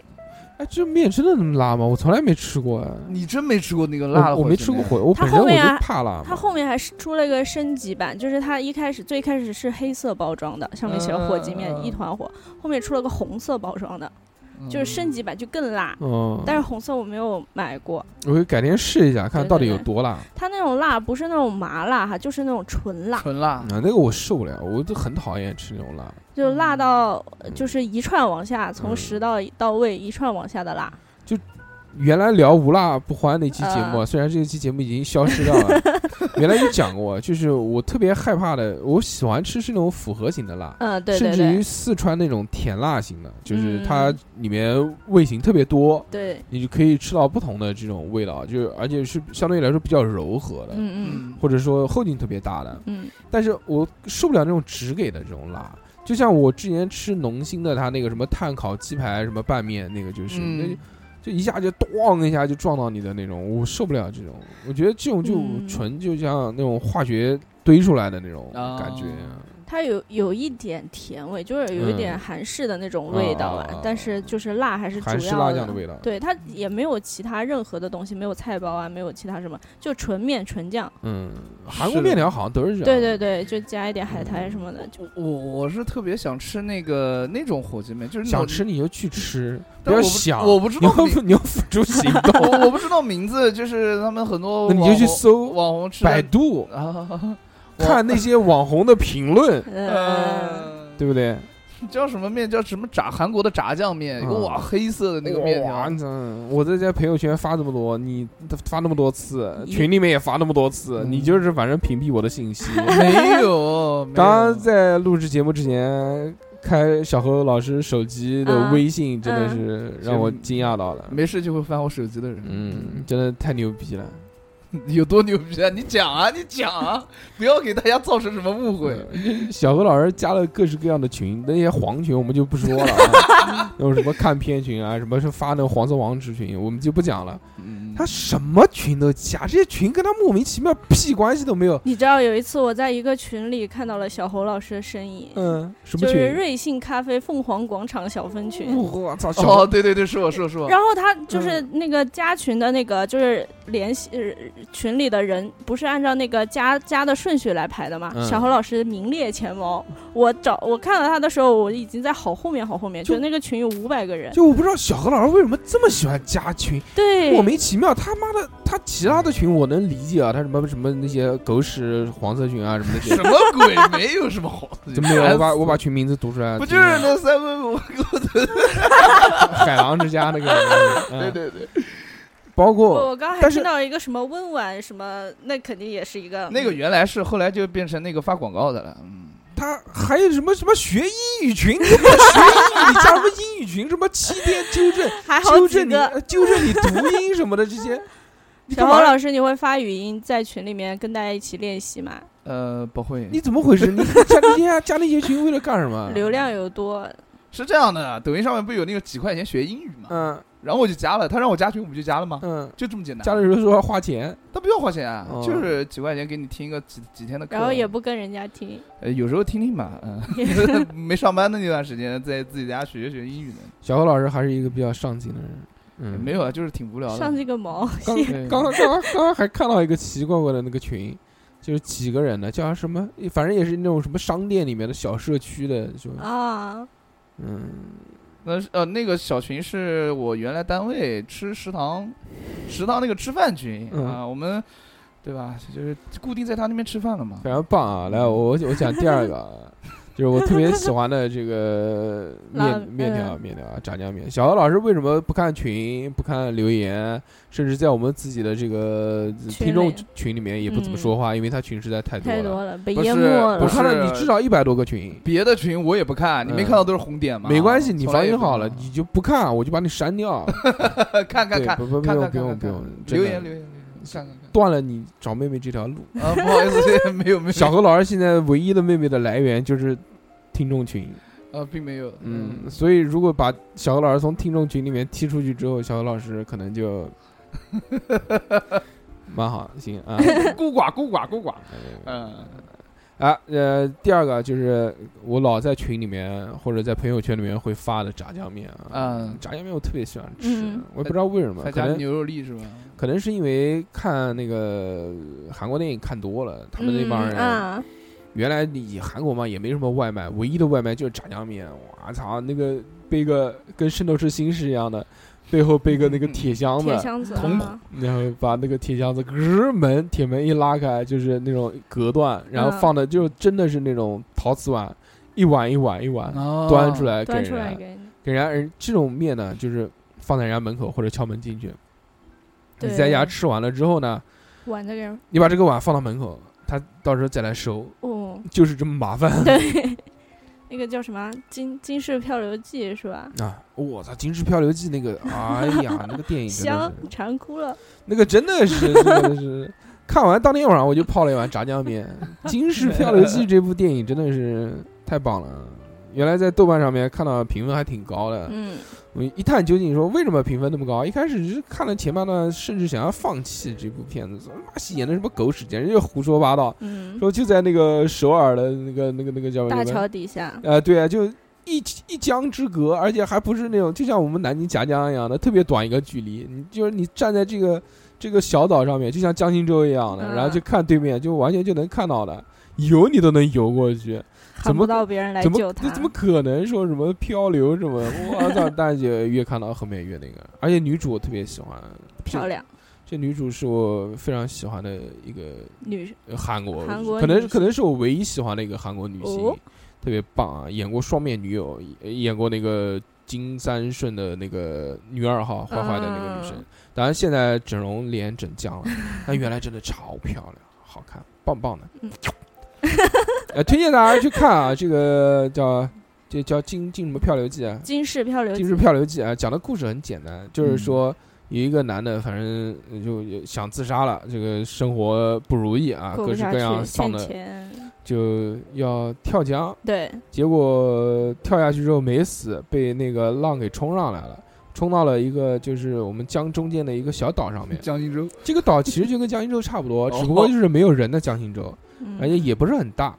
Speaker 2: 哎，这面真的那么辣吗？我从来没吃过啊。
Speaker 3: 你真没吃过那个辣
Speaker 2: 我，
Speaker 3: 的
Speaker 2: 我
Speaker 3: 火
Speaker 2: 没
Speaker 3: 鸡
Speaker 2: 吃过
Speaker 3: 面
Speaker 2: 火，我
Speaker 4: 它
Speaker 2: 本身
Speaker 4: 后
Speaker 2: 我
Speaker 4: 面
Speaker 2: 就
Speaker 4: 啊
Speaker 2: 怕辣嘛。
Speaker 4: 它后面还是出了一个升级版，就是它一开始最开始是黑色包装的，上面写着火鸡面、
Speaker 3: 嗯嗯嗯
Speaker 4: 一团火，后面出了个红色包装的，就是升级版就更辣。
Speaker 2: 哦，
Speaker 3: 嗯
Speaker 4: 但是红色我没有买过，
Speaker 2: 我会改天试一下，看
Speaker 4: 对
Speaker 2: 到底
Speaker 4: 对
Speaker 2: 有
Speaker 4: 对
Speaker 2: 多辣。
Speaker 4: 它那种辣不是那种麻辣哈，就是那种纯辣，
Speaker 3: 纯辣
Speaker 2: 啊，，那个我受不了，我就很讨厌吃那种辣。
Speaker 4: 就辣到
Speaker 2: 嗯
Speaker 4: 就是一串往下，从
Speaker 2: 嗯
Speaker 4: 十到到位一串往下的辣。
Speaker 2: 原来聊无辣不欢那期节目，
Speaker 4: 啊
Speaker 2: 虽然这期节目已经消失掉 了，原来就讲过，就是我特别害怕的，我喜欢吃是那种复合型的辣，
Speaker 4: 嗯，对
Speaker 2: 甚
Speaker 4: 对
Speaker 2: 至
Speaker 4: 对
Speaker 2: 于四川那种甜辣型的，就是它
Speaker 4: 嗯
Speaker 2: 里面味型特别多，
Speaker 4: 对，
Speaker 2: 你就可以吃到不同的这种味道，就是而且是相对来说比较柔和的，
Speaker 4: 嗯嗯
Speaker 3: 嗯，
Speaker 2: 或者说后劲特别大的。
Speaker 4: 嗯。
Speaker 2: 但是我受不了那种只给的这种辣。就像我之前吃农心的，它那个什么炭烤鸡排、什么拌面，那个就是、
Speaker 3: 嗯
Speaker 2: 那就一下就咣一下就撞到你的那种，我受不了这种。我觉得这种就
Speaker 4: 嗯
Speaker 2: 纯就像那种化学堆出来的那种
Speaker 3: 啊
Speaker 2: 感觉。
Speaker 4: 它有有一点甜味，就是有一点
Speaker 2: 嗯
Speaker 4: 韩式的那种味道吧，
Speaker 2: 啊
Speaker 4: 但是就是辣还是主要
Speaker 2: 韩式辣酱的味道
Speaker 4: 对，它也没有其他任何的东西，没有菜包啊，没有其他什么，就纯面纯酱。
Speaker 2: 嗯，韩国面条好像都是这样。
Speaker 4: 对对对，就加一点海苔什么的，就
Speaker 3: 我我是特别想吃那个那种火鸡面，就是那
Speaker 2: 想
Speaker 3: 种
Speaker 2: 吃你就去吃，不
Speaker 3: 但
Speaker 2: 要
Speaker 3: 我不
Speaker 2: 想，
Speaker 3: 我不知道
Speaker 2: 你
Speaker 3: 你
Speaker 2: 要你要付出行动。
Speaker 3: 我我不知道名字，就是他们很多
Speaker 2: 那你就
Speaker 3: 网
Speaker 2: 去
Speaker 3: 红
Speaker 2: 搜
Speaker 3: 网红吃的
Speaker 2: 百 度
Speaker 3: 啊，我
Speaker 2: 看那些网红的评论，
Speaker 4: 呃，
Speaker 3: 呃，
Speaker 2: 对不对？
Speaker 3: 叫什么面？叫什么炸？韩国的炸酱面，
Speaker 2: 嗯
Speaker 3: 哇，黑色的那个面
Speaker 2: 哇
Speaker 3: 条，
Speaker 2: 你真我在在朋友圈发这么多，你发那么多次，
Speaker 4: 一
Speaker 2: 群里面也发那么多次，
Speaker 3: 嗯
Speaker 2: 你就是反正屏蔽我的信 息。
Speaker 3: 没有，没
Speaker 2: 刚刚
Speaker 3: 有
Speaker 2: 在录制节目之前，开小何老师手机的
Speaker 4: 啊
Speaker 2: 微信，真的
Speaker 4: 嗯
Speaker 2: 是让我惊讶到了。
Speaker 3: 没事就会翻我手机的人，
Speaker 2: 嗯，真的太牛逼了。
Speaker 3: 有多牛逼啊？你讲啊，你讲啊，不要给大家造成什么误会。
Speaker 2: 嗯小何老师加了各式各样的群，那些黄群我们就不说了啊， 那种什么看片群啊，什么是发那个黄色网址群，我们就不讲了。
Speaker 3: 嗯
Speaker 2: 他什么群都加，这些群跟他莫名其妙屁关系都没有。
Speaker 4: 你知道有一次我在一个群里看到了小侯老师的身影，
Speaker 2: 嗯，什么
Speaker 4: 就
Speaker 2: 群？
Speaker 4: 是瑞幸咖啡凤凰广场小分 群。
Speaker 2: 我操，小
Speaker 3: 哦，对对对，是我是我是我，
Speaker 4: 然后他就是
Speaker 2: 嗯
Speaker 4: 那个加群的那个，就是联系、呃群里的人，不是按照那个加加的顺序来排的嘛？
Speaker 2: 嗯
Speaker 4: 小何老师名列前茅。我找我看到他的时候，我已经在好后面，好后面，
Speaker 2: 就
Speaker 4: 就那个群有五百个人。
Speaker 2: 就我不知道小 何老师为什么这么喜欢加群，
Speaker 4: 对，
Speaker 2: 莫名其妙。他妈的，他其他的群我能理解啊，他什么什么那些狗屎黄色群啊什么那
Speaker 3: 什
Speaker 2: 些，
Speaker 3: 么鬼？没有什么好，
Speaker 2: 怎么没有？我 把我把嗯群名字读出来，啊
Speaker 3: 不就是那三分五 个？
Speaker 2: 海狼之家那个？
Speaker 3: 对
Speaker 2: 嗯，
Speaker 3: 对对，
Speaker 2: 包括
Speaker 4: 我我刚
Speaker 2: 但
Speaker 4: 还
Speaker 2: 是
Speaker 4: 听到一个什么温婉什么，那肯定也是一个
Speaker 3: 那个原来是后来就变成那个发广告的了。嗯，
Speaker 2: 他还有什么什么学英语群，你他妈学英语，你加什么英语群？什么七天纠正，
Speaker 4: 嗯还好
Speaker 2: 纠
Speaker 4: 几
Speaker 2: 正你
Speaker 4: 个。，
Speaker 2: 纠正你读音什么的这些，你干
Speaker 4: 小侯
Speaker 2: 嘛？
Speaker 4: 老师，你会发语音在群里面跟大家一起练习吗？
Speaker 3: 呃，不会，
Speaker 2: 你怎么回事？你加那些加那些群为了干什 么？
Speaker 4: 流量有多，
Speaker 3: 是这样的，啊抖音上面不有那个几块钱学英语嘛？
Speaker 2: 嗯
Speaker 3: 然后我就加了，他让我加群，我不就加了吗？
Speaker 2: 嗯，
Speaker 3: 就这么简单。
Speaker 2: 加的时候说要花钱，
Speaker 3: 他不要花钱啊，
Speaker 2: 哦
Speaker 3: 就是几块钱给你听个几几天的课，
Speaker 4: 然后也不跟人家听。
Speaker 3: 呃有时候听听吧，嗯， 没上班的那段时间在自己家学学英语呢，
Speaker 2: 小何老师还是一个比较上进的人。嗯，
Speaker 3: 没有啊，就是挺无聊
Speaker 4: 上
Speaker 3: 的。
Speaker 4: 这个毛，
Speaker 2: 刚
Speaker 3: 对
Speaker 2: 刚刚刚刚刚还看到一个奇奇怪怪的那个群，就是几个人的，叫什么？反正也是那种什么商店里面的小社区的，就
Speaker 4: 啊，
Speaker 2: 嗯，
Speaker 3: 那是呃，那个小群是我原来单位吃食堂，食堂那个吃饭群、
Speaker 2: 嗯
Speaker 3: 啊，我们对吧，就是固定在他那边吃饭了嘛。
Speaker 2: 非常棒啊！来，我我讲第二个啊， 就是我特别喜欢的这个
Speaker 4: 拉呃
Speaker 2: 面面条面条啊炸酱面。小何老师为什么不看群、不看留言，甚至在我们自己的这个
Speaker 4: 群
Speaker 2: 听众
Speaker 4: 里
Speaker 2: 群里面也不怎么
Speaker 4: 嗯
Speaker 2: 说话？因为他群实在太多了。
Speaker 4: 太多了，被
Speaker 3: 不
Speaker 4: 淹
Speaker 3: 是
Speaker 4: 没了。
Speaker 2: 我
Speaker 3: 不是
Speaker 2: 看了你至少一百多个群，
Speaker 3: 别的群我也不看，你没
Speaker 2: 嗯
Speaker 3: 看到都是红点吗？
Speaker 2: 没关系，你
Speaker 3: 啊从来
Speaker 2: 放
Speaker 3: 也
Speaker 2: 心
Speaker 3: 不
Speaker 2: 好
Speaker 3: 看
Speaker 2: 了，你就不看，我就把你删 掉。
Speaker 3: 看看
Speaker 2: 对
Speaker 3: 看，
Speaker 2: 不不不
Speaker 3: 看
Speaker 2: 用
Speaker 3: 看
Speaker 2: 不
Speaker 3: 看
Speaker 2: 用
Speaker 3: 看
Speaker 2: 不用
Speaker 3: 看
Speaker 2: 真
Speaker 3: 留
Speaker 2: 的
Speaker 3: 言留言留言，看看看。
Speaker 2: 断了你找妹妹这 条路。
Speaker 3: 啊，不好意思，这个没有没有，
Speaker 2: 小何老师现在唯一的妹妹的来源就是听众群，
Speaker 3: 啊，并没有，
Speaker 2: 嗯，所以如果把小何老师从听众群里面踢出去之后，小何老师可能 就蛮好，行啊，
Speaker 3: 孤寡孤寡孤寡，嗯，
Speaker 2: 啊，呃，第二个就是我老在群里面或者在朋友圈里面会发的炸酱面啊，
Speaker 3: 嗯
Speaker 2: 炸酱面我特别喜欢吃，
Speaker 4: 嗯
Speaker 2: 我也不知道为什么，
Speaker 3: 再
Speaker 2: 可
Speaker 3: 加
Speaker 2: 能
Speaker 3: 牛肉粒是吧？
Speaker 2: 可能是因为看那个韩国电影看多了，他们那帮人、
Speaker 4: 嗯、啊，
Speaker 2: 原来你韩国嘛也没什么外卖，唯一的外卖就是炸酱面。我操，那个背个跟《圣斗士星矢》一样的，背后背个那个铁箱子
Speaker 4: 嗯铁，箱子
Speaker 3: 同
Speaker 4: 啊，
Speaker 2: 然后把那个铁箱子咯门铁门一拉开，就是那种隔断，然后
Speaker 4: 嗯
Speaker 2: 放的就真的是那种陶瓷碗，一碗一碗一碗
Speaker 3: 哦
Speaker 2: 端出来给
Speaker 4: 嗯端
Speaker 2: 人
Speaker 4: 出
Speaker 2: 家
Speaker 4: 来，给你。
Speaker 2: 给人家人这种面呢，就是放在人家门口或者敲门进去。你
Speaker 4: 对
Speaker 2: 在家吃完了之后呢，
Speaker 4: 碗再给人，
Speaker 2: 你把这个碗放到门口，他到时候再来收，
Speaker 4: 哦，
Speaker 2: 就是这么麻烦。
Speaker 4: 对，那个叫什么《金金氏漂流记》是吧？
Speaker 2: 啊！我操，《金氏漂流记》那个，哎呀，那个电影真的
Speaker 4: 香
Speaker 2: 是，，
Speaker 4: 馋哭了。
Speaker 2: 那个真的是，真的是。看完当天晚上我就泡了一碗炸酱面，《金氏漂流记》这部电影真的是太棒了，原来在豆瓣上面看到评分还挺高的，
Speaker 4: 嗯，
Speaker 2: 我一探究竟，说为什么评分那么高？一开始是看了前半段，甚至想要放弃这部片子，说妈演的什么狗屎，简直就是胡说八道。
Speaker 4: 嗯，
Speaker 2: 说就在那个首尔的那个那个那个叫什
Speaker 4: 大
Speaker 2: 么？
Speaker 4: 桥底下，
Speaker 2: 呃，对啊，就一一江之隔，而且还不是那种就像我们南京夹江一样的特别短一个距离，你就是你站在这个这个小岛上面，就像江心洲一样的，
Speaker 4: 嗯
Speaker 2: 然后就看对面，就完全就能看到的，游你都能游过去，
Speaker 4: 喊
Speaker 2: 怎
Speaker 4: 不
Speaker 2: 么
Speaker 4: 到别人来
Speaker 2: 怎
Speaker 4: 救
Speaker 2: 么
Speaker 4: 他
Speaker 2: 怎，么可能说什么漂流什么？我操！但是越看到后面越那个，而且女主我特别喜欢，
Speaker 4: 漂亮
Speaker 2: 这女主是我非常喜欢的一个
Speaker 4: 女，
Speaker 2: 呃韩国，
Speaker 4: 韩国
Speaker 2: 可能
Speaker 4: 女
Speaker 2: 是
Speaker 4: 星
Speaker 2: 可能是我唯一喜欢的一个韩国女星，
Speaker 4: 哦
Speaker 2: 特别棒啊！演过《双面女友》，也演过那个金三顺的那个女二号，坏坏的那个女生。
Speaker 4: 嗯
Speaker 2: 当然现在整容脸整僵 了，但原来真的超漂亮，好看，棒棒的。
Speaker 4: 嗯
Speaker 2: 呃，推荐大家去看啊，这个叫这叫金金什么漂流记啊，
Speaker 4: 金氏漂流
Speaker 2: 《今
Speaker 4: 记
Speaker 2: 日漂流记》啊，讲的故事很简单，就是
Speaker 3: 嗯
Speaker 2: 说有一个男的，反正呃就就想自杀了，这个生活不如意啊，
Speaker 4: 过
Speaker 2: 各
Speaker 4: 不
Speaker 2: 式
Speaker 4: 下
Speaker 2: 各样
Speaker 4: 去，
Speaker 2: 丧
Speaker 4: 欠
Speaker 2: 的，
Speaker 4: 钱，
Speaker 2: 就要跳江，
Speaker 4: 对，
Speaker 2: 结果跳下去之后没死，被那个浪给冲上来了。冲到了一个就是我们江中间的一个小岛 上面，
Speaker 3: 江心洲，
Speaker 2: 这个岛其实就跟江心洲差不多，
Speaker 3: 哦
Speaker 2: 只不过就是没有人的江心洲，
Speaker 4: 嗯
Speaker 2: 而且哎也不是很大，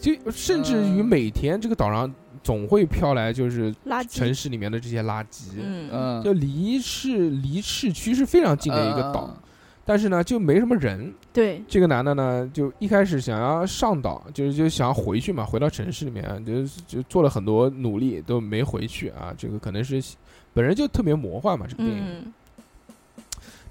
Speaker 2: 就甚至于
Speaker 3: 嗯
Speaker 2: 每天这个岛上总会飘来就是呃
Speaker 4: 垃圾
Speaker 2: 城，市里面的这些垃圾，
Speaker 4: 嗯，
Speaker 3: 嗯，
Speaker 2: 就离市离市区是非常近的一个岛
Speaker 3: 嗯，，
Speaker 2: 但是呢就没什么人。
Speaker 4: 对，
Speaker 2: 这个男的呢，就一开始想要上岛，就是就想要回去嘛，回到城市里面，就是就做了很多努力都没回去啊。这个可能是本身就特别魔幻嘛，这个电影。
Speaker 4: 嗯，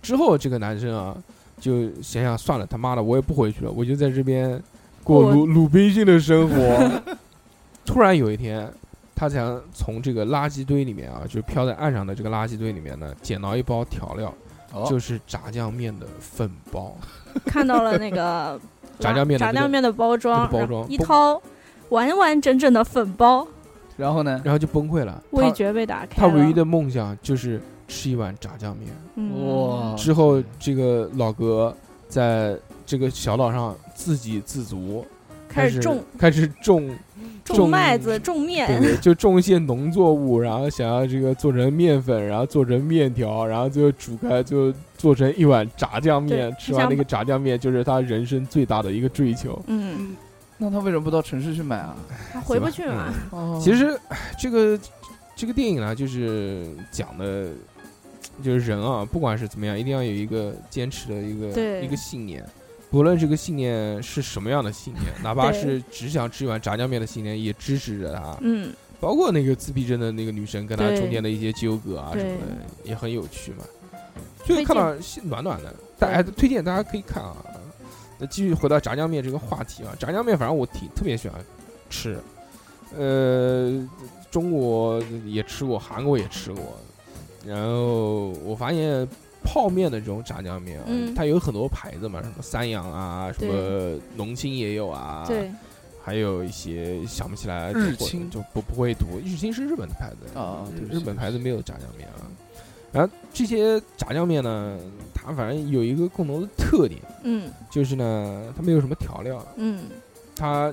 Speaker 2: 之后这个男生啊，就想想算了，他妈的我也不回去了，我就在这边过
Speaker 4: 过
Speaker 2: 鲁鲁滨逊的生活。 突然有一天，他想从这个垃圾堆里面啊，就飘在岸上的这个垃圾堆里面呢，捡到一包调料，
Speaker 3: 哦
Speaker 2: 就是炸酱面的粉包。
Speaker 4: 看到了那个
Speaker 2: 炸
Speaker 4: 拉
Speaker 2: 酱面的
Speaker 4: 炸
Speaker 2: 那个
Speaker 4: 酱面的包装，
Speaker 2: 那个包
Speaker 4: 然后
Speaker 2: 装
Speaker 4: 一
Speaker 2: 嘣
Speaker 4: 掏，完完整整的粉包，
Speaker 3: 然后呢？
Speaker 2: 然后就崩溃了。
Speaker 4: 味
Speaker 2: 他
Speaker 4: 觉被打开
Speaker 2: 他
Speaker 4: 了，
Speaker 2: 唯一的梦想就是吃一碗炸酱面。
Speaker 4: 嗯，
Speaker 3: 哇，
Speaker 2: 之后，这个老哥在这个小岛上自给自足，
Speaker 4: 开
Speaker 2: 始
Speaker 4: 始种
Speaker 2: 开始种种
Speaker 4: 种麦子，种
Speaker 2: 对
Speaker 4: 面，
Speaker 2: 对， 就种一些农作物，然后想要这个做成面粉，然后做成面条，然后最后煮开，就做成一碗炸酱面
Speaker 4: 对。
Speaker 2: 吃完
Speaker 4: 你想
Speaker 2: 那个炸酱面，就是他人生最大的一个追求。
Speaker 4: 嗯，
Speaker 3: 那他为什么不到城市去买啊？
Speaker 4: 他回不
Speaker 2: 吧
Speaker 4: 去嘛，
Speaker 3: 哦
Speaker 2: 其实，唉这个这个电影呢，就是讲的，就是人啊，不管是怎么样，一定要有一个坚持的一个
Speaker 4: 对
Speaker 2: 一个信念。不论这个信念是什么样的信念，哪怕
Speaker 4: 对
Speaker 2: 是只想吃一碗炸酱面的信念，也支持着他。
Speaker 4: 嗯，
Speaker 2: 包括那个自闭症的那个女生跟她
Speaker 4: 对
Speaker 2: 中间的一些纠葛啊
Speaker 4: 对
Speaker 2: 什么的，也很有趣嘛。就是
Speaker 4: 推荐
Speaker 2: 看到是暖暖的，大家推荐大家可以看啊。那继续回到炸酱面这个话题啊，炸酱面反正我挺特别喜欢吃，呃，中国也吃过，韩国也吃过，然后我发现泡面的这种炸酱面啊，
Speaker 4: 嗯
Speaker 2: 它有很多牌子嘛，什么三阳啊，什
Speaker 4: 对
Speaker 2: 么农心也有啊，
Speaker 4: 嗯对，
Speaker 2: 还有一些想不起来，
Speaker 3: 日
Speaker 2: 就不
Speaker 3: 清
Speaker 2: 就不不会读。日清是日本的牌子
Speaker 3: 啊
Speaker 2: 对
Speaker 3: 对不
Speaker 2: 日
Speaker 3: 起
Speaker 2: 本
Speaker 3: 对不
Speaker 2: 牌子
Speaker 3: 起
Speaker 2: 没有炸酱面啊。然后这些炸酱面呢，它反正有一个共同的特点，
Speaker 4: 嗯
Speaker 2: 就是呢，它没有什么调料，
Speaker 4: 嗯
Speaker 2: 它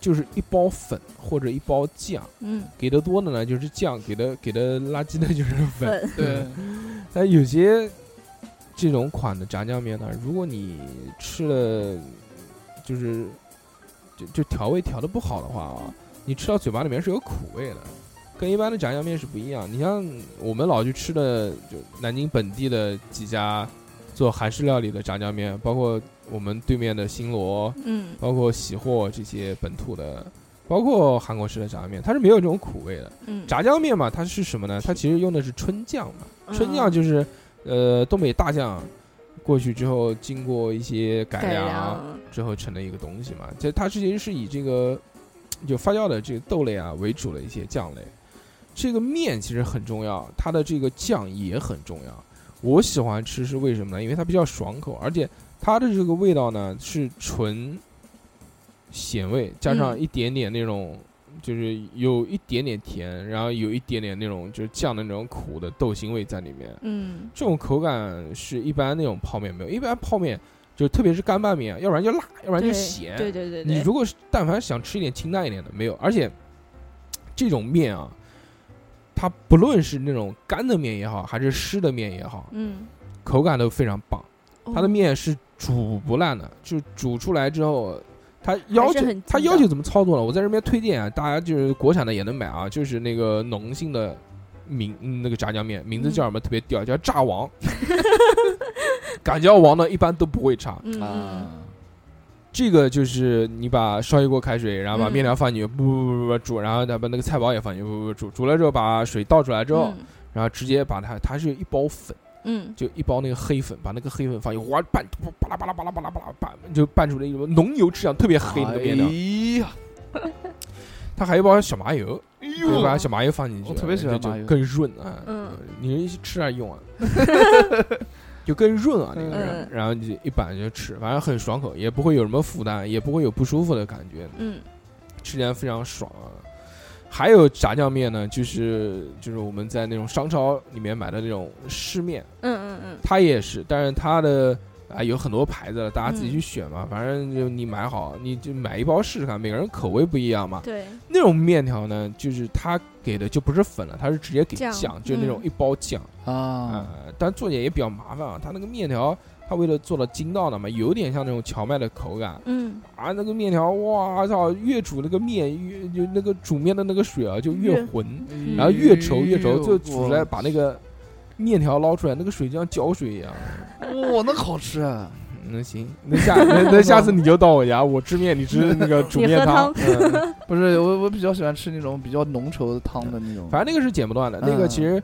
Speaker 2: 就是一包粉或者一包酱，
Speaker 4: 嗯，
Speaker 2: 给的多的呢就是酱，给的给的垃圾的就是粉。
Speaker 4: 粉，
Speaker 3: 对，
Speaker 2: 但哎有些这种款的炸酱面呢，如果你吃了，就是就就调味调的不好的话啊，你吃到嘴巴里面是有苦味的，跟一般的炸酱面是不一样。你像我们老去吃的，就南京本地的几家做韩式料理的炸酱面，包括我们对面的新罗，
Speaker 4: 嗯
Speaker 2: 包括喜货这些本土的。包括韩国式的炸酱面，它是没有这种苦味的。
Speaker 4: 嗯，
Speaker 2: 炸酱面嘛，它是什么呢？它其实用的是春酱嘛，
Speaker 4: 嗯
Speaker 2: 春酱就是呃东北大酱过去之后，经过一些改
Speaker 4: 改
Speaker 2: 良
Speaker 4: 良，
Speaker 2: 之后成的一个东西嘛。这它之前是以这个有发酵的这个豆类啊为主的一些酱类。这个面其实很重要，它的这个酱也很重要。我喜欢吃是为什么呢？因为它比较爽口，而且它的这个味道呢是纯咸味，加上
Speaker 4: 嗯
Speaker 2: 一点点那种，就是有一点点甜，然后有一点点那种就是酱的那种苦的豆腥味在里面。
Speaker 4: 嗯
Speaker 2: 这种口感是一般那种泡面没有，一般泡面就特别是干拌面，要不然就辣，要不然就
Speaker 4: 对
Speaker 2: 咸。
Speaker 4: 对对对
Speaker 2: 你
Speaker 4: 对，
Speaker 2: 如果是但凡想吃一点清淡一点的，没有，而且这种面啊，它不论是那种干的面也好，还是湿的面也好，
Speaker 4: 嗯，
Speaker 2: 口感都非常棒。
Speaker 4: 哦
Speaker 2: 它的面是煮不烂的，就煮出来之后，它要
Speaker 4: 还
Speaker 2: 求
Speaker 4: 是很
Speaker 2: 它
Speaker 4: 筋道
Speaker 2: 要求怎么操作呢？我在这边推荐啊，大家就是国产的也能买啊，就是那个农信的名嗯那个炸酱面，名字叫什么特别屌，叫炸 王。敢叫王呢，一般都不会炸。
Speaker 4: 嗯嗯
Speaker 3: 啊，
Speaker 2: 这个就是你把烧一锅开水，然后把
Speaker 4: 嗯
Speaker 2: 面条放进去，不不不不不煮，然后再把那个菜包也放进去，不不不煮，煮了之后把水倒出来之后，然后直接把它，它是一包粉，
Speaker 4: 嗯
Speaker 2: 就一包那个黑粉，把那个黑粉放进去，哇拌，巴拉巴拉巴拉巴拉巴拉拌，就拌出了一种浓油质量特别黑的那个面条。
Speaker 3: 哎呀，
Speaker 2: 它还有一包小麻油，
Speaker 3: 哎
Speaker 2: 就
Speaker 3: 呦，
Speaker 2: 把小麻油放进去，
Speaker 3: 我特别喜欢
Speaker 2: 就
Speaker 3: 麻油
Speaker 2: 更润啊。
Speaker 4: 嗯，
Speaker 2: 你吃点 用啊，就更润啊那个人
Speaker 4: 嗯，
Speaker 2: 然后你就一板就吃，反正很爽口，也不会有什么负担，也不会有不舒服的感觉。
Speaker 4: 嗯
Speaker 2: 吃起来非常爽啊。还有炸酱面呢，就是就是我们在那种商超里面买的那种湿面，
Speaker 4: 嗯嗯
Speaker 2: 它也是，但是它的啊、有很多牌子了，大家
Speaker 4: 嗯
Speaker 2: 自己去选嘛。反正就你买好，你就买一包试试看，每个人口味不一样嘛
Speaker 4: 嗯，。对，
Speaker 2: 那种面条呢，就是它给的就不是粉了，它是直接给
Speaker 4: 酱
Speaker 2: 酱，就那种
Speaker 4: 嗯
Speaker 2: 一包酱啊、
Speaker 3: 啊，
Speaker 2: 但做起来也比较麻烦啊，它那个面条，它为了做到筋道的嘛，有点像那种荞麦的口感，
Speaker 4: 嗯
Speaker 2: 啊，那个面条，哇操，越煮那个面越就那个煮面的那个水啊，就越
Speaker 4: 越
Speaker 2: 浑，
Speaker 4: 嗯
Speaker 2: 然后越稠越稠，就煮出
Speaker 3: 来
Speaker 2: 来把那个面条捞出来，那个水就像胶水一样。
Speaker 3: 哇，那好吃啊！
Speaker 2: 那嗯行，那下 那那下次你就到我家，我吃面，你吃那个煮
Speaker 4: 你
Speaker 2: 面
Speaker 4: 喝
Speaker 2: 汤。 嗯
Speaker 3: 不是我，我比较喜欢吃那种比较浓稠的汤的那种。
Speaker 2: 反正那个是剪不断的，那个
Speaker 3: 嗯
Speaker 2: 其实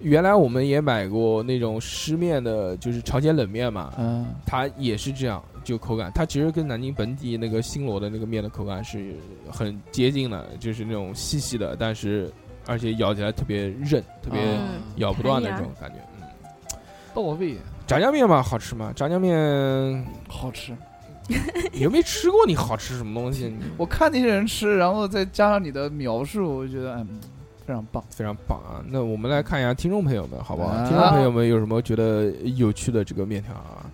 Speaker 2: 原来我们也买过那种湿面的，就是朝鲜冷面嘛，
Speaker 3: 嗯，
Speaker 2: 它也是这样，就口感，它其实跟南京本地那个新罗的那个面的口感是很接近的，就是那种细细的，但是而且咬起来特别韧，特别
Speaker 4: 嗯
Speaker 2: 咬不断的
Speaker 4: 弹
Speaker 2: 这
Speaker 4: 牙
Speaker 2: 种感觉。嗯，
Speaker 3: 到位，
Speaker 2: 炸酱面嘛，好吃嘛，炸酱面
Speaker 3: 好吃。
Speaker 2: 你又没吃过，你好吃什么东西？你
Speaker 3: 我看那些人吃，然后再加上你的描述，我觉得嗯非常棒。
Speaker 2: 非常棒啊！那我们来看一下听众朋友们，好不好？
Speaker 3: 啊
Speaker 2: 听众朋友们有什么觉得有趣的这个面条啊？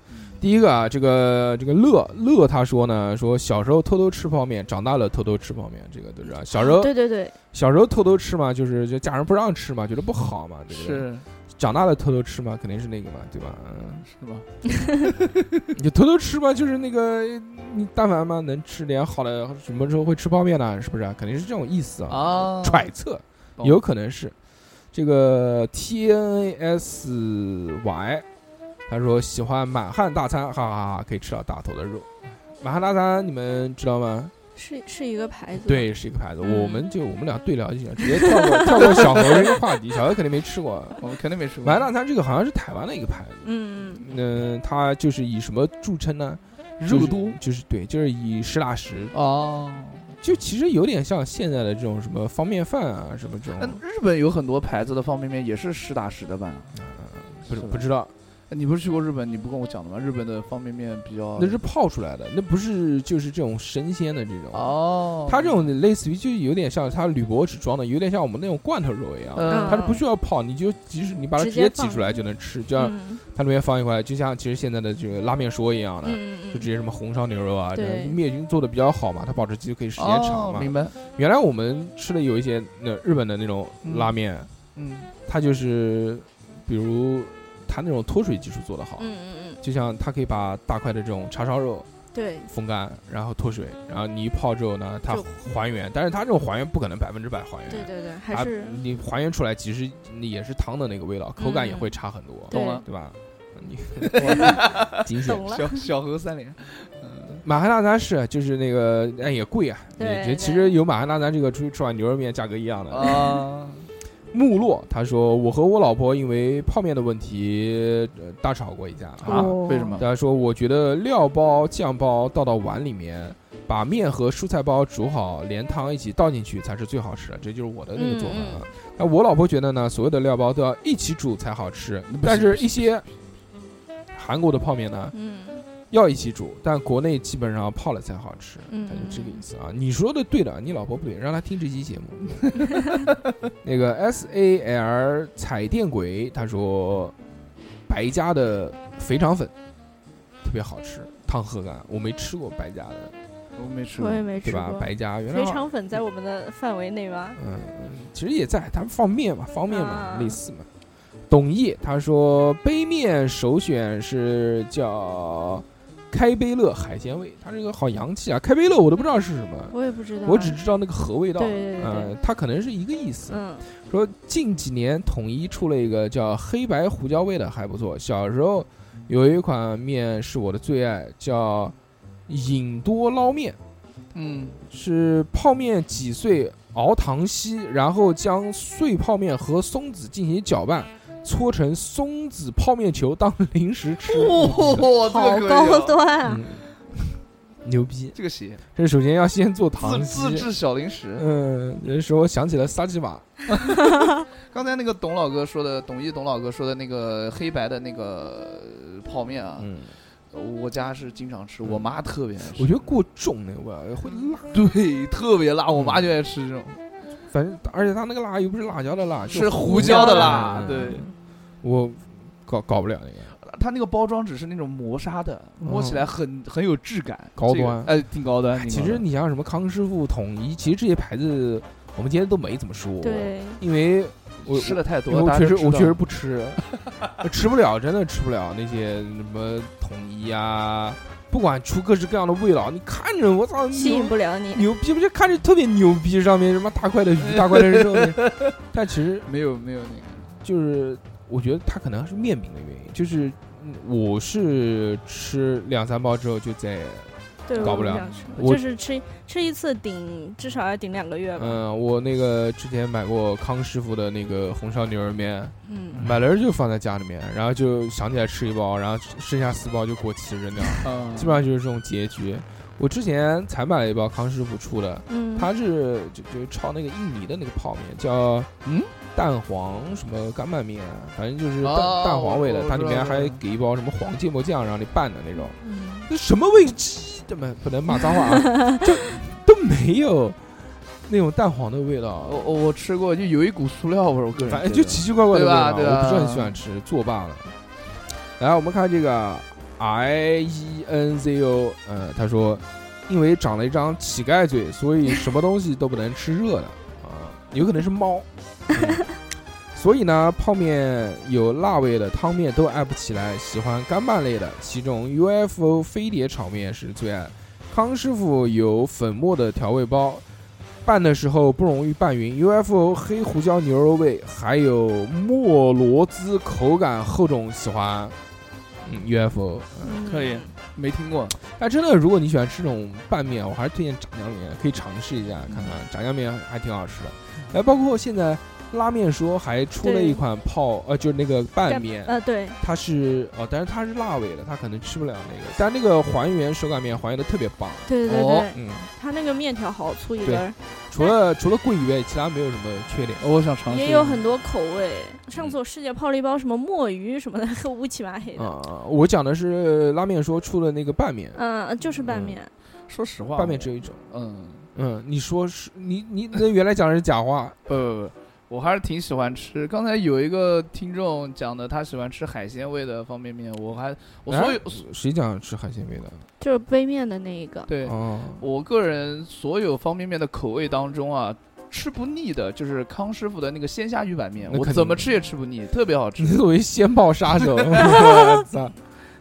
Speaker 2: 第一个啊，这个这个乐乐他说呢，说小时候偷偷吃泡面，长大了偷偷吃泡面，这个都知道。小时候
Speaker 4: 啊对对对，
Speaker 2: 小时候偷偷吃嘛，就是就家人不让吃嘛，觉得不好嘛，对不对？
Speaker 3: 是
Speaker 2: 长大了偷偷吃嘛，肯定是那个嘛，对吧？ 嗯，
Speaker 3: 是吧？
Speaker 2: 你就偷偷吃嘛，就是那个你但凡嘛能吃点好的，什么时候会吃泡面呢？是不是啊、肯定是这种意思啊。
Speaker 3: 啊，
Speaker 2: 揣测
Speaker 3: 懂
Speaker 2: 有可能是这个 T N S Y，他说喜欢满汉大餐，哈哈哈哈，可以吃到大头的肉。满汉大餐你们知道吗？
Speaker 4: 是是一个牌子，，
Speaker 2: 对，是一个牌子。
Speaker 4: 嗯
Speaker 2: 我们就我们俩对聊就行，直接跳过跳过小何这个话题。小何肯定没吃过，
Speaker 3: 我们肯定没吃过。
Speaker 2: 麻辣烫这个好像是台湾的一个牌子，
Speaker 4: 嗯
Speaker 2: 嗯、它就是以什么著称呢？
Speaker 3: 肉
Speaker 2: 就是
Speaker 3: 多
Speaker 2: 就是对，就是以实打实，
Speaker 3: 哦，
Speaker 2: 就其实有点像现在的这种什么方便饭啊，什么这
Speaker 3: 那
Speaker 2: 种，
Speaker 3: 日本有很多牌子的方便面也是实打实的吧？
Speaker 2: 不
Speaker 3: 是
Speaker 2: 呃不
Speaker 3: 吧
Speaker 2: 知道，
Speaker 3: 你不是去过日本？你不跟我讲的吗？日本的方便面比较
Speaker 2: 那是泡出来的，那不是就是这种生鲜的这种。
Speaker 3: 哦，
Speaker 2: 它这种类似于就有点像它铝箔纸装的，有点像我们那种罐头肉一样，
Speaker 3: 嗯
Speaker 2: 它是不需要泡，你就即使你把它直
Speaker 4: 直
Speaker 2: 接
Speaker 4: 接
Speaker 2: 挤出来就能吃，就像
Speaker 4: 嗯
Speaker 2: 它里面放一块，就像其实现在的这个拉面说一样的，
Speaker 4: 嗯
Speaker 2: 就直接什么红烧牛肉啊，
Speaker 4: 对
Speaker 2: 这样灭菌做的比较好嘛，它保质期就可以时间长
Speaker 3: 哦
Speaker 2: 嘛。
Speaker 3: 明白？
Speaker 2: 原来我们吃的有一些那日本的那种拉面，
Speaker 3: 嗯，
Speaker 2: 它就是比如它那种脱水技术做得好，
Speaker 4: 嗯嗯嗯，
Speaker 2: 就像它可以把大块的这种叉烧肉。
Speaker 4: 对，
Speaker 2: 风干，然后脱水，然后你一泡之后呢，它
Speaker 4: 就
Speaker 2: 还原，但是它这种还原不可能百分之百还原，
Speaker 4: 对对对，还是
Speaker 2: 啊、你还原出来，其实你也是汤的那个味道，口感也会差很多，
Speaker 4: 嗯对
Speaker 3: 懂了。
Speaker 2: 对吧？你
Speaker 3: 惊
Speaker 4: 险懂 了
Speaker 3: 小小河三连，
Speaker 2: 满汉大餐是啊就是那个哎也贵啊，
Speaker 4: 对
Speaker 2: 也
Speaker 4: 对
Speaker 2: 其实有满汉大餐这个出去吃碗牛肉面价格一样的。
Speaker 3: 啊，
Speaker 2: 木洛他说我和我老婆因为泡面的问题、呃大吵过一架啊，
Speaker 4: 哦
Speaker 3: 啊为什么？
Speaker 2: 大家说，我觉得料包、酱包倒到碗里面，把面和蔬菜包煮好，连汤一起倒进去才是最好吃的，这就是我的那个做法
Speaker 4: 嗯
Speaker 2: 啊。那我老婆觉得呢，所有的料包都要一起煮才好吃，但是一些韩国的泡面呢
Speaker 4: 嗯
Speaker 2: 要一起煮，但国内基本上泡了才好吃，
Speaker 4: 嗯
Speaker 2: 他就这个意思啊。你说的对的，你老婆不对，让她听这期节目。 那个 S A L 彩电鬼他说，白家的肥肠粉特别好吃，汤喝干，我没吃过白家的，
Speaker 3: 我没吃过
Speaker 4: 我。也没
Speaker 2: 对
Speaker 4: 吃
Speaker 2: 吧？
Speaker 4: 过。
Speaker 2: 白啊家原
Speaker 4: 肥
Speaker 2: 来
Speaker 4: 肠粉在我们的范围内吗？
Speaker 2: 嗯，其实也在，他们放面嘛，方面嘛，
Speaker 4: 啊
Speaker 2: 类似嘛。董毅他说，杯面首选是叫开杯乐海鲜味，它这个好洋气啊！开杯乐我都不知道是什么，
Speaker 4: 我也不知道。
Speaker 2: 我只知道啊那个和味道，
Speaker 4: 对对对
Speaker 2: 呃
Speaker 4: 对，
Speaker 2: 它可能是一个意思。
Speaker 4: 嗯
Speaker 2: 说近几年统一出了一个叫黑白胡椒味的，还不错。小时候有一款面是我的最爱，叫饮多捞面，
Speaker 3: 嗯，
Speaker 2: 是泡面挤碎熬糖稀，然后将碎泡面和松子进行搅拌，搓成松子泡面球当零食吃。
Speaker 3: 哇，这个
Speaker 4: 好
Speaker 3: 可以
Speaker 4: 高
Speaker 3: 啊，
Speaker 4: 端啊！
Speaker 2: 嗯，牛逼！
Speaker 3: 这个行，
Speaker 2: 这首先要先做糖
Speaker 3: 自自
Speaker 2: 稀。
Speaker 3: 制小零食。
Speaker 2: 嗯，那时候想起了沙琪玛，
Speaker 3: 刚才那个董老哥说的，董一董老哥说的那个黑白的那个呃泡面啊，
Speaker 2: 嗯，
Speaker 3: 我家是经常吃，我妈特别爱吃。
Speaker 2: 我觉得过重那个味儿会辣，
Speaker 3: 对，特别辣，我妈就爱吃这种，
Speaker 2: 反正而且它那个辣又不是辣椒的辣，就是
Speaker 3: 胡椒的辣。对，，
Speaker 2: 嗯我搞搞不了那个，
Speaker 3: 它那个包装只是那种磨砂的，摸起来很很有质感，
Speaker 2: 嗯高
Speaker 3: 这个
Speaker 2: 端
Speaker 3: 哎，挺高端。挺
Speaker 2: 其
Speaker 3: 高
Speaker 2: 实
Speaker 3: 端
Speaker 2: 你像什么康师傅、统一，其实这些牌子我们今天都没怎么说，，
Speaker 4: 对，
Speaker 2: 因为我
Speaker 3: 吃的太多，
Speaker 2: 我
Speaker 3: 大家
Speaker 2: 确实
Speaker 3: 都知
Speaker 2: 我
Speaker 3: 道
Speaker 2: 确实不吃，吃不了，真的吃不了那些什么统一啊，不管出各式各样的味道，你看着我嗯操，
Speaker 4: 吸引
Speaker 2: 牛
Speaker 4: 不了你。
Speaker 2: 牛逼不是看着特别牛逼，上面什么大块的鱼、大块的肉， 但其实
Speaker 3: 没有没有那
Speaker 2: 就是我觉得它可能是面饼的原因，就是嗯我是吃两三包之后就再，
Speaker 4: 对，
Speaker 2: 搞
Speaker 4: 我
Speaker 2: 不了
Speaker 4: 想吃
Speaker 2: 我
Speaker 4: 就是吃吃一次顶，至少要顶两个月吧。
Speaker 2: 嗯，我那个之前买过康师傅的那个红烧牛肉面，
Speaker 4: 嗯，
Speaker 2: 买了就放在家里面，然后就想起来吃一包，然后剩下四包就过期扔掉，
Speaker 3: 个，嗯，
Speaker 2: 基本上就是这种结局。我之前才买了一包康师傅出的，
Speaker 4: 嗯，
Speaker 2: 它是就就抄那个印尼的那个泡面，叫
Speaker 3: 嗯
Speaker 2: 蛋黄什么干拌面，反正就是蛋、
Speaker 3: 哦
Speaker 2: 蛋黄味的
Speaker 3: 我，
Speaker 2: 它里面
Speaker 3: 我知道
Speaker 2: 还给一包什么黄芥末酱让你拌的那 种，
Speaker 4: 嗯
Speaker 2: 那什么味鸡，这么不能骂脏话啊，就都没有那种蛋黄的味道，
Speaker 3: 我我我吃过，就有一股塑料味儿，我个人
Speaker 2: 反正
Speaker 3: 觉
Speaker 2: 就
Speaker 3: 得
Speaker 2: 奇奇怪怪的味
Speaker 3: 对吧
Speaker 2: 道
Speaker 3: 对啊吧
Speaker 2: 我不是很喜欢吃，作罢了。来，我们看这个 I E N Z O，呃，他说，因为长了一张乞丐嘴，所以什么东西都不能吃热的啊，有可能是猫。嗯所以呢，泡面有辣味的汤面都爱不起来，喜欢干拌类的，其中 UFO 飞碟炒面是最爱。康师傅有粉末的调味包，拌的时候不容易拌匀。UFO 黑胡椒牛肉味，还有莫罗兹口感厚重，喜欢。嗯，UFO，
Speaker 4: 嗯
Speaker 3: 可以没听过，
Speaker 2: 但真的，如果你喜欢吃这种拌面，我还是推荐炸酱面，可以尝试一下看看，炸酱面还挺好吃的。哎，包括现在拉面说还出了
Speaker 4: 对
Speaker 2: 一款泡，呃，就是那个拌面，
Speaker 4: 呃，对，
Speaker 2: 它是哦，但是它是辣味的，它可能吃不了那个，但那个还原手擀面还原的特别棒。
Speaker 4: 对对
Speaker 3: 哦
Speaker 4: 对，
Speaker 2: 嗯，
Speaker 4: 它那个面条好粗一
Speaker 2: 对
Speaker 4: 根儿，
Speaker 2: 除了除了贵以外，其他没有什么缺点。
Speaker 3: 哦我想尝试一下。
Speaker 4: 也有很多口味。
Speaker 2: 嗯
Speaker 4: 上次我世界泡了一包什么墨鱼什么的， 乌漆麻黑的。
Speaker 2: 啊、我讲的是拉面说出了那个拌面，
Speaker 4: 嗯，就是拌面。
Speaker 3: 说实话，
Speaker 2: 拌面只有一种。
Speaker 3: 嗯，
Speaker 2: 嗯，你说是你你那原来讲的是假话，
Speaker 3: 不不不，我还是挺喜欢吃。刚才有一个听众讲的，他喜欢吃海鲜味的方便面，我还我所有、
Speaker 2: 谁讲吃海鲜味的？
Speaker 4: 就是杯面的那一个，
Speaker 3: 对、
Speaker 2: 哦，
Speaker 3: 我个人所有方便面的口味当中啊。吃不腻的，就是康师傅的那个鲜虾鱼板面，
Speaker 2: 那
Speaker 3: 我
Speaker 2: 肯定
Speaker 3: 怎么吃也吃不腻，特别好 吃
Speaker 2: 你，作为鲜爆杀 手，我操，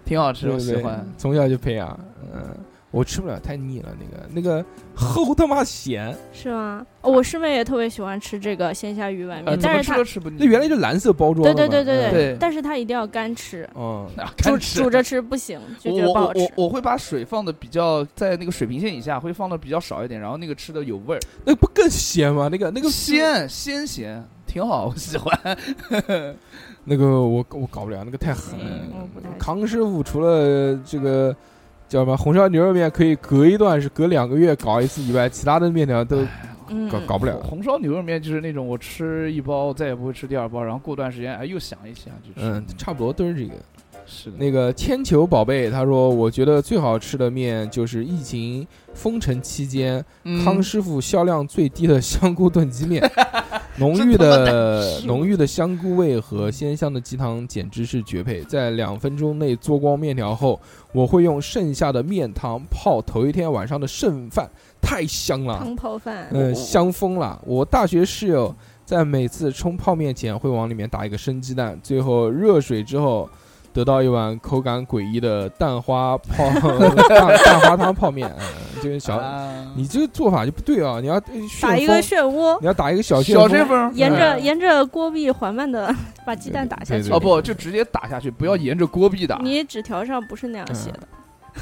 Speaker 3: 挺好吃，
Speaker 2: 对
Speaker 3: 我
Speaker 2: 不
Speaker 3: 喜
Speaker 2: 对
Speaker 3: 欢。？
Speaker 2: 从小就培养，嗯。我吃不了，太腻了。那个那个齁他妈咸，
Speaker 4: 是吗？哦我师妹也特别喜欢吃这个鲜虾鱼板
Speaker 2: 呃
Speaker 4: 面，
Speaker 3: 怎么
Speaker 4: 但是
Speaker 3: 吃
Speaker 4: 她
Speaker 3: 都吃不腻。
Speaker 2: 那原来就蓝色包装的
Speaker 4: 对
Speaker 2: 嘛。
Speaker 4: 对对
Speaker 2: 嗯
Speaker 4: 对
Speaker 3: 对
Speaker 4: 但是她一定要干吃，
Speaker 2: 嗯，
Speaker 3: 哪
Speaker 4: 煮
Speaker 3: 敢啊吃
Speaker 4: 煮 着吃不行，就
Speaker 3: 我
Speaker 4: 觉得
Speaker 3: 我
Speaker 4: 不好吃
Speaker 3: 我。我会把水放的比较在那个水平线以下，会放的比较少一点，然后那个吃的有味儿，
Speaker 2: 那不更咸吗？那个那个
Speaker 3: 鲜鲜咸，挺好，我喜欢。
Speaker 2: 那个我我搞不了，那个太狠了。
Speaker 4: 嗯我不太喜欢
Speaker 2: 康师傅除了这个叫什么红烧牛肉面，可以隔一段是隔两个月搞一次以外，其他的面条都
Speaker 4: 嗯，
Speaker 2: 搞搞不了。
Speaker 3: 红烧牛肉面就是那种我吃一包再也不会吃第二包，然后过段时间哎又想一想就吃。
Speaker 2: 嗯嗯，差不多都是这个。
Speaker 3: 是的，
Speaker 2: 那个千球宝贝他说，我觉得最好吃的面就是疫情封城期间、
Speaker 3: 嗯
Speaker 2: 康师傅销量最低的香菇炖鸡面，浓郁
Speaker 3: 难
Speaker 2: 的
Speaker 3: 吃
Speaker 2: 浓郁的香菇味和鲜香的鸡汤简直是绝配。在两分钟内做光面条后，我会用剩下的面汤泡头一天晚上的剩饭，太香了。
Speaker 4: 汤泡饭，
Speaker 2: 啊嗯，香疯了！我大学室友在每次冲泡面前会往里面打一个生鸡蛋，最后热水之后得到一碗口感诡异的蛋花泡 蛋蛋花汤泡面。嗯，就是小，
Speaker 3: 啊
Speaker 2: 你这个做法就不对啊！你要呃旋
Speaker 4: 打一
Speaker 2: 风
Speaker 4: 个漩涡，
Speaker 2: 你要打一个小旋
Speaker 3: 小
Speaker 2: 风
Speaker 3: 旋风
Speaker 4: 沿着
Speaker 3: 嗯
Speaker 4: 沿着锅壁缓慢的把鸡蛋打下
Speaker 2: 对对
Speaker 4: 去
Speaker 2: 对。
Speaker 3: 哦不，就直接打下去，不要沿着锅壁打。
Speaker 4: 你纸条上不是那样写的，
Speaker 3: 我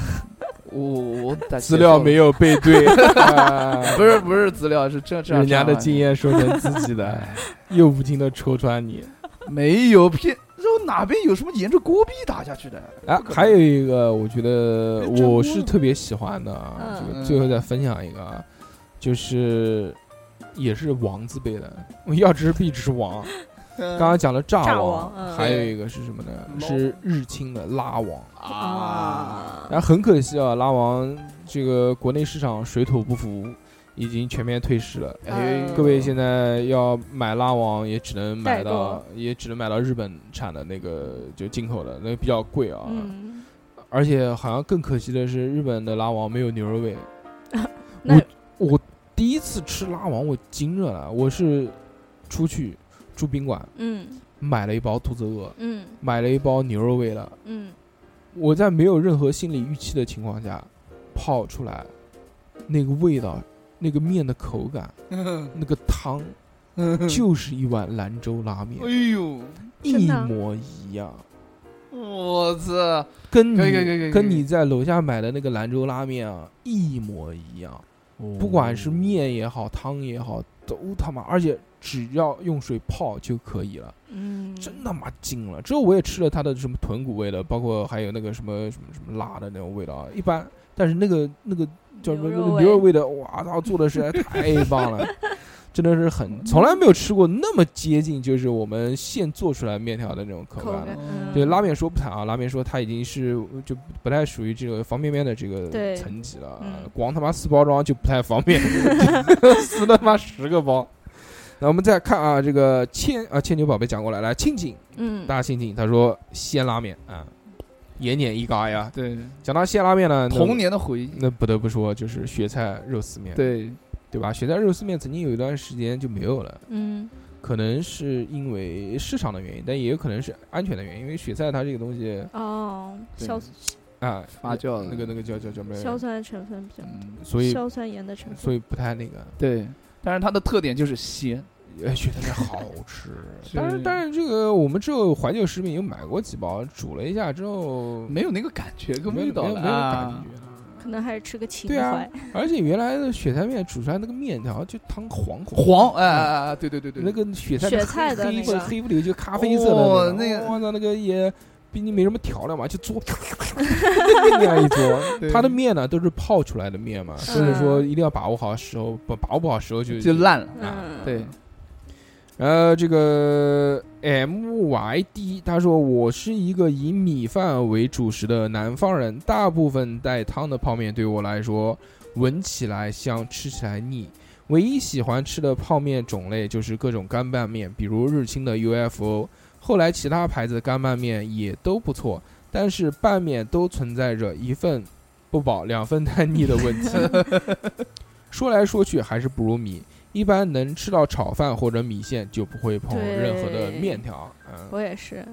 Speaker 3: 我我打
Speaker 2: 资料没
Speaker 3: 有，
Speaker 2: 有背 对，啊
Speaker 3: 不是不是资料，是这这样啊哎
Speaker 2: 人家的经
Speaker 3: 验
Speaker 2: 验说成自己的，又无情的戳穿你。
Speaker 3: 没有骗。然后哪边有什么沿着锅壁打下去的？
Speaker 2: 哎
Speaker 3: 不，可能
Speaker 2: 还有一个，我觉得
Speaker 3: 这
Speaker 2: 我
Speaker 3: 锅
Speaker 2: 是特别喜欢的啊，
Speaker 4: 嗯
Speaker 2: 这个最后再分享一个，啊，就是也是王字辈的， 我要吃必吃王。
Speaker 3: 嗯
Speaker 2: 刚刚讲了炸
Speaker 4: 炸
Speaker 2: 王
Speaker 4: 王，嗯
Speaker 2: 还有一个是什么呢？
Speaker 3: 对
Speaker 2: 是日清的拉王。
Speaker 3: 啊，
Speaker 2: 然后很可惜啊，拉王这个国内市场水土不服，已经全面退市了。
Speaker 3: 哎
Speaker 4: 嗯，
Speaker 2: 各位现在要买拉王，也只能买
Speaker 4: 代购
Speaker 2: 到，也只能买到日本产的那个，就进口的，那个比较贵啊。
Speaker 4: 嗯，
Speaker 2: 而且好像更可惜的是，日本的拉王没有牛肉味。
Speaker 4: 那
Speaker 2: 我第一次吃拉王，我惊着了。我是出去住宾馆
Speaker 4: 嗯
Speaker 2: 买了一包肚子饿，
Speaker 4: 嗯
Speaker 2: 买了一包牛肉味的。
Speaker 4: 嗯，
Speaker 2: 我在没有任何心理预期的情况下泡出来，那个味道，那个面的口感，那个汤，就是一碗兰州拉面
Speaker 3: 嗯哎，呦，
Speaker 2: 一
Speaker 4: 真的啊
Speaker 2: 模一样。
Speaker 3: 我操！
Speaker 2: 跟你
Speaker 3: 可以可以可以可以
Speaker 2: 跟你在楼下买的那个兰州拉面啊一模一样，不管是面也好，汤也好，都他妈，而且只要用水泡就可以了，
Speaker 4: 嗯，
Speaker 2: 真他妈惊了。之后我也吃了它的什么豚骨味的，包括还有那个什么什么什么辣的那种味道啊，一般，但是那个那个叫什么
Speaker 4: 牛肉
Speaker 2: 牛肉
Speaker 4: 味
Speaker 2: 味的，哇操，做的实在 太棒了。真的是很从来没有吃过那么接近，就是我们现做出来面条的那种口
Speaker 4: 口
Speaker 2: 感了
Speaker 4: 感。，嗯
Speaker 2: 对拉面说不谈啊，拉面说它已经是呃就不太属于这个方便面的这个
Speaker 4: 对
Speaker 2: 层级了，
Speaker 4: 嗯
Speaker 2: 光他妈四包装就不太方便， 撕他妈十个包。那我们再看啊，这个千啊千牛宝贝讲过来，来庆庆
Speaker 4: 嗯
Speaker 2: 大家庆庆，他说鲜拉面啊，延年益嘎呀。
Speaker 3: 对
Speaker 2: 讲到鲜拉面呢，那
Speaker 3: 童年的回忆，
Speaker 2: 那不得不说就是雪菜肉丝面，
Speaker 3: 对，
Speaker 2: 对吧？雪菜肉丝面曾经有一段时间就没有了。
Speaker 4: 嗯
Speaker 2: 可能是因为市场的原因，但也有可能是安全的原因，因为雪菜它这个东西，
Speaker 4: 哦，
Speaker 3: 对
Speaker 4: 硝
Speaker 2: 啊，
Speaker 3: 发酵
Speaker 2: 那个那个叫叫叫什么来
Speaker 4: 硝
Speaker 2: 着？
Speaker 4: 酸的成分比较
Speaker 3: 嗯，
Speaker 2: 所以
Speaker 4: 硝酸盐的成分，
Speaker 2: 所以不太那个，
Speaker 3: 对。但是它的特点就是咸，
Speaker 2: 呃，雪菜面好吃
Speaker 3: 是。
Speaker 2: 但是但是这个我们之后怀旧食品又买过几包，煮了一下之后
Speaker 3: 嗯没有那个感觉跟
Speaker 2: 没有
Speaker 3: 味道
Speaker 2: 没有
Speaker 3: 了
Speaker 2: 没有感
Speaker 3: 啊
Speaker 2: 觉。。
Speaker 4: 可能还是吃个情
Speaker 2: 对啊
Speaker 4: 怀，，
Speaker 2: 而且原来的雪菜面煮出来那个面条就汤黄
Speaker 3: 黄，哎哎
Speaker 2: 嗯
Speaker 3: 哎哎，对对对对，
Speaker 2: 那个雪菜
Speaker 4: 雪
Speaker 2: 黑
Speaker 4: 菜的
Speaker 2: 黑
Speaker 4: 那
Speaker 2: 不
Speaker 4: 个
Speaker 2: 黑不溜就咖啡色的
Speaker 3: 哦
Speaker 2: 那
Speaker 3: 那
Speaker 2: 个，
Speaker 3: 个
Speaker 2: 我操那个也。毕竟没什么调料嘛，就 做那样一做。
Speaker 3: 对
Speaker 2: 它的面呢都是泡出来的面嘛，所以
Speaker 4: 是
Speaker 2: 说一定要把握好时候，不把握不好时候就啊
Speaker 3: 就烂了。
Speaker 4: 嗯，
Speaker 3: 对，
Speaker 2: 呃，这个 M Y D 他说我是一个以米饭为主食的南方人，大部分带汤的泡面对我来说闻起来香，吃起来腻。唯一喜欢吃的泡面种类就是各种干拌面，比如日清的 UFO。后来其他牌子的干拌面也都不错，但是拌面都存在着一份不饱，两份太腻的问题。说来说去还是不如米。一般能吃到炒饭或者米线，就不会碰
Speaker 4: 对
Speaker 2: 任何的面条。嗯，
Speaker 4: 我也是。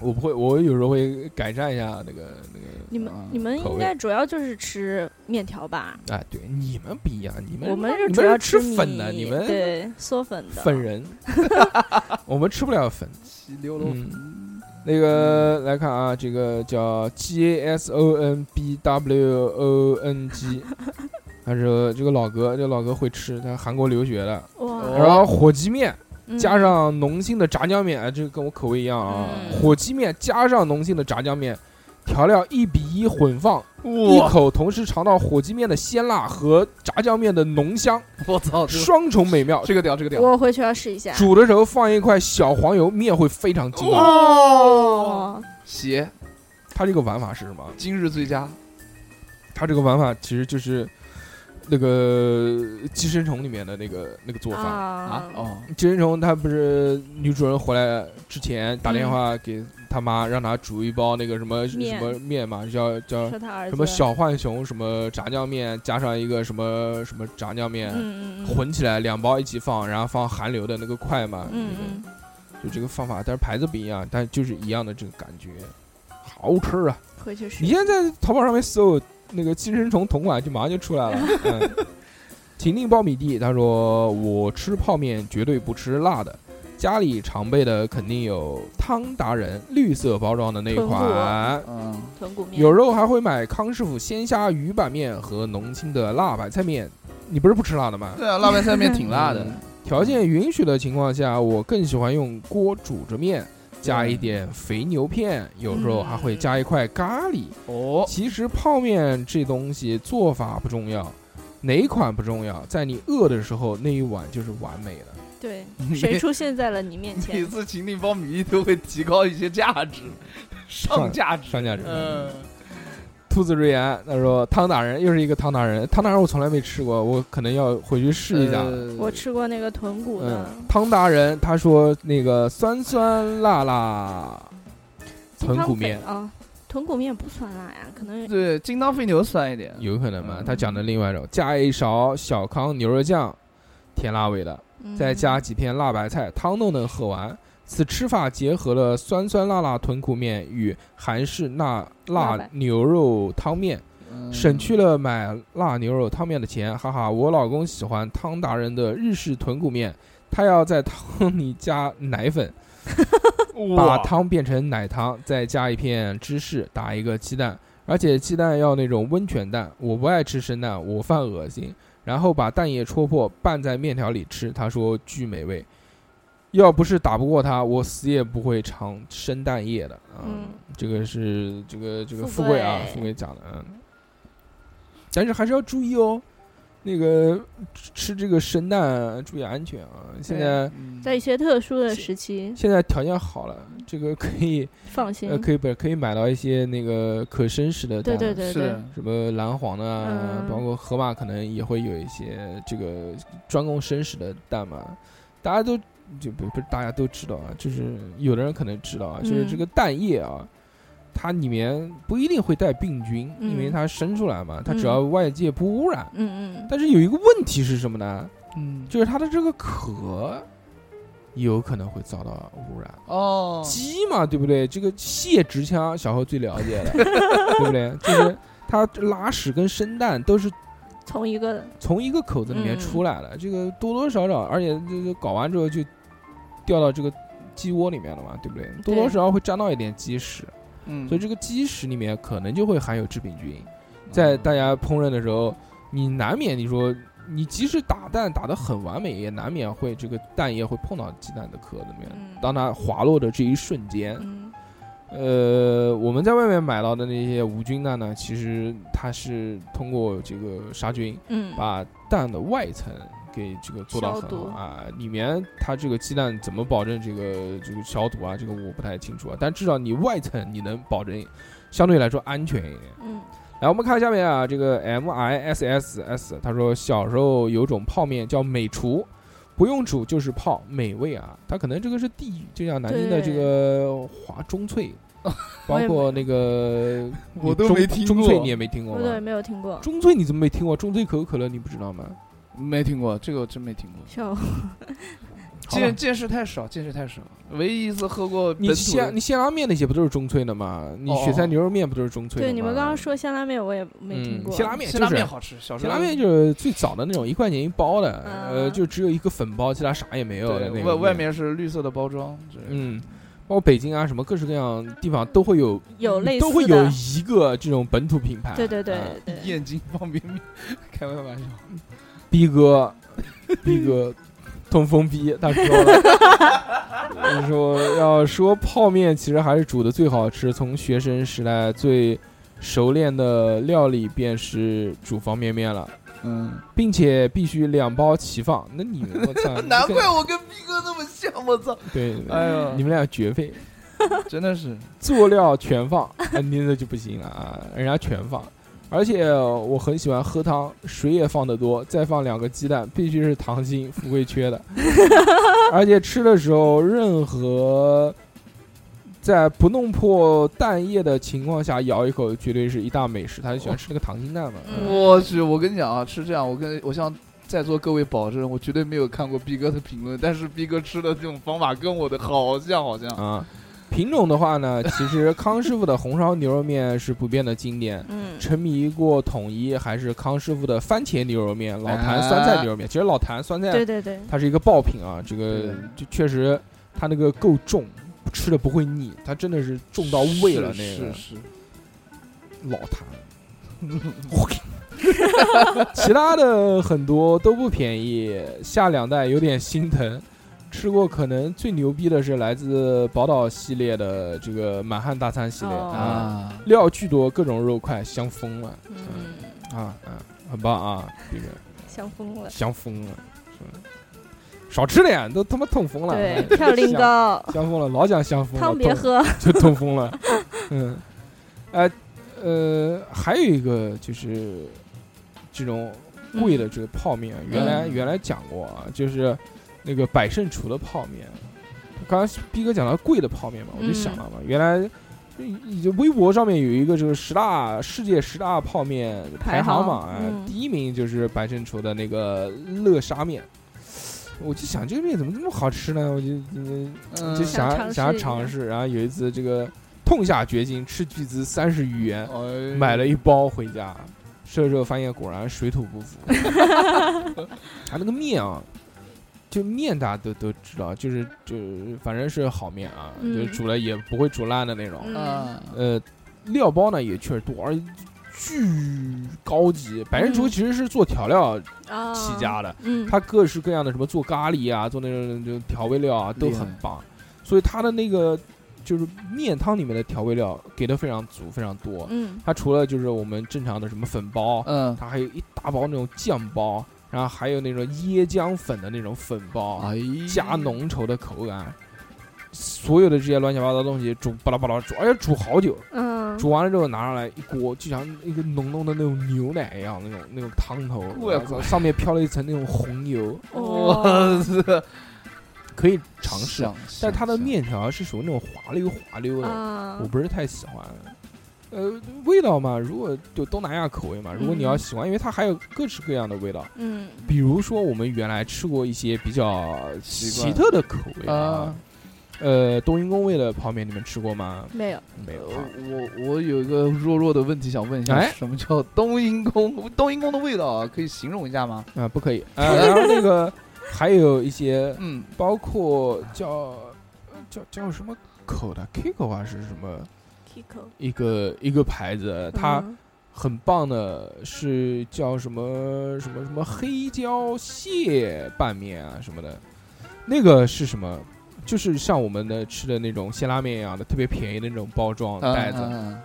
Speaker 2: 我不会，我有时候会改善一下那个那
Speaker 4: 你们
Speaker 3: 啊
Speaker 4: 你们
Speaker 2: 口
Speaker 4: 应
Speaker 2: 味
Speaker 4: 该主要就是吃面条吧？
Speaker 2: 个。哎，对，你们不一样，你们
Speaker 4: 我们
Speaker 2: 你们
Speaker 4: 主要
Speaker 2: 吃
Speaker 4: 米
Speaker 2: 粉的，你们
Speaker 4: 对嗦粉
Speaker 3: 啊
Speaker 4: 的
Speaker 2: 粉人， 我们吃不了粉。
Speaker 3: 吸溜溜嗯
Speaker 2: 那个来看啊，这个叫 G A S O N B W O N G，他说这个老哥，这老哥会吃，他韩国留学的，
Speaker 4: 哇，
Speaker 3: 哦
Speaker 2: 然后火鸡面。
Speaker 4: 嗯
Speaker 2: 加上浓性的炸酱面，哎，这个跟我口味一样啊。
Speaker 4: 嗯
Speaker 2: 火鸡面加上浓性的炸酱面，调料一比一混放，一
Speaker 3: 哇！
Speaker 2: 口同时尝到火鸡面的鲜辣和炸酱面的浓香，
Speaker 3: 我操，这个
Speaker 2: 双重美妙。
Speaker 3: 哦 这个屌，这个屌！
Speaker 4: 我回去要试一下。
Speaker 2: 煮的时候放一块小黄油，面会非常筋道。
Speaker 3: 哦，
Speaker 4: 哦，
Speaker 3: 鞋
Speaker 2: 它这个玩法是什么？
Speaker 3: 今日最佳，
Speaker 2: 它这个玩法其实就是那个寄生虫里面的那个那个做法。
Speaker 3: 啊
Speaker 4: 啊，
Speaker 3: 哦，
Speaker 2: 寄生虫它不是女主人回来之前打电话给她妈，让她煮一包那个什么
Speaker 4: 嗯面
Speaker 2: 什么面嘛，叫叫
Speaker 4: 说他儿子
Speaker 2: 什么小浣熊什么炸酱面，加上一个什么什么炸酱面。
Speaker 4: 嗯嗯嗯
Speaker 2: 混起来，两包一起放，然后放韩流的那个块嘛，
Speaker 4: 嗯
Speaker 2: 那个
Speaker 4: 嗯，
Speaker 2: 就这个方法，但是牌子不一样，但就是一样的这个感觉，好吃啊！
Speaker 4: 回去
Speaker 2: 你
Speaker 4: 试。
Speaker 2: 现在在淘宝上面搜那个寄生虫同款，就马上就出来了。嗯、婷婷苞米地他说：“我吃泡面绝对不吃辣的，家里常备的肯定有汤达人绿色包装的那
Speaker 4: 豚骨
Speaker 2: 款。”
Speaker 3: 嗯，
Speaker 4: 豚骨面
Speaker 2: 有时候还会买康师傅鲜虾鱼板面和农青的辣白菜面。你不是不吃辣的吗？
Speaker 3: 对啊，辣白菜面挺辣的，
Speaker 2: 嗯条件允许的情况下，我更喜欢用锅煮着面，加一点肥牛片，有时候还会加一块咖喱。
Speaker 3: 哦，
Speaker 2: 其实泡面这东西做法不重要，哪一款不重要，在你饿的时候那一碗就是完美的。
Speaker 4: 对，谁出现在了你面
Speaker 3: 每
Speaker 4: 前？
Speaker 3: 次情定苞米都会提高一些价值， 上价值，
Speaker 2: 上价值
Speaker 3: 嗯，
Speaker 2: 兔子瑞安他说汤达人又是一个汤达人，汤达人我从来没吃过，我可能要回去试一下。
Speaker 3: 呃
Speaker 4: 我吃过那个豚骨
Speaker 2: 嗯
Speaker 4: 的，，
Speaker 2: 汤达人他说那个酸酸辣辣
Speaker 4: 金
Speaker 2: 豚
Speaker 4: 汤
Speaker 2: 骨
Speaker 4: 粉
Speaker 2: 面，
Speaker 4: 啊，豚骨面不酸辣呀，可能
Speaker 3: 对金汤肥牛酸一点，
Speaker 2: 有可能吧？
Speaker 3: 嗯
Speaker 2: 他讲的另外一种，加一勺小康牛肉酱，甜辣味的，
Speaker 4: 嗯
Speaker 2: 再加几片辣白菜，汤都能喝完。此吃法结合了酸酸辣辣豚骨面与韩式辣
Speaker 4: 辣
Speaker 2: 辣
Speaker 4: 白
Speaker 2: 牛肉汤面，
Speaker 3: 嗯
Speaker 2: 省去了买辣牛肉汤面的钱，哈哈！我老公喜欢汤达人的日式豚骨面，他要在汤里加奶粉，把
Speaker 3: 哇
Speaker 2: 汤变成奶汤，再加一片芝士，打一个鸡蛋，而且鸡蛋要那种温泉蛋，我不爱吃生蛋，我犯恶心。然后把蛋液戳破，拌在面条里吃，他说巨美味。要不是打不过他，我死也不会尝生蛋液的。啊、
Speaker 4: 嗯
Speaker 2: 这个是这个这个
Speaker 4: 富
Speaker 2: 富贵啊，
Speaker 4: 贵
Speaker 2: 富贵讲的，嗯。但是还是要注意哦，那个吃吃这个生蛋注意安全啊。现在
Speaker 3: 嗯
Speaker 4: 在一些特殊的时期
Speaker 2: 现在条件好了，这个可以
Speaker 4: 放心
Speaker 2: 呃，。可以不可以买到一些那个可生食的
Speaker 4: 对
Speaker 2: 蛋，啊
Speaker 4: 对对
Speaker 3: 是
Speaker 4: 对，
Speaker 3: 的，
Speaker 2: 什么蓝黄的啊，
Speaker 4: 嗯
Speaker 2: 包括河马可能也会有一些这个专供生食的蛋嘛。大家都就不不是大家都知道啊，就是有的人可能知道啊，就是
Speaker 4: 嗯
Speaker 2: 这个蛋液啊。它里面不一定会带病菌，因为
Speaker 4: 嗯
Speaker 2: 它生出来嘛，它只
Speaker 4: 嗯
Speaker 2: 要外界不污染。
Speaker 4: 嗯嗯，
Speaker 2: 但是有一个问题是什么呢？
Speaker 3: 嗯，
Speaker 2: 就是它的这个壳有可能会遭到污染。
Speaker 3: 哦，
Speaker 2: 鸡嘛，对不对？这个蟹殖腔，小何最了解的，对不对？就是它拉屎跟生蛋都是
Speaker 4: 从一个
Speaker 2: 从一个口子里面出来的，这个多多少少，而且这个搞完之后就掉到这个鸡窝里面了嘛，对不对？多多少少会沾到一点鸡屎，
Speaker 3: 嗯，
Speaker 2: 所以这个鸡屎里面可能就会含有致病菌。在大家烹饪的时候，你难免你说你即使打蛋打得很完美，也难免会这个蛋液会碰到鸡蛋的壳子里面。
Speaker 4: 嗯
Speaker 2: 当它滑落的这一瞬间，
Speaker 4: 嗯
Speaker 2: 呃，我们在外面买到的那些无菌蛋呢，其实它是通过这个杀菌
Speaker 4: 嗯
Speaker 2: 把蛋的外层给这个做到
Speaker 4: 消
Speaker 2: 很好
Speaker 4: 毒
Speaker 2: 啊，里面它这个鸡蛋怎么保证这个这个消毒啊？这个我不太清楚啊，但至少你外层你能保证相对来说安全一点。
Speaker 4: 嗯
Speaker 2: 来，我们看下面啊，这个 M I S S S，他说小时候有种泡面叫美厨，不用煮就是泡，美味啊。他可能这个是地域，就像南京的这
Speaker 4: 对
Speaker 2: 个华中脆，包
Speaker 4: 我也
Speaker 2: 括那个
Speaker 3: 我都
Speaker 2: 中
Speaker 3: 没听
Speaker 2: 中
Speaker 3: 过
Speaker 2: 脆你也没听过
Speaker 4: 不哦对，
Speaker 2: 吗？
Speaker 4: 没有听过。
Speaker 2: 中脆你怎么没听过？中脆可口可乐你不知道吗？
Speaker 3: 没听过这个，我真没听过，
Speaker 4: 笑，
Speaker 2: 好吧
Speaker 3: 见见识太少，见识太少，唯一一次喝过本
Speaker 2: 你
Speaker 3: 土的
Speaker 2: 鲜你鲜拉面那些不都是中脆的吗？你
Speaker 3: 哦
Speaker 2: 雪菜牛肉面不都是中脆的吗？
Speaker 4: 对你们刚刚说香拉面，我也没听
Speaker 2: 嗯
Speaker 4: 过。
Speaker 2: 香拉面
Speaker 3: 辛
Speaker 2: 就是
Speaker 3: 拉面好吃，小时
Speaker 2: 鲜
Speaker 3: 候
Speaker 2: 拉面就是最早的那种一块钱一包的，呃，
Speaker 4: 啊
Speaker 2: 就只有一个粉包，其他啥也没有的那
Speaker 3: 对
Speaker 2: 个
Speaker 3: 外外
Speaker 2: 面
Speaker 3: 面是绿色的包装，这
Speaker 2: 嗯，包括北京啊，什么各式各样地方都会有
Speaker 4: 有类似
Speaker 2: 都会
Speaker 4: 的
Speaker 2: 有一个这种本土品牌。
Speaker 4: 对对对
Speaker 2: 嗯
Speaker 4: 对对，
Speaker 3: 燕京方便面，开玩笑，
Speaker 2: 逼 哥，逼哥，通风逼，他说了， 他说要说泡面，其实还是煮的最好吃。从学生时代最熟练的料理便是煮方便面了。
Speaker 3: 嗯，
Speaker 2: 并且必须两包齐放，那你们我操
Speaker 3: ，难
Speaker 2: 你
Speaker 3: 怪
Speaker 2: 跟
Speaker 3: 我跟逼哥那么像，我操，
Speaker 2: 对，
Speaker 3: 哎呦，
Speaker 2: 你们俩绝配。
Speaker 3: 真的是
Speaker 2: 佐料全放， 啊你那就不行了啊，人家全放。而且我很喜欢喝汤，水也放得多，再放两个鸡蛋，必须是糖心富贵缺的。 而且吃的时候，任何在不弄破蛋液的情况下咬一口，绝对是一大美食。他就喜欢吃那个糖心蛋嘛。
Speaker 4: 嗯
Speaker 3: 我去，我跟你讲啊，是这样，我跟我向在座各位保证，我绝对没有看过逼哥的评论，但是逼哥吃的这种方法跟我的好像好像。
Speaker 2: 啊，品种的话呢，其实康师傅的红烧牛肉面是不变的经典。
Speaker 4: 嗯，
Speaker 2: 沉迷过统一还是康师傅的番茄牛肉面、老坛酸菜牛肉面。
Speaker 3: 哎
Speaker 2: 其实老坛酸菜
Speaker 4: 对对对，
Speaker 2: 它是一个爆品啊，这
Speaker 3: 对
Speaker 2: 个就确实它那个够重，吃的不会腻，它真的是重到位了那
Speaker 3: 是
Speaker 2: 个
Speaker 3: 是是，
Speaker 2: 老坛。 其他的很多都不便宜，下两代有点心疼。吃过可能最牛逼的是来自宝岛系列的这个满汉大餐系列、
Speaker 4: 哦
Speaker 2: 啊，
Speaker 3: 啊，
Speaker 2: 料巨多，各种肉块，香疯了
Speaker 4: 嗯，
Speaker 2: 啊啊，很棒啊，这个
Speaker 4: 想疯了，
Speaker 2: 香疯了，是吧少吃点，都他妈痛风了。
Speaker 4: 对，嘌呤
Speaker 2: 香
Speaker 4: 高，
Speaker 2: 香疯了，老讲香疯了，
Speaker 4: 汤别
Speaker 2: 痛
Speaker 4: 喝，
Speaker 2: 就痛风了。嗯，呃呃，还有一个就是这种贵的这个泡面，啊原来
Speaker 3: 嗯
Speaker 2: 原来讲过啊，就是那个百胜厨的泡面。刚刚逼哥讲到贵的泡面嘛，我就
Speaker 4: 嗯
Speaker 2: 想到嘛，原来。就微博上面有一个这个十大世界十大泡面排行榜啊
Speaker 4: 排，行嗯
Speaker 2: 第一名就是百胜厨的那个乐沙面，我就想这个面怎么这么好吃呢？我就、嗯就
Speaker 3: 嗯，
Speaker 2: 想
Speaker 4: 想
Speaker 2: 要
Speaker 4: 尝
Speaker 2: 想要
Speaker 4: 试一
Speaker 2: 尝
Speaker 4: 下
Speaker 2: 试，然后有一次这个痛下决心，斥巨资三十余元
Speaker 3: 哎
Speaker 4: 嗯
Speaker 2: 买了一包回家，吃了之后发现果然水土不 服。它那个面啊，就面大家都都知道，就是就反正是好面啊，
Speaker 4: 嗯
Speaker 2: 就煮了也不会煮烂的那种。
Speaker 4: 嗯，
Speaker 3: 啊，
Speaker 2: 呃，料包呢也确实多，而且巨高级。百人厨
Speaker 4: 嗯
Speaker 2: 其实是做调料
Speaker 4: 啊
Speaker 2: 起，家的，
Speaker 4: 嗯，
Speaker 2: 它各式各样的什么做咖喱啊，做那种就调味料啊都
Speaker 3: 厉害
Speaker 2: 很棒，所以它的那个就是面汤里面的调味料给的非常足，非常多。
Speaker 4: 嗯，
Speaker 2: 它除了就是我们正常的什么粉包，
Speaker 3: 嗯，
Speaker 2: 它还有一大包那种酱包，然后还有那种椰浆粉的那种粉包，
Speaker 3: 哎，
Speaker 2: 加浓稠的口感。所有的这些乱七八糟的东西煮巴拉巴拉煮，而且煮好久，
Speaker 4: 嗯，
Speaker 2: 煮完了之后拿上来一锅，就像一个浓浓的那种牛奶一样，那种那种汤头，
Speaker 3: 我
Speaker 2: 然后上面飘了一层那种红油，
Speaker 4: 哦，
Speaker 3: 这
Speaker 2: 可以尝试，
Speaker 3: 想，
Speaker 2: 但它的
Speaker 3: 想，
Speaker 2: 面条是属于那种滑溜滑溜的，
Speaker 4: 啊
Speaker 2: 我，不是太喜欢。呃，味道嘛，如果就东南亚口味嘛，如果你要喜欢，因为它还有各式各样的味道，
Speaker 4: 嗯，
Speaker 2: 比如说我们原来吃过一些比较
Speaker 3: 奇
Speaker 2: 奇
Speaker 3: 怪
Speaker 2: 特的口味
Speaker 3: 啊，
Speaker 2: 呃，冬阴功味的泡面你们吃过吗？
Speaker 4: 没有，
Speaker 2: 没有啊。
Speaker 3: 我我有一个弱弱的问题想问一下，
Speaker 2: 哎
Speaker 3: 什么叫冬阴功？冬阴功的味道啊，可以形容一下吗？
Speaker 2: 啊，不可以。啊，然后那个还有一些
Speaker 3: 嗯，
Speaker 2: 包括叫呃叫叫什么口的 Kiko 还是什么
Speaker 4: Kiko，
Speaker 2: 一个一个牌子，它
Speaker 4: 嗯
Speaker 2: 很棒的是叫什么什么什么黑椒蟹拌面啊什么的，那个是什么？就是像我们的吃的那种鲜拉面一样的，特别便宜的那种包装
Speaker 3: 嗯
Speaker 2: 袋子，
Speaker 3: 嗯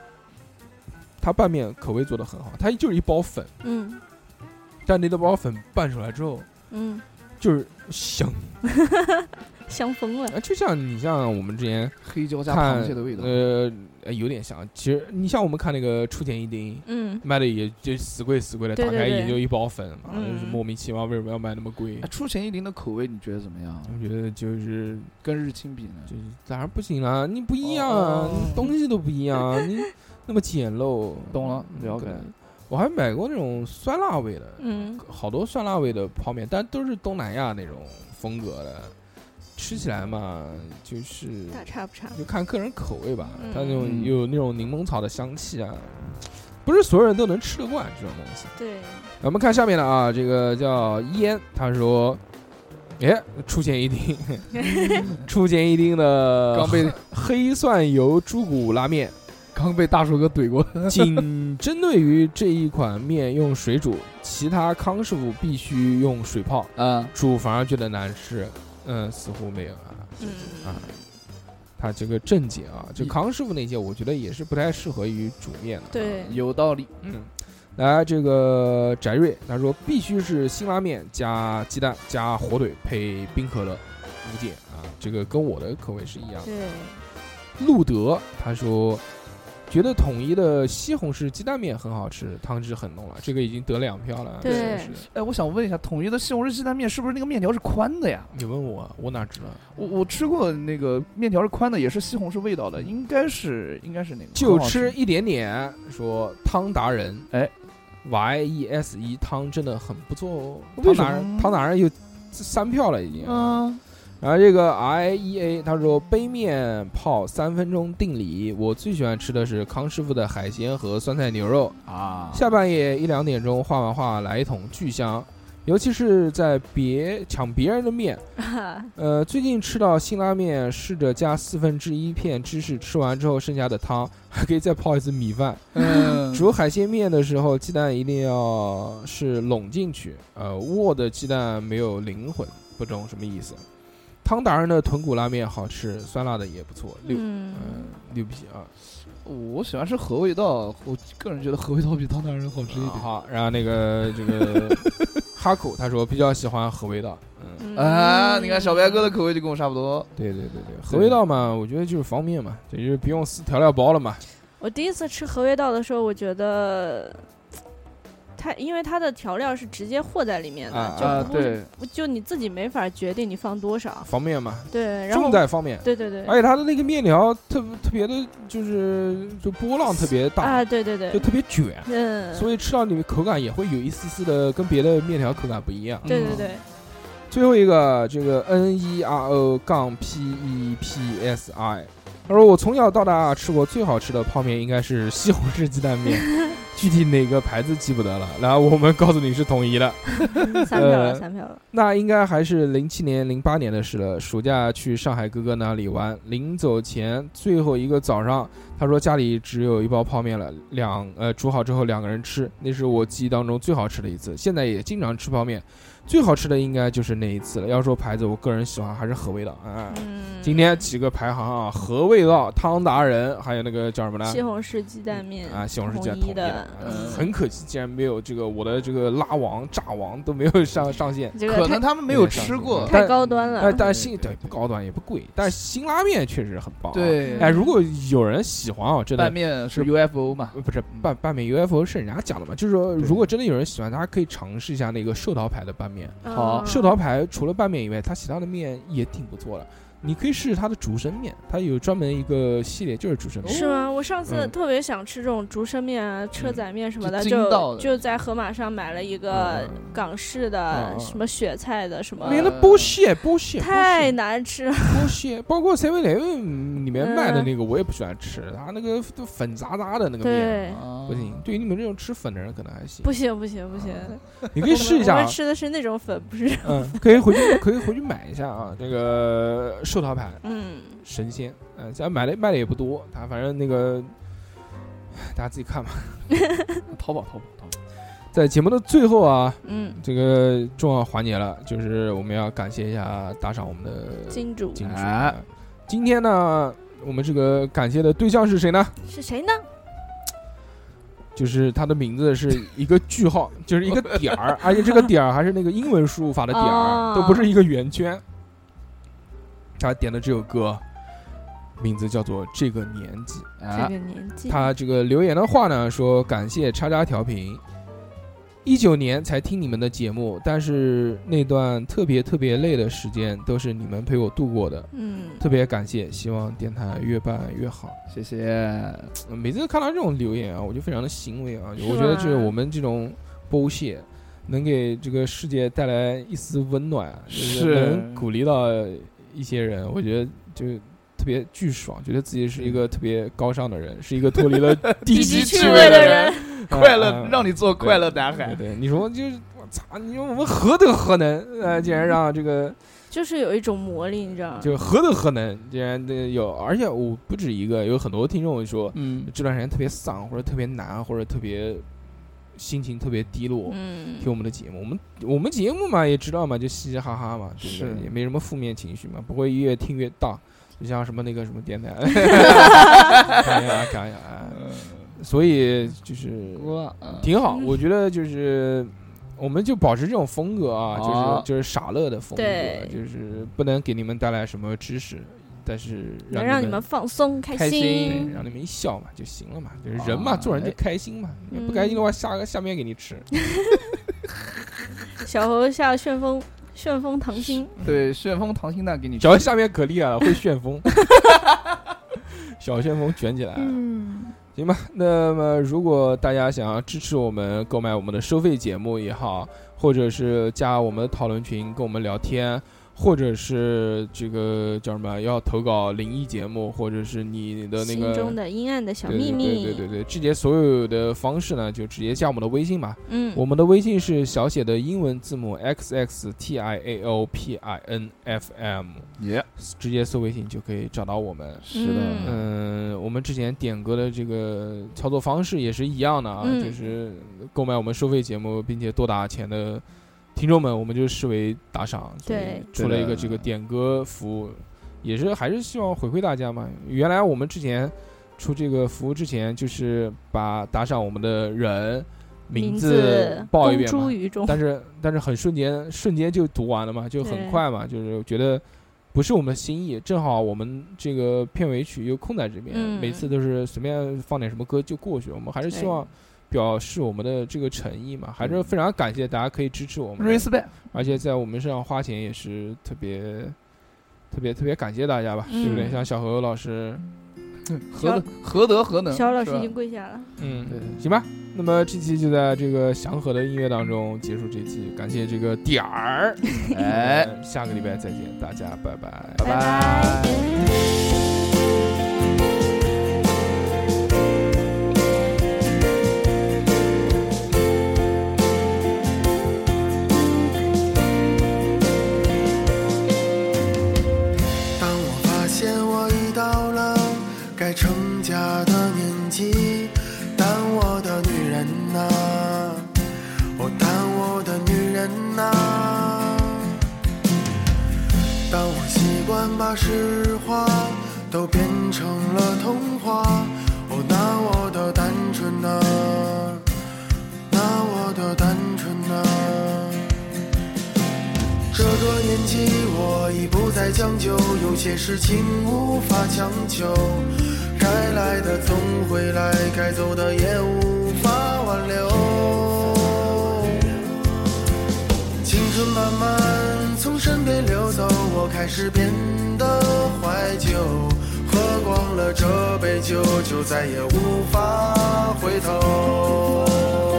Speaker 2: 它拌面口味做的很好，它就是一包粉，
Speaker 4: 嗯
Speaker 2: 但那包粉拌出来之后
Speaker 4: 嗯，
Speaker 2: 就是香，
Speaker 4: 香疯了，
Speaker 2: 啊就像你像我们之前
Speaker 3: 黑椒加
Speaker 2: 看
Speaker 3: 螃蟹的味道。
Speaker 2: 呃，呃有点像。其实你像我们看那个出田一丁，
Speaker 4: 嗯，
Speaker 2: 卖的也就死贵死贵的，
Speaker 4: 对
Speaker 2: 打
Speaker 4: 对
Speaker 2: 开
Speaker 4: 对
Speaker 2: 也就一包粉，妈的就是
Speaker 4: 嗯
Speaker 2: 莫名其妙为什么要卖那么贵
Speaker 3: 哎，？出前一林的口味你觉得怎么样？
Speaker 2: 我觉得就是
Speaker 3: 跟日清比呢？
Speaker 2: 就是当然不行啦，你不一样啊，
Speaker 3: 哦
Speaker 2: 你东西都不一样啊，你那么简陋，
Speaker 3: 懂了
Speaker 2: 嗯
Speaker 3: 了解。
Speaker 2: 我还买过那种酸辣味的，
Speaker 4: 嗯
Speaker 2: 好多酸辣味的泡面，但都是东南亚那种风格的，吃起来嘛就是
Speaker 4: 大差不差，
Speaker 2: 就看个人口味吧
Speaker 4: 嗯。
Speaker 2: 它那种
Speaker 3: 嗯
Speaker 2: 有那种柠檬草的香气啊，不是所有人都能吃得惯这种东西。
Speaker 4: 对，
Speaker 2: 我们看下面的啊，这个叫烟，他说。哎，出现一丁，出现一丁的
Speaker 3: 刚被
Speaker 2: 黑蒜油猪骨拉 面，
Speaker 3: 刚被大叔哥怼过。
Speaker 2: 仅针对于这一款面用水煮，其他康师傅必须用水泡
Speaker 3: 啊，
Speaker 2: 煮，反而觉得难吃。嗯，似乎没有啊。
Speaker 4: 嗯
Speaker 2: 啊，他这个正解啊，就康师傅那些，我觉得也是不太适合于煮面的。，啊
Speaker 4: 对，
Speaker 3: 有道理。
Speaker 2: 嗯。来，这个翟瑞他说必须是辛拉面加鸡蛋加火腿配冰可乐，无解啊！这个跟我的口味是一样的。
Speaker 4: 对，
Speaker 2: 路德他说，觉得统一的西红柿鸡蛋面很好吃，汤汁很浓了，这个已经得两票了。
Speaker 4: 对
Speaker 2: 是不是
Speaker 3: 哎，我想问一下，统一的西红柿鸡蛋面是不是那个面条是宽的呀？
Speaker 2: 你问我，我哪知道？
Speaker 3: 我我吃过那个面条是宽的，也是西红柿味道的，应该是应该是那个。
Speaker 2: 就
Speaker 3: 很好
Speaker 2: 吃一点点，说汤达人，
Speaker 3: 哎
Speaker 2: ，Y E S 一汤真的很不错哦。汤
Speaker 3: 为什么
Speaker 2: 达人，汤达人有三票了已经。
Speaker 3: 嗯，
Speaker 2: 然后这个 I E A 他说杯面泡三分钟定理，我最喜欢吃的是康师傅的海鲜和酸菜牛肉，
Speaker 3: 啊，
Speaker 2: 下半夜一两点钟画完画来一桶，巨香。尤其是在别抢别人的面，呃，最近吃到辛拉面，试着加四分之一片芝士，吃完之后剩下的汤还可以再泡一次米饭，
Speaker 3: 嗯，
Speaker 2: 煮海鲜面的时候，鸡蛋一定要是拢进去，呃，握的鸡蛋没有灵魂，不懂什么意思。汤达人的豚骨拉面好吃，酸辣的也不错， 六，
Speaker 4: 嗯
Speaker 2: 嗯、，六比啊，
Speaker 3: 我喜欢吃合味道，我个人觉得合味道比汤达人好吃一点。
Speaker 2: 啊好，然后那个这 个哈口他说比较喜欢合味道，嗯，
Speaker 4: 嗯
Speaker 3: 啊，你看小白哥的口味就跟我差不多。
Speaker 2: 对对对对，合味道嘛，我觉得就是方便嘛，这就是不用撕调料包了嘛，
Speaker 4: 我第一次吃合味道的时候，我觉得它因为它的调料是直接和在里面的，
Speaker 2: 啊
Speaker 4: 就
Speaker 2: 啊
Speaker 4: 不、
Speaker 3: 对，
Speaker 4: 不就你自己没法决定你放多少。
Speaker 2: 方便嘛，
Speaker 4: 对，然后
Speaker 2: 重在方便。
Speaker 4: 对对对，啊
Speaker 2: 而且它的那个面条特特别的，就是就波浪特别大，
Speaker 4: 啊，对对
Speaker 2: 就
Speaker 4: 对，
Speaker 2: 特别卷，
Speaker 4: 嗯，
Speaker 2: 所以吃到你的口感也会有一丝丝的跟别的面条口感不一样。
Speaker 4: 对对
Speaker 3: 嗯
Speaker 4: 对，
Speaker 2: 最后一个这个 N E R O 杠 P E P S I，他说我从小到大吃过最好吃的泡面应该是西红柿鸡蛋面，具体哪个牌子记不得了。然后我们告诉你是统一的，
Speaker 4: 嗯三票了，
Speaker 2: 呃
Speaker 4: 三票了，
Speaker 2: 那应该还是零七年、零八年的事了。暑假去上海哥哥那里玩，临走前最后一个早上，他说家里只有一包泡面了，两呃煮好之后两个人吃，那是我记忆当中最好吃的一次。现在也经常吃泡面，最好吃的应该就是那一次了。要说牌子，我个人喜欢还是和味道啊。
Speaker 4: 嗯，
Speaker 2: 今天几个排行啊，和味道、汤达人，还有那个叫什么呢？
Speaker 4: 西红柿鸡蛋面
Speaker 2: 啊，西红柿鸡蛋
Speaker 4: 统
Speaker 2: 统
Speaker 4: 一
Speaker 2: 一
Speaker 4: 的
Speaker 2: 的，
Speaker 3: 嗯
Speaker 2: 很可惜，竟然没有这个我的这个拉王、炸王都没有上上线。
Speaker 4: 这
Speaker 3: 可
Speaker 4: 个
Speaker 3: 能
Speaker 4: 太
Speaker 3: 他们没有吃过。
Speaker 4: 太高端了
Speaker 2: 哎，
Speaker 4: 嗯，
Speaker 2: 但
Speaker 3: 对
Speaker 2: 是新
Speaker 3: 对
Speaker 2: 对不高端也不贵，但是辛拉面确实很棒。，
Speaker 3: 对，
Speaker 2: 哎，如果有人喜欢啊，真
Speaker 3: 拌
Speaker 2: 的
Speaker 3: 面是 UFO 嘛？
Speaker 2: 呃不是拌拌面 UFO 是人家讲的嘛，就是说
Speaker 3: 对
Speaker 2: 如果真的有人喜欢，大家可以尝试一下那个寿桃牌的拌面。
Speaker 4: 嗯
Speaker 3: 好
Speaker 2: 寿桃牌除了拌面以外，它其他的面也挺不错的。你可以试试它的竹升面，它有专门一个系列就是竹升面。
Speaker 4: 是吗？我上次
Speaker 2: 嗯
Speaker 4: 特别想吃这种竹升面啊、车仔面什么的，
Speaker 3: 就筋道
Speaker 4: 就
Speaker 3: 的
Speaker 4: 就在盒马上买了一个
Speaker 2: 嗯嗯
Speaker 4: 港式的
Speaker 2: 嗯嗯
Speaker 4: 什么雪菜的
Speaker 3: 哦
Speaker 4: 什么，
Speaker 2: 连了剥蟹，剥蟹，
Speaker 4: 太难吃了。
Speaker 2: 剥蟹，包括 Seven Eleven 里面卖
Speaker 4: 嗯
Speaker 2: 的那个我也不喜欢吃，它那个都粉渣渣的那个面
Speaker 4: 对，
Speaker 3: 啊
Speaker 2: 不行。对于你们这种吃粉的人可能还行
Speaker 4: 不，行不行不行，
Speaker 2: 你嗯可以试一下
Speaker 4: 我
Speaker 2: 啊
Speaker 4: 们。吃的是那种粉，不是？
Speaker 2: 嗯，可以回去，可以回去买一下啊。这个寿桃牌
Speaker 4: 嗯，
Speaker 2: 神仙，嗯、咱买的卖的也不多，他反正那个大家自己看吧。
Speaker 3: 淘宝淘宝淘宝。
Speaker 2: 在节目的最后啊，
Speaker 4: 嗯，
Speaker 2: 这个重要环节了，就是我们要感谢一下打赏我们的
Speaker 4: 金啊主
Speaker 2: 金主啊
Speaker 3: 哎。
Speaker 2: 今天呢，我们这个感谢的对象是谁呢？
Speaker 4: 是谁呢？
Speaker 2: 就是他的名字是一个句号，就是一个点儿，而且这个点儿还是那个英文输入法的点
Speaker 4: 哦
Speaker 2: 儿，都不是一个圆圈。他点的这首歌，名字叫做《这个年纪》。
Speaker 4: 这
Speaker 3: 啊
Speaker 4: 个年纪，
Speaker 2: 他这个留言的话呢，说感谢叉叉调频，一九年才听你们的节目，但是那段特别特别累的时间都是你们陪我度过的，
Speaker 4: 嗯，
Speaker 2: 特别感谢，希望电台越办越好。
Speaker 3: 谢 谢。
Speaker 2: 每次看到这种留言啊，我就非常的欣慰啊！
Speaker 4: 是
Speaker 2: 我觉得
Speaker 4: 吧
Speaker 2: 就是我们这种剥蟹，能给这个世界带来一丝温暖，就是能鼓励到一些人，我觉得就特别巨爽，觉得自己是一个特别高尚的人，是一个脱离 了低
Speaker 4: 嗯级
Speaker 2: 级
Speaker 4: 趣
Speaker 2: 趣
Speaker 4: 味
Speaker 2: 味
Speaker 4: 的
Speaker 2: 的
Speaker 4: 人
Speaker 2: 人，
Speaker 3: 快
Speaker 2: 嗯
Speaker 3: 乐
Speaker 2: 嗯
Speaker 3: 让你做快乐男
Speaker 2: 对
Speaker 3: 孩。
Speaker 2: 对，你说就是我操，你说我们何德何能？呃，竟然让这个
Speaker 4: 就是有一种魔力，你知道吗？
Speaker 2: 就何德何能，竟然这有，而且我不止一个，有很多听众说，
Speaker 3: 嗯，
Speaker 2: 这段时间特别丧，或者特别难，或者特别心情特别低落，
Speaker 4: 嗯
Speaker 2: 听我们的节目。我们我们节目嘛，也知道嘛，就嘻嘻哈哈嘛，对不
Speaker 3: 是
Speaker 2: 对？也没什么负面情绪嘛，不会越听越大。就像什么那个什么电台， 看一下看一下，哎所以就是
Speaker 3: 嗯我
Speaker 2: 挺好。
Speaker 4: 嗯
Speaker 2: 我觉 得就是。我们就保持这种风格啊，
Speaker 3: 好
Speaker 2: 就是就是傻乐的风格
Speaker 4: 对，
Speaker 2: 就是不能给你们带来什么知识，但是
Speaker 4: 能
Speaker 2: 让
Speaker 4: 让你们放松开
Speaker 3: 开
Speaker 2: 对
Speaker 3: 心
Speaker 2: 让你们一笑嘛就行了嘛，就是人嘛，
Speaker 3: 啊
Speaker 2: 做人就
Speaker 3: 哎
Speaker 2: 开心嘛，你不
Speaker 4: 嗯
Speaker 2: 开心的话下个下面给你 吃，
Speaker 4: 小猴下旋风旋风糖心，
Speaker 3: 对，旋风糖心蛋给你
Speaker 2: 只要下面可厉害了会旋风， 小旋风卷起来了。
Speaker 4: 嗯，
Speaker 2: 行吧，那么如果大家想要支持我们购买我们的收费节目也好，或者是加我们的讨论群跟我们聊天，或者是这个叫什么要投稿灵异节目，或者是你的那
Speaker 4: 心
Speaker 2: 个
Speaker 4: 中的阴暗的小
Speaker 2: 对
Speaker 4: 秘
Speaker 2: 对
Speaker 4: 密，
Speaker 2: 对对对对，这些所有的方式呢，就直接加我们的微信吧。
Speaker 4: 嗯，
Speaker 2: 我们的微信是小写的英文字母 x x t i a o p i n f m，
Speaker 3: 耶，
Speaker 2: 直接搜微信就可以找到我们。
Speaker 3: 是的，
Speaker 2: 嗯，我们之前点歌的这个操作方式也是一样的啊，
Speaker 4: 嗯
Speaker 2: 就是购买我们收费节目并且多打钱的听众们，我们就视为打赏，所以
Speaker 4: 对
Speaker 2: 出了一个
Speaker 3: 对的
Speaker 2: 这个点歌服务，也是还是希望回馈大家嘛。原来我们之前出这个服务之前，就是把打赏我们的人
Speaker 4: 名
Speaker 2: 字报一遍
Speaker 4: 公
Speaker 2: 嘛
Speaker 4: 诸，于众，
Speaker 2: 但是但是很瞬间瞬间就读完了嘛，就很
Speaker 4: 对
Speaker 2: 快嘛，就是觉得不是我们的心意，正好我们这个片尾曲又空在这边，
Speaker 4: 嗯
Speaker 2: 每次都是随便放点什么歌就过去，我们还是希
Speaker 4: 对
Speaker 2: 望表示我们的这个诚意嘛，还是非常感谢大家可以支持我们的，
Speaker 3: respect，
Speaker 2: 而且在我们身上花钱也是特别。特别特别感谢大家吧，
Speaker 4: 嗯
Speaker 2: 对不对？像小何老师，
Speaker 3: 何德何德何能？
Speaker 4: 小老
Speaker 3: 是
Speaker 4: 师已
Speaker 3: 吧
Speaker 4: 经跪下了，
Speaker 2: 嗯
Speaker 3: 对
Speaker 2: 行吧。那么这期就在这个祥和的音乐当中结束这期，感谢这个点儿。
Speaker 3: 哎。
Speaker 2: 呃下个礼拜再见，大家拜拜。
Speaker 3: 拜拜。
Speaker 5: 当我发现我已到了该成家的年纪，当我的女人呐、哦，当我的女人呐、当我习惯把实话都变成了童话，哦，那我的单纯呐、那我的单纯呐、这个年纪，我已不再将就，有些事情无法强求。该来的总会来，该走的也无法挽留。青春慢慢从身边流走，我开始变得怀旧。喝光了这杯酒，就再也无法回头。